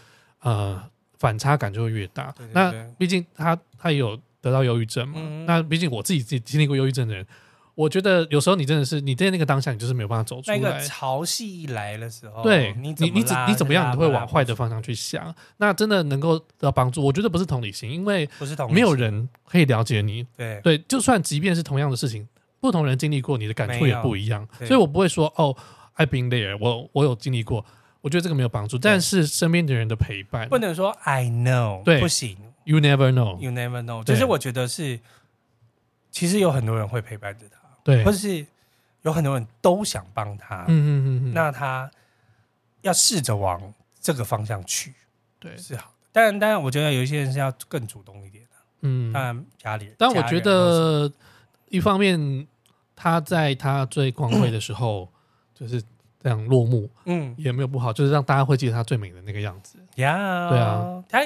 [SPEAKER 2] 呃反差感就会越大。
[SPEAKER 3] 对对对
[SPEAKER 2] 那毕竟他他也有得到忧郁症嘛，
[SPEAKER 3] 嗯
[SPEAKER 2] 那毕竟我自己自己经历过忧郁症的人，我觉得有时候你真的是你在那个当下你就是没有办法走出
[SPEAKER 3] 那个
[SPEAKER 2] 来。
[SPEAKER 3] 潮汐一来的时候，
[SPEAKER 2] 对
[SPEAKER 3] 你
[SPEAKER 2] 你你
[SPEAKER 3] 怎
[SPEAKER 2] 怎
[SPEAKER 3] 么拉
[SPEAKER 2] 你怎么样，
[SPEAKER 3] 拉
[SPEAKER 2] 你会
[SPEAKER 3] 拉
[SPEAKER 2] 往坏的方向去想。那真的能够得到帮助，我觉得不是同理心，因为
[SPEAKER 3] 不是同
[SPEAKER 2] 没有
[SPEAKER 3] 理心
[SPEAKER 2] 人可以了解你
[SPEAKER 3] 对
[SPEAKER 2] 对，就算即便是同样的事情，不同人经历过，你的感触
[SPEAKER 3] 没
[SPEAKER 2] 也
[SPEAKER 3] 有
[SPEAKER 2] 不一样，
[SPEAKER 3] 对
[SPEAKER 2] 所以我不会说哦，I've been there，我我有经历过，我觉得这个没有帮助。但是身边的人的陪伴，
[SPEAKER 3] 不能说 I know，
[SPEAKER 2] 对
[SPEAKER 3] 不行
[SPEAKER 2] you never know，
[SPEAKER 3] ，You never know。
[SPEAKER 2] 对
[SPEAKER 3] 就是我觉得是，其实有很多人会陪伴着他，
[SPEAKER 2] 对，
[SPEAKER 3] 或
[SPEAKER 2] 嗯
[SPEAKER 3] 者是有很多人都想帮他，
[SPEAKER 2] 嗯嗯嗯，
[SPEAKER 3] 那他要试着往这个方向去
[SPEAKER 2] 对，
[SPEAKER 3] 是好的。当然，当然，我觉得有一些人是要更主动一点的，
[SPEAKER 2] 嗯，
[SPEAKER 3] 当然家里人，
[SPEAKER 2] 但我
[SPEAKER 3] 家人
[SPEAKER 2] 觉
[SPEAKER 3] 或是
[SPEAKER 2] 得一方面他在他最光辉的时候，就是这样落幕
[SPEAKER 3] 嗯
[SPEAKER 2] 也没有不好，就是让大家会记得他最美的那个样子。
[SPEAKER 3] 呀，
[SPEAKER 2] 对啊，
[SPEAKER 3] 他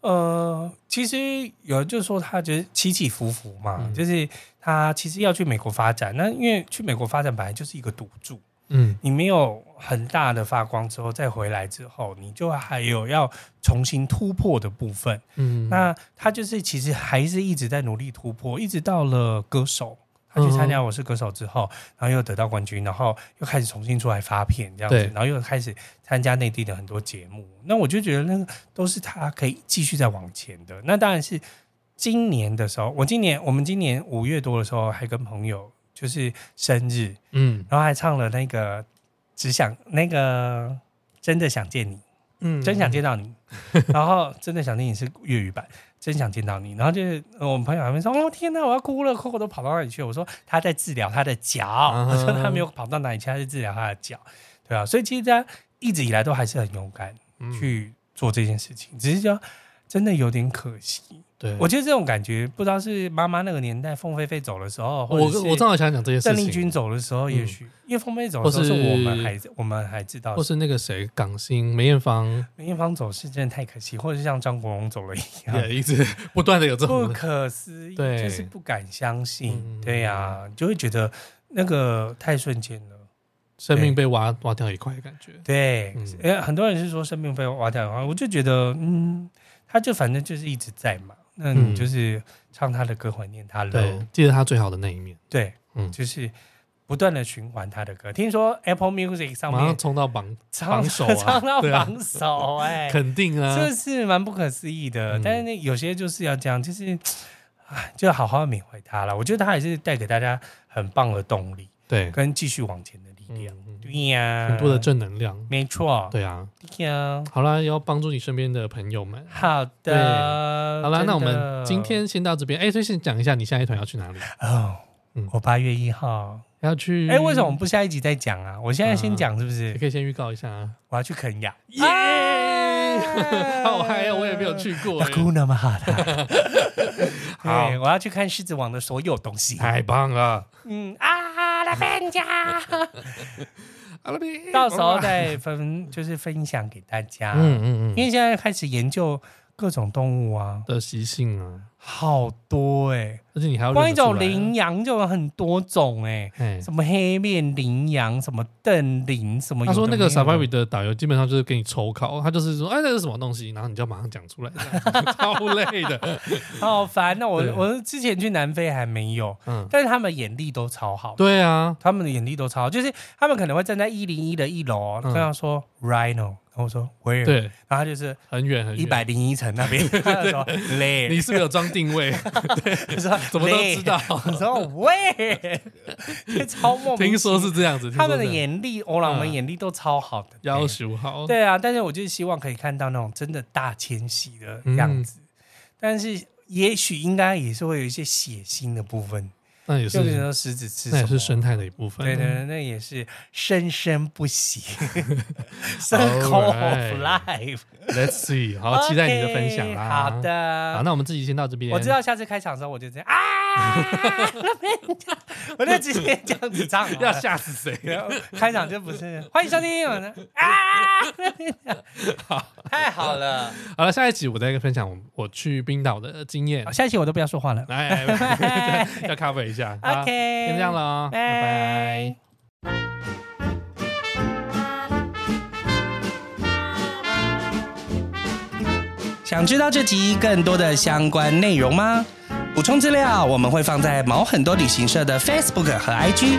[SPEAKER 3] 呃，其实有人就说他就是起起伏伏嘛，
[SPEAKER 2] 嗯
[SPEAKER 3] 就是他其实要去美国发展，那因为去美国发展本来就是一个赌注，
[SPEAKER 2] 嗯，
[SPEAKER 3] 你没有很大的发光之后再回来之后，你就还有要重新突破的部分。
[SPEAKER 2] 嗯，
[SPEAKER 3] 那他就是其实还是一直在努力突破，一直到了歌手。他去参加《我是歌手》之
[SPEAKER 2] 嗯
[SPEAKER 3] 后，然后又得到冠军，然后又开始重新出来发片这样子，
[SPEAKER 2] 对
[SPEAKER 3] 然后又开始参加内地的很多节目。那我就觉得那个都是他可以继续再往前的。那当然是今年的时候，我今年我们今年五月多的时候还跟朋友就是生日，
[SPEAKER 2] 嗯
[SPEAKER 3] 然后还唱了那个只想那个真的想见你，
[SPEAKER 2] 嗯
[SPEAKER 3] 真想见到 你，然后真的想见你是粤语版，真想见到你。然后就是呃我们朋友还会说，哦天哪，我要哭了，Coco 都跑到哪里去了？我说他在治疗他的脚，
[SPEAKER 2] 啊
[SPEAKER 3] 我说他没有跑到哪里去，他在治疗他的脚，对啊，所以其实他一直以来都还是很勇敢
[SPEAKER 2] 嗯
[SPEAKER 3] 去做这件事情，只是说真的有点可惜。
[SPEAKER 2] 对，
[SPEAKER 3] 我觉得这种感觉，不知道是妈妈那个年代，凤飞飞走的时候，或
[SPEAKER 2] 我
[SPEAKER 3] 者是
[SPEAKER 2] 我正好想讲这些
[SPEAKER 3] 邓
[SPEAKER 2] 事
[SPEAKER 3] 丽
[SPEAKER 2] 情
[SPEAKER 3] 君。走的时候，也
[SPEAKER 2] 嗯
[SPEAKER 3] 许、因为凤飞走的时候
[SPEAKER 2] 或
[SPEAKER 3] 是
[SPEAKER 2] 是
[SPEAKER 3] 我们还我们还知道
[SPEAKER 2] 或，是那个谁，港星梅艳芳
[SPEAKER 3] 梅艳芳走是真的太可惜，或者是像张国荣走了一样，
[SPEAKER 2] 也一 直不断的有这
[SPEAKER 3] 啊不
[SPEAKER 2] 种，
[SPEAKER 3] 可思议，
[SPEAKER 2] 对
[SPEAKER 3] 就是不敢相信，
[SPEAKER 2] 嗯
[SPEAKER 3] 对呀、你就会觉得那个太瞬间了。
[SPEAKER 2] 生命被挖挖掉一块的感觉。
[SPEAKER 3] 对，
[SPEAKER 2] 嗯
[SPEAKER 3] 因为很多人是说生命被挖掉的话，我就觉得，嗯，他就反正就是一直在嘛，那你
[SPEAKER 2] 嗯
[SPEAKER 3] 就是唱他的歌，怀念他喽，
[SPEAKER 2] 对，记得他最好的那一面，
[SPEAKER 3] 对，
[SPEAKER 2] 嗯
[SPEAKER 3] 哦就是不断的循环他的歌。听说 Apple Music 上
[SPEAKER 2] 马上
[SPEAKER 3] 面
[SPEAKER 2] 冲到榜
[SPEAKER 3] 唱
[SPEAKER 2] 榜首
[SPEAKER 3] 唱
[SPEAKER 2] 啊，
[SPEAKER 3] 到
[SPEAKER 2] 对啊
[SPEAKER 3] 榜首、 哎、
[SPEAKER 2] 肯定啊
[SPEAKER 3] 这，是蛮不可思议的。
[SPEAKER 2] 嗯
[SPEAKER 3] 但是那有些就是要这样，就是 啊，就好好缅怀他了。我觉得他还是带给大家很棒的动力，
[SPEAKER 2] 对，
[SPEAKER 3] 跟继续往前的力
[SPEAKER 2] 嗯
[SPEAKER 3] 量。
[SPEAKER 2] 嗯
[SPEAKER 3] 啊对呀、
[SPEAKER 2] 很多的，正能量。
[SPEAKER 3] 没错，
[SPEAKER 2] 对啊，
[SPEAKER 3] 对呀。
[SPEAKER 2] 好啦，要帮助你身边的朋友们。
[SPEAKER 3] 好
[SPEAKER 2] 对
[SPEAKER 3] 的，
[SPEAKER 2] 好啦，
[SPEAKER 3] 呃真
[SPEAKER 2] 那我
[SPEAKER 3] 的
[SPEAKER 2] 们今天先到这边。哎，最先讲一下你下一团要去哪里？
[SPEAKER 3] 哦
[SPEAKER 2] 嗯，
[SPEAKER 3] 我八月一号。
[SPEAKER 2] 要去？
[SPEAKER 3] 哎，为什么我们不下一集再讲啊？我现在先
[SPEAKER 2] 嗯
[SPEAKER 3] 讲是不是
[SPEAKER 2] 也？可以先预告一下啊。
[SPEAKER 3] 我要去肯啊雅。
[SPEAKER 2] 耶！ 好嗨哦，我也没有去过
[SPEAKER 3] 呃那。哭那么好 的，
[SPEAKER 2] 好
[SPEAKER 3] 对，我要去看《狮子王》的所有东西。
[SPEAKER 2] 太棒了！
[SPEAKER 3] 嗯啊，拉芬家，
[SPEAKER 2] 阿拉比
[SPEAKER 3] 到时候再分，就是分享给大家。
[SPEAKER 2] 嗯
[SPEAKER 3] 嗯，
[SPEAKER 2] 嗯
[SPEAKER 3] 因
[SPEAKER 2] 嗯
[SPEAKER 3] 为现在开始研究各种动物啊，
[SPEAKER 2] 的习性啊，
[SPEAKER 3] 好多哎、
[SPEAKER 2] 而且你还要
[SPEAKER 3] 光一
[SPEAKER 2] 认得出
[SPEAKER 3] 种
[SPEAKER 2] 来啊
[SPEAKER 3] 羚，羊就有很多种哎、
[SPEAKER 2] 哎，
[SPEAKER 3] 什么黑面羚羊，什么瞪羚，什么
[SPEAKER 2] 他
[SPEAKER 3] 有的没有
[SPEAKER 2] 说那
[SPEAKER 3] 的。
[SPEAKER 2] 个 Safari 的导游基本上就是给你抽考，他就是说，哎，那个是什么东西，然后你就要马上讲出来， 超累的。
[SPEAKER 3] 好烦哦那我
[SPEAKER 2] 对
[SPEAKER 3] 我之前去南非还没有，
[SPEAKER 2] 嗯，
[SPEAKER 3] 但是他们眼力都超好，
[SPEAKER 2] 对啊，
[SPEAKER 3] 他们的眼力都超好，就是他们可能会站在一零一的一楼，
[SPEAKER 2] 嗯
[SPEAKER 3] 跟他说 Rhino，然后我说 Where，
[SPEAKER 2] 对，
[SPEAKER 3] 然后他就是
[SPEAKER 2] 很远很远。
[SPEAKER 3] 一百零一层那边，他 就说
[SPEAKER 2] 你
[SPEAKER 3] 累，
[SPEAKER 2] 是不是有装定位？
[SPEAKER 3] 说
[SPEAKER 2] 怎 么都知。道。
[SPEAKER 3] 我说喂，这超莫
[SPEAKER 2] 听
[SPEAKER 3] 名其妙。
[SPEAKER 2] 说是这样子，
[SPEAKER 3] 他们的
[SPEAKER 2] 听说是这样
[SPEAKER 3] 眼力，欧朗们
[SPEAKER 2] 嗯
[SPEAKER 3] 眼力都超好的，
[SPEAKER 2] 要求好。
[SPEAKER 3] 对啊。但是我就是希望可以看到那种真的大迁徙
[SPEAKER 2] 嗯
[SPEAKER 3] 的样子，但是也许应该也是会有一些血腥的部分，
[SPEAKER 2] 那也
[SPEAKER 3] 就比如
[SPEAKER 2] 是
[SPEAKER 3] 说石子吃什
[SPEAKER 2] 那
[SPEAKER 3] 么，
[SPEAKER 2] 也是生态的一部分。
[SPEAKER 3] 对对对，那也是生生不 息，circle of
[SPEAKER 2] Alright
[SPEAKER 3] life。
[SPEAKER 2] Let's see，好，期待你的分享
[SPEAKER 3] OK，
[SPEAKER 2] 啦。
[SPEAKER 3] 好，的，
[SPEAKER 2] 好，那我们自己先到这边。
[SPEAKER 3] 我知道下次开场的时候我就这样啊，我就直接这样子唱 好了，
[SPEAKER 2] 要吓死谁？
[SPEAKER 3] 然后开场就不是欢迎收听我的啊，太好了，
[SPEAKER 2] 好了，下一集我再分享我我去冰岛的经验
[SPEAKER 3] 好。下一期我都不要说话了
[SPEAKER 2] 哎，哎 哎要 cover 一下。好
[SPEAKER 3] OK，
[SPEAKER 2] 先这样了哦，拜
[SPEAKER 3] 拜
[SPEAKER 2] 拜。
[SPEAKER 3] 想知道这集更多的相关内容吗？补充资料我们会放在毛很多旅行社的 Facebook 和 IG，